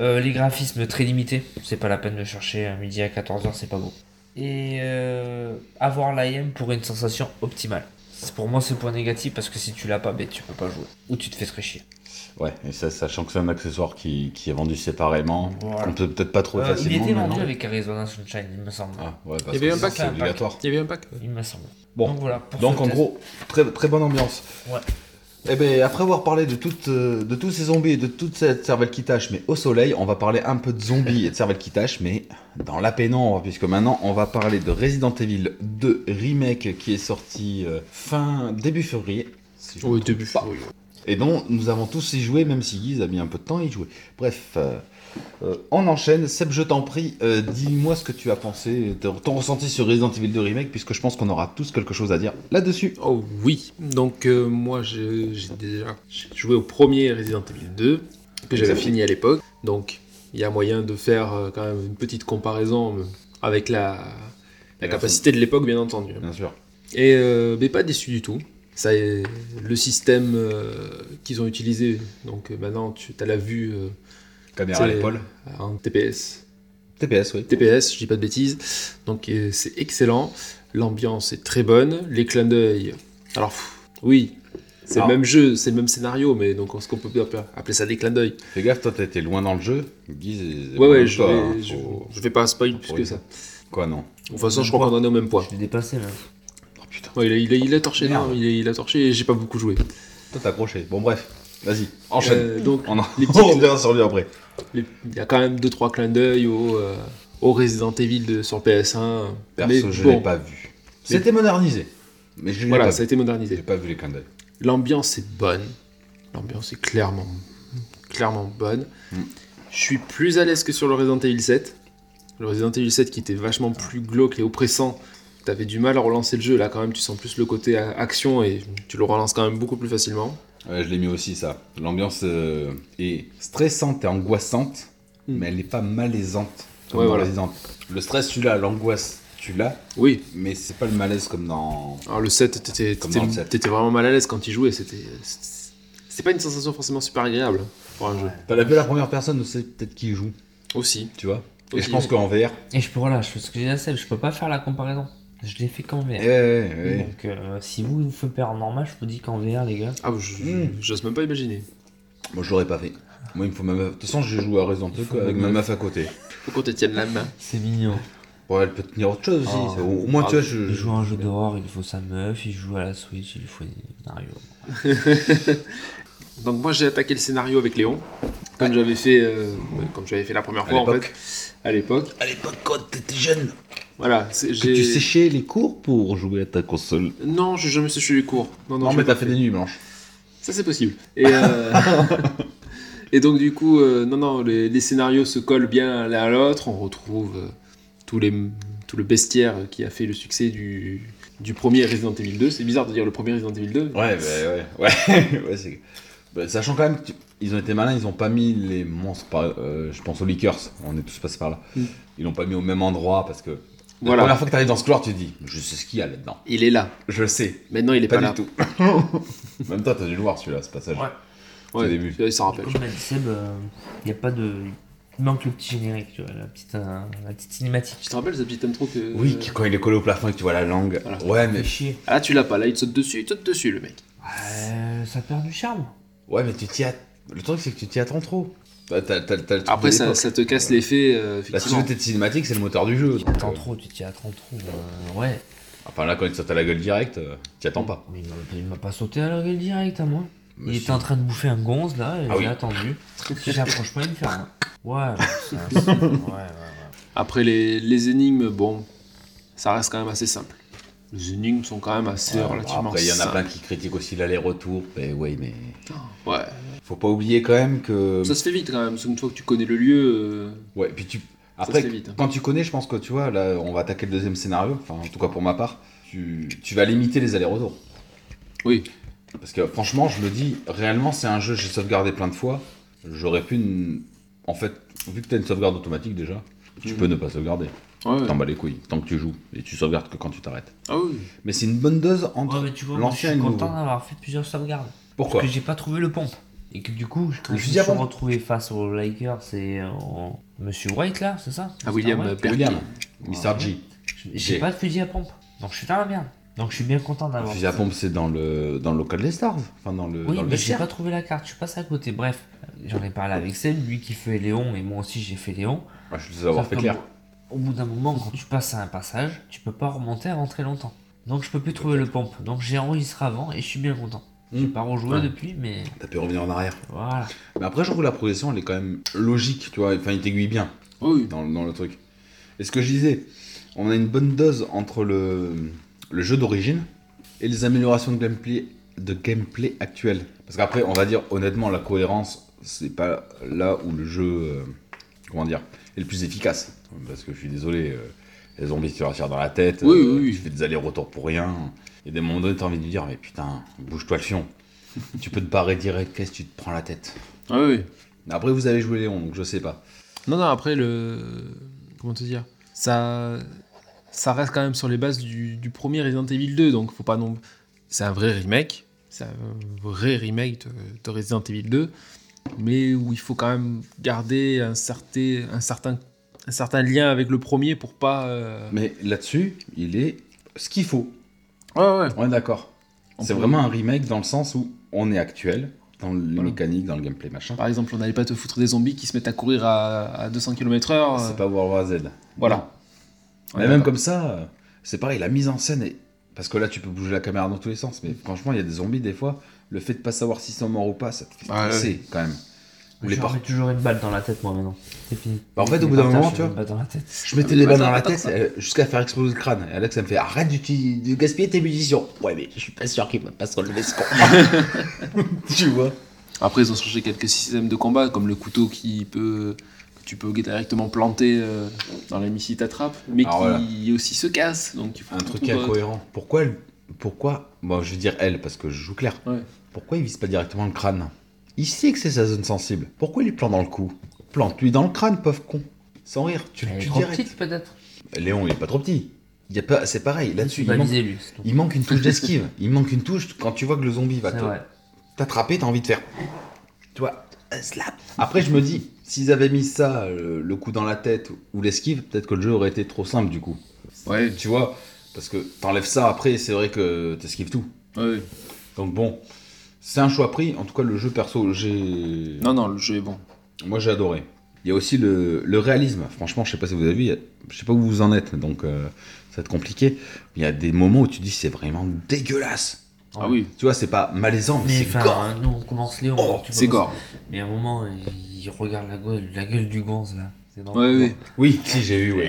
Euh, les graphismes très limités, c'est pas la peine de chercher à midi à 14h, c'est pas beau. Et euh, avoir l'IM pour une sensation optimale. C'est- Pour moi, c'est le point négatif parce que si tu l'as pas, ben, tu peux pas jouer. Ou tu te fais très chier. Ouais, et ça, sachant que c'est un accessoire qui, qui est vendu séparément, Voilà. qu'on peut peut-être pas trouver Euh, il facilement. était vendu maintenant. avec Arizona Sunshine, il me semble. Ah, ouais, parce Il y avait que un pack, c'est un pack. obligatoire. Il y avait un pack. Il me semble. Bon, donc voilà. pour Donc ce en test. gros, très, très bonne ambiance. Ouais. Et ben après avoir parlé de, toutes, euh, de tous ces zombies et de toute cette cervelle qui tâche, mais au soleil, on va parler un peu de zombies et de cervelle qui tâche, mais dans la pénombre, puisque maintenant on va parler de Resident Evil 2 Remake qui est sorti euh, fin début février. si je me Oui, trompe début pas. février. Et dont nous avons tous y joué, même si Guise a mis un peu de temps à y jouer. Bref, euh, euh, on enchaîne. Seb, je t'en prie, euh, dis-moi ce que tu as pensé, ton ton ressenti sur Resident Evil 2 Remake, puisque je pense qu'on aura tous quelque chose à dire là-dessus. Oh oui. Donc euh, moi je- j'ai déjà j'ai joué au premier Resident Evil 2 que j'avais Exact. fini à l'époque. Donc il y a moyen de faire euh, quand même une petite comparaison euh, avec la, la La capacité de l'époque bien entendu. Bien sûr. Et euh, mais pas déçu du tout. Ça, est- le système euh, qu'ils ont utilisé, donc euh, maintenant tu as la vue euh, Caméra à C'est- l'épaule. en TPS, TPS, oui. TPS, je dis pas de bêtises. Donc euh, c'est excellent. L'ambiance est très bonne. Les clins d'œil. Alors pff, oui, c'est le Alors- même jeu, c'est le même scénario, mais donc est-ce qu'on peut appeler- appeler ça des clins d'œil Fais gaffe, toi, t'étais loin dans le jeu. Guise, Ouais, ouais, je, toi, vais, hein, je, faut- je vais pas spoil plus faut que y- ça. Quoi, non De toute façon, je crois qu'on en est au même point. Je l'ai dépassé là. Oh putain, Ouais, il, a, il a- il a torché, Merde. non, il a, il a torché et j'ai pas beaucoup joué. toi, t'as accroché. Bon, bref, vas-y, enchaîne. Euh, donc On en les on petits- reviendra sur lui après. les- il y a quand même 2-3 clins d'œil au, euh, au Resident Evil de- sur PS1. Perso, mais je bon, l'ai pas vu. C'était modernisé. Mais je l'ai Voilà, pas ça a vu. été modernisé. J'ai pas vu les clins d'œil. L'ambiance est bonne. L'ambiance est clairement, clairement bonne. Mm. Je suis plus à l'aise que sur le Resident Evil 7. Le Resident Evil 7 qui était vachement plus glauque et oppressant. T'avais du mal à relancer le jeu. Là, quand même, tu sens plus le côté a- action et tu le relances quand même beaucoup plus facilement. Ouais, je l'ai mis aussi, ça. L'ambiance euh, est stressante et angoissante, Mm. mais elle n'est pas malaisante. Comme Ouais, dans voilà. Resident. Le stress, tu l'as, l'angoisse, tu l'as, Oui, mais c'est pas le malaise comme dans. alors le 7, t'étais Comme t'étais- dans le set. t'étais vraiment mal à l'aise quand il jouait. C'était c'était- c'était pas une sensation forcément super agréable pour un jeu. T'as la la première personne, on sait peut-être qui joue, Aussi. tu vois. Et Ok. je pense qu'en VR. Et je pourrais là, je fais ce que j'ai dit à Seb, je peux pas faire la comparaison. Je l'ai fait qu'en VR. Eh, eh, eh. Donc euh, si vous vous faites perdre normal, je vous dis qu'en VR les gars. Ah, je- Mm. j'ose même pas imaginer. Moi, je l'aurais pas fait. Moi, il me faut ma meuf. De toute façon, j'ai joué à Resident Il 2 faut avec ma ma meuf. meuf à côté. Faut qu'on te tienne la main. C'est mignon. Ouais, elle peut tenir autre chose aussi. Ah. ça- Au au moins, Ah, tu vois, je. Il joue à un jeu d'horreur, il faut sa meuf, il joue à la Switch, il faut Mario. Donc moi j'ai attaqué le scénario avec Léon, comme j'avais fait, euh, ouais, comme j'avais fait la première fois en l'époque. fait, à l'époque. À l'époque, quand t'étais jeune, Voilà. c'est- que j'ai- tu séchais les cours pour jouer à ta console. Non, j'ai jamais séché les cours. Non, non, Non, j'ai mais pas t'as fait des nuits blanches. Ça, c'est possible. Et, euh, et donc, du coup, euh, non, non, les, les scénarios se collent bien l'un à l'autre. On retrouve euh, tous les, tout le bestiaire qui a fait le succès du, du premier Resident Evil 2. C'est bizarre de dire le premier Resident Evil 2. Ouais, bah, ouais, ouais. ouais c'est- bah, sachant quand même qu'ils ont été malins, ils ont pas mis les monstres, par- euh, je pense aux Lickers, on est tous passés par là. Mm. Ils l'ont pas mis au même endroit parce que la Voilà. première fois que t'arrives dans ce couloir, tu te dis, je sais ce qu'il y a là-dedans. Il est là. Je sais, Maintenant, il est pas, pas, là. du tout. même toi, t'as dû le voir celui-là, ce passage. Ouais. au début. Il s'en rappelle. Comme l'a dit Seb, il a pas de. Il manque le petit générique, tu vois, la petite, euh, la petite cinématique. Tu te rappelles cette petite intro que. Oui, qui- quand il est collé au plafond et que tu vois la langue. Voilà. Ouais, mais Fait chier. Ah, tu l'as pas. Là, il te saute dessus. Il te saute dessus, le mec. Ouais, Euh, ça perd du charme. ouais, mais tu t'y att- Le truc, c'est que tu t'y attends trop. T'as- t'as- t'as- t'as le truc Après, de ça, l'époque. bah, ça te casse Voilà. l'effet. euh, La effectivement. société de cinématique, c'est le moteur du jeu. Tu donc, t'attends euh, trop, tu t'y attends trop. euh, ouais. Enfin, là, quand il te saute à la gueule direct, euh, t'y attends pas. Mais il m'a- il m'a pas sauté à la gueule direct à moi. Mais Mm. Il si. était en train de bouffer un gonze là, et Ah j'ai oui. attendu. Si j'approche pas, il me fait rien. hein. Ouais, c'est un- c'est- ouais, ouais, ouais. Après les, les énigmes, bon, ça reste quand même assez simple. Les énigmes sont quand même assez Ouais, relativement Après, il y en a simples. plein qui critiquent aussi l'aller-retour. Mais oui, mais Ouais. faut pas oublier quand même que. Ça se fait vite quand même, parce qu'une fois que tu connais le lieu, euh, Ouais, puis tu. ça se Après, fait vite. hein. quand tu connais, je pense que tu vois, là, on va attaquer le deuxième scénario. Enfin, en tout cas pour ma part, tu, tu vas limiter les allers-retours. Oui. Parce que franchement, je me dis, réellement, c'est un jeu, j'ai sauvegardé plein de fois. J'aurais pu. n- En fait, vu que t'as une sauvegarde automatique déjà, tu Mhm. peux ne pas sauvegarder. Ouais, ouais. T'en bats les couilles, tant que tu joues. Et tu sauvegardes que quand tu t'arrêtes. Ah oui. Mais c'est une bonne dose Ouais, entre. mais tu vois, moi, je L'ancien et suis le content nouveau. d'avoir fait plusieurs sauvegardes. Pourquoi Parce que j'ai pas trouvé le pompe. Et que du coup, quand Le je me fusil à suis pompe. retrouvé face aux Lakers et euh, au Monsieur White là, c'est ça À Ah, William euh, Mr. White Ah, William, Perkin. Mr. G. J'ai- J'ai J'ai- pas de fusil à pompe. Donc je suis dans la merde. Donc je suis bien content Le d'avoir. fusil à pompe, c'est dans le, dans le local des stars. Enfin, dans le. Ah, Oui, dans le mais j'ai vestiaire. pas trouvé la carte, je suis passé à côté. Bref, j'en ai parlé avec Seb, lui qui fait Léon et moi aussi j'ai fait Léon. Ah, je dois avoir Sauf fait qu'au clair. bout- Au bout d'un moment, quand tu passes à un passage, tu peux pas remonter à rentrer longtemps. Donc je peux plus trouver le pompe. Donc j'ai enregistré avant et je suis bien content. J'ai Mm. pas rejoué Ouais. depuis, mais T'as pu revenir en arrière. voilà. Mais après, je trouve que la progression, elle est quand même logique, tu vois. Enfin, il t'aiguille bien Oh oui. dans, dans le truc. Et ce que je disais, on a une bonne dose entre le, le jeu d'origine et les améliorations de gameplay, de gameplay actuelles. Parce qu'après, on va dire honnêtement, la cohérence, c'est pas là où le jeu, euh, comment dire, est le plus efficace. Parce que je suis désolé, euh, les zombies, tu leur tires dans la tête, euh, Oui, oui, oui. tu fais des allers-retours pour rien. Et des moments donnés, t'as envie de lui dire, mais putain, bouge-toi le fion. tu peux te barrer direct, qu'est-ce que tu te prends la tête Ah oui. Après, vous avez joué Léon, donc je sais pas. Non, non, après le. Comment te dire Ça. Ça reste quand même sur les bases du, du premier Resident Evil 2, donc faut pas non. C'est un vrai remake. C'est un vrai remake de, de Resident Evil 2, mais où il faut quand même garder un certain, un certain, un certain lien avec le premier pour pas. euh, Mais là-dessus, il est ce qu'il faut. Ouais, ouais. On est d'accord. On C'est peut- vraiment un remake dans le sens où on est actuel, dans les Voilà. mécaniques, dans le gameplay, machin. Par exemple, on n'allait pas te foutre des zombies qui se mettent à courir à, à 200 km/h. euh, C'est pas World War Z. Voilà. Non. Mais Ouais, même d'accord. comme ça, euh, c'est pareil, la mise en scène est. Parce que là, tu peux bouger la caméra dans tous les sens, mais franchement, il y a des zombies, des fois, le fait de pas savoir s'ils sont morts ou pas, ça te fait Ah, stresser quand même. Ou les Je par- remets toujours une balle dans la tête moi maintenant. C'est fini. Bah, en fait, au Les bout d'un partages, moment, je tu vois. mets une balle dans la tête. Je mettais les Attends, balles dans la attends, tête attends. euh, jusqu'à faire exploser le crâne. Et Alex, ça me fait arrête d'uti- de gaspiller tes munitions. Ouais, mais je suis pas sûr qu'il va pas se relever ce con. tu vois Après, ils ont changé quelques systèmes de combat, comme le couteau qui peut, que tu peux directement planter euh, dans l'ennemi si t'attrape, mais Ah, qui voilà. aussi se casse. Donc, il faut Un que tu truc trouves, euh, incohérent. Pourquoi elle, pourquoi Bon, je vais dire elle parce que je joue clair. Ouais. Pourquoi il vise pas directement le crâne Il sait que c'est sa zone sensible. Pourquoi il lui plante dans le cou Plante-lui dans le crâne, pauvre con. Sans rire, tu le Elle est tues trop direct. petite peut-être. Léon, il est pas trop petit. Il y a pas, c'est pareil. Là-dessus, Tu il, vas manque- viser lui. c'est tout. il manque une touche d'esquive. Il manque une touche quand tu vois que le zombie va C'est te- vrai. t'attraper, t'as envie de faire. Tu vois, un slap. Après, je me dis, s'ils avaient mis ça, euh, le coup dans la tête ou l'esquive, peut-être que le jeu aurait été trop simple du coup. Ouais, tu vois, parce que t'enlèves ça après, c'est vrai que t'esquives tout. Ouais. Donc bon, c'est un choix pris. En tout cas, le jeu perso, j'ai. Non, non, le jeu est bon. Moi, j'ai adoré. Il y a aussi le, le réalisme. Franchement, je sais pas si vous avez vu, il y a- je sais pas où vous en êtes, donc euh, ça va être compliqué. Il y a des moments où tu dis c'est vraiment dégueulasse. Ah oui, Tu vois, c'est pas malaisant, mais, Mais c'est gore. enfin, nous on commence Léon. Oh, tu c'est commences- gore. Mais à un moment, il regarde la gueule, la gueule du gonze là. C'est dans Ouais, ouais. Oui, si, j'ai vu, oui.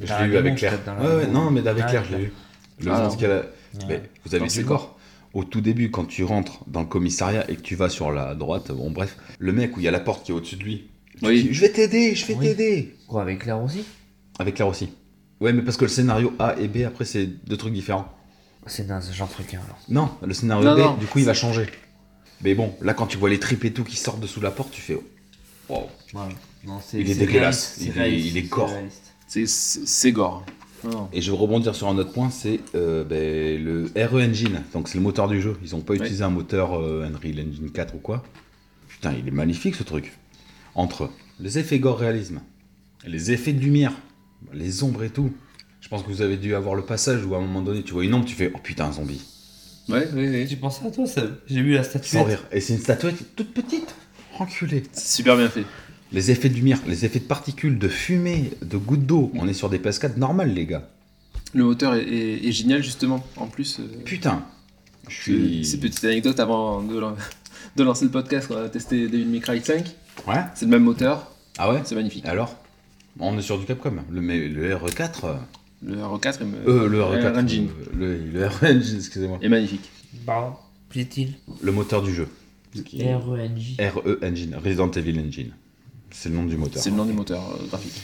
Je Je l'ai eu avec Claire. Ouais, ouais, non, mais Ah, avec Claire, Ah, je l'ai eu. Le Ah, sens non. qu'elle a- Mais vous avez Dans vu ses le corps Au tout début, quand tu rentres dans le commissariat et que tu vas sur la droite, bon, bref, le mec où il y a la porte qui est au-dessus de lui, tu Oui. dis, je vais t'aider, je vais Oui. t'aider Quoi, avec Claire aussi Avec Claire aussi. Ouais, mais parce que le scénario A et B, après, c'est deux trucs différents. C'est naze, j'en truc un alors. Non, le scénario Non, B, non. du coup, il va changer. Mais bon, là, quand tu vois les tripes et tout qui sortent de sous la porte, tu fais. Wow. Voilà. Non, c'est- Il est c'est dégueulasse. réaliste, c'est Il est- réaliste, il est c'est gore. réaliste. C'est- C'est c'est gore. Non, non. Et je vais rebondir sur un autre point, c'est euh, ben, le RE Engine, donc c'est le moteur du jeu. Ils n'ont pas utilisé un moteur euh, Unreal Engine 4 ou quoi. Putain, il est magnifique ce truc. Entre les effets gore réalisme, les effets de lumière, les ombres et tout. Je pense que vous avez dû avoir le passage où à un moment donné tu vois une ombre, tu fais oh putain un zombie. Ouais, ouais, ouais. Tu pensais à toi, ça J'ai vu la Sans statuette. rire. Et c'est une statuette toute petite. Enculé. C'est super bien fait. Les effets de lumière, les effets de particules, de fumée, de gouttes d'eau. On est sur des PS4 normales les gars. Le moteur est, est- est génial, justement. En plus, euh, Putain. Je c'est suis. c'est petite anecdote avant de, lan- de lancer le podcast, on a testé David May Cry 5. Ouais. C'est le même moteur, Ah ouais. c'est magnifique. Alors On est sur du Capcom. Le, mais le RE4. euh, Le RE4 est, me- euh, le RE4. R E Engine. euh, Le, le RE Engine, excusez-moi. est magnifique. Bah, plaît-il E Le moteur du jeu. Ce qui est R-E-N-J. RE Engine, Resident Evil Engine. C'est le nom du moteur. C'est le nom du moteur euh, graphique.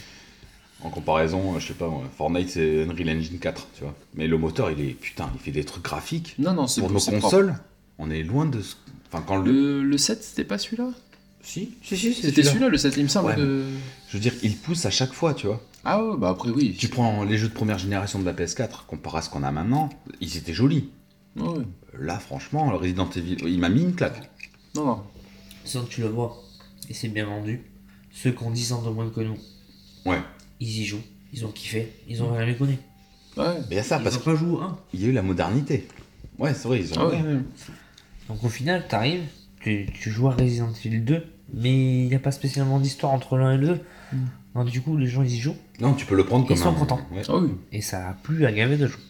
En comparaison, euh, je sais pas, moi, Fortnite c'est Unreal Engine 4, tu vois. Mais le moteur, il est. Putain, il fait des trucs graphiques. Non, non, c'est Pour beau, nos c'est propre. consoles, on est loin de ce. Enfin, quand Euh, le. Le, le 7, c'était pas celui-là Si, si, si, c'est C'était celui-là. celui-là, le 7, il me semble Ouais, que. Je veux dire, il pousse à chaque fois, tu vois. Ah ouais, bah après, oui. Tu prends les jeux de première génération de la PS4, comparé à ce qu'on a maintenant, ils étaient jolis. Ouais, ouais. Là, franchement, le Resident Evil, il m'a mis une claque. Non, non. Sans que tu le vois, et c'est bien vendu, ceux qui ont 10 ans de moins que nous, Ouais. ils y jouent, ils ont kiffé, ils ont rien méconnu. Ouais. Mais il y a ça, ils Ah, parce ont pas joué au un. qu'il y a eu la modernité. Ouais, c'est vrai, ils Ah ont. ouais, ouais. Donc au final, t'arrives, tu, tu joues à Resident Evil 2, mais il n'y a pas spécialement d'histoire entre l'un et le 2. Mm. Donc du coup, les gens ils y jouent, Non, tu peux le prendre Ils comme sont un- contents. ouais. Ah oui. et ça a plu à gaver de jouer.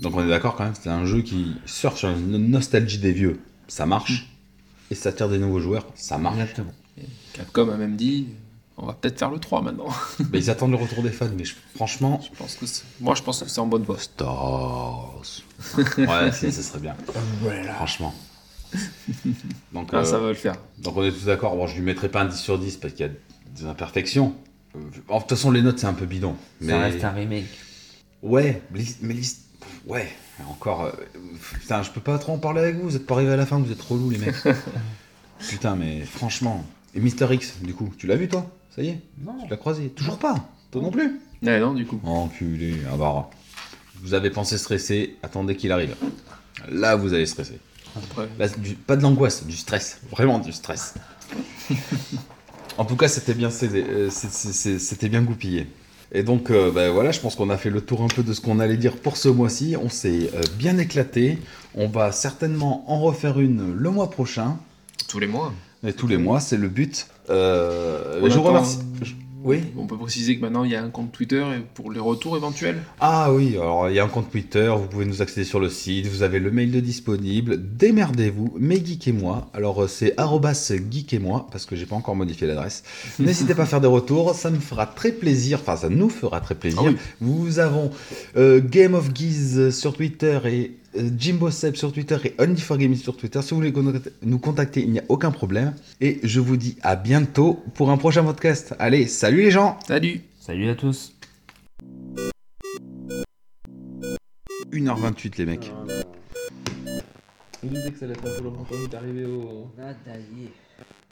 Donc on est d'accord quand même, c'est un jeu qui sort sur une nostalgie des vieux. Ça Mm. marche. Et ça attire des nouveaux joueurs, ça marche. Exactement. Capcom a même dit on va peut-être faire le 3 maintenant. Mais ils attendent le retour des fans, mais je- franchement. Je pense que c'est- Moi, je pense que c'est en bonne voie. Stos. ouais, si, ça serait bien. Franchement. Donc, Ah, euh, ça va le faire. Donc on est tous d'accord, bon je lui mettrai pas un 10 sur 10 parce qu'il y a des imperfections. Euh, En de toute façon les notes c'est un peu bidon. Mais... Ça reste un remake. Ouais, l'his- mais l'his- Ouais, encore... euh, Putain, je peux pas trop en parler avec vous, vous êtes pas arrivés à la fin, vous êtes trop lourds les mecs. putain mais franchement... Et Mister X, du coup, tu l'as vu toi Ça y est Non. Tu l'as croisé Toujours pas Toi non plus Ouais, non, du coup. Enculé, ah bah... Vous avez pensé stressé, attendez qu'il arrive. Là vous allez stresser. Après, Là, c'est Bah, du- pas de l'angoisse, du stress. Vraiment du stress. en tout cas, c'était bien, cédé- euh, c'est- c'est- c'est- c'était bien goupillé. Et donc, euh, bah, voilà, je pense qu'on a fait le tour un peu de ce qu'on allait dire pour ce mois-ci. On s'est euh, bien éclaté. On va certainement en refaire une le mois prochain. tous les mois. Et tous les mois, c'est le but. Euh, On je vous attend- remercie. je- Oui. On peut préciser que maintenant, il y a un compte Twitter et pour les retours éventuels. Ah oui, alors il y a un compte Twitter, vous pouvez nous accéder sur le site, vous avez le mail de disponible, démerdez-vous, mais geek et moi. Alors euh, c'est arrobas geek et moi, parce que j'ai pas encore modifié l'adresse. N'hésitez pas à faire des retours, ça me fera très plaisir, enfin ça nous fera très plaisir. Ah oui. Nous avons euh, Game of Geese sur Twitter et euh, Jimbo Seb sur Twitter et only for gaming sur Twitter. Si vous voulez con- nous contacter, il n'y a aucun problème. Et je vous dis à bientôt pour un prochain podcast. Allez, salut les gens Salut Salut à tous. 1h28, les mecs. Je me disais que ça allait être un peu long pour nous d'arriver au. Nathalie.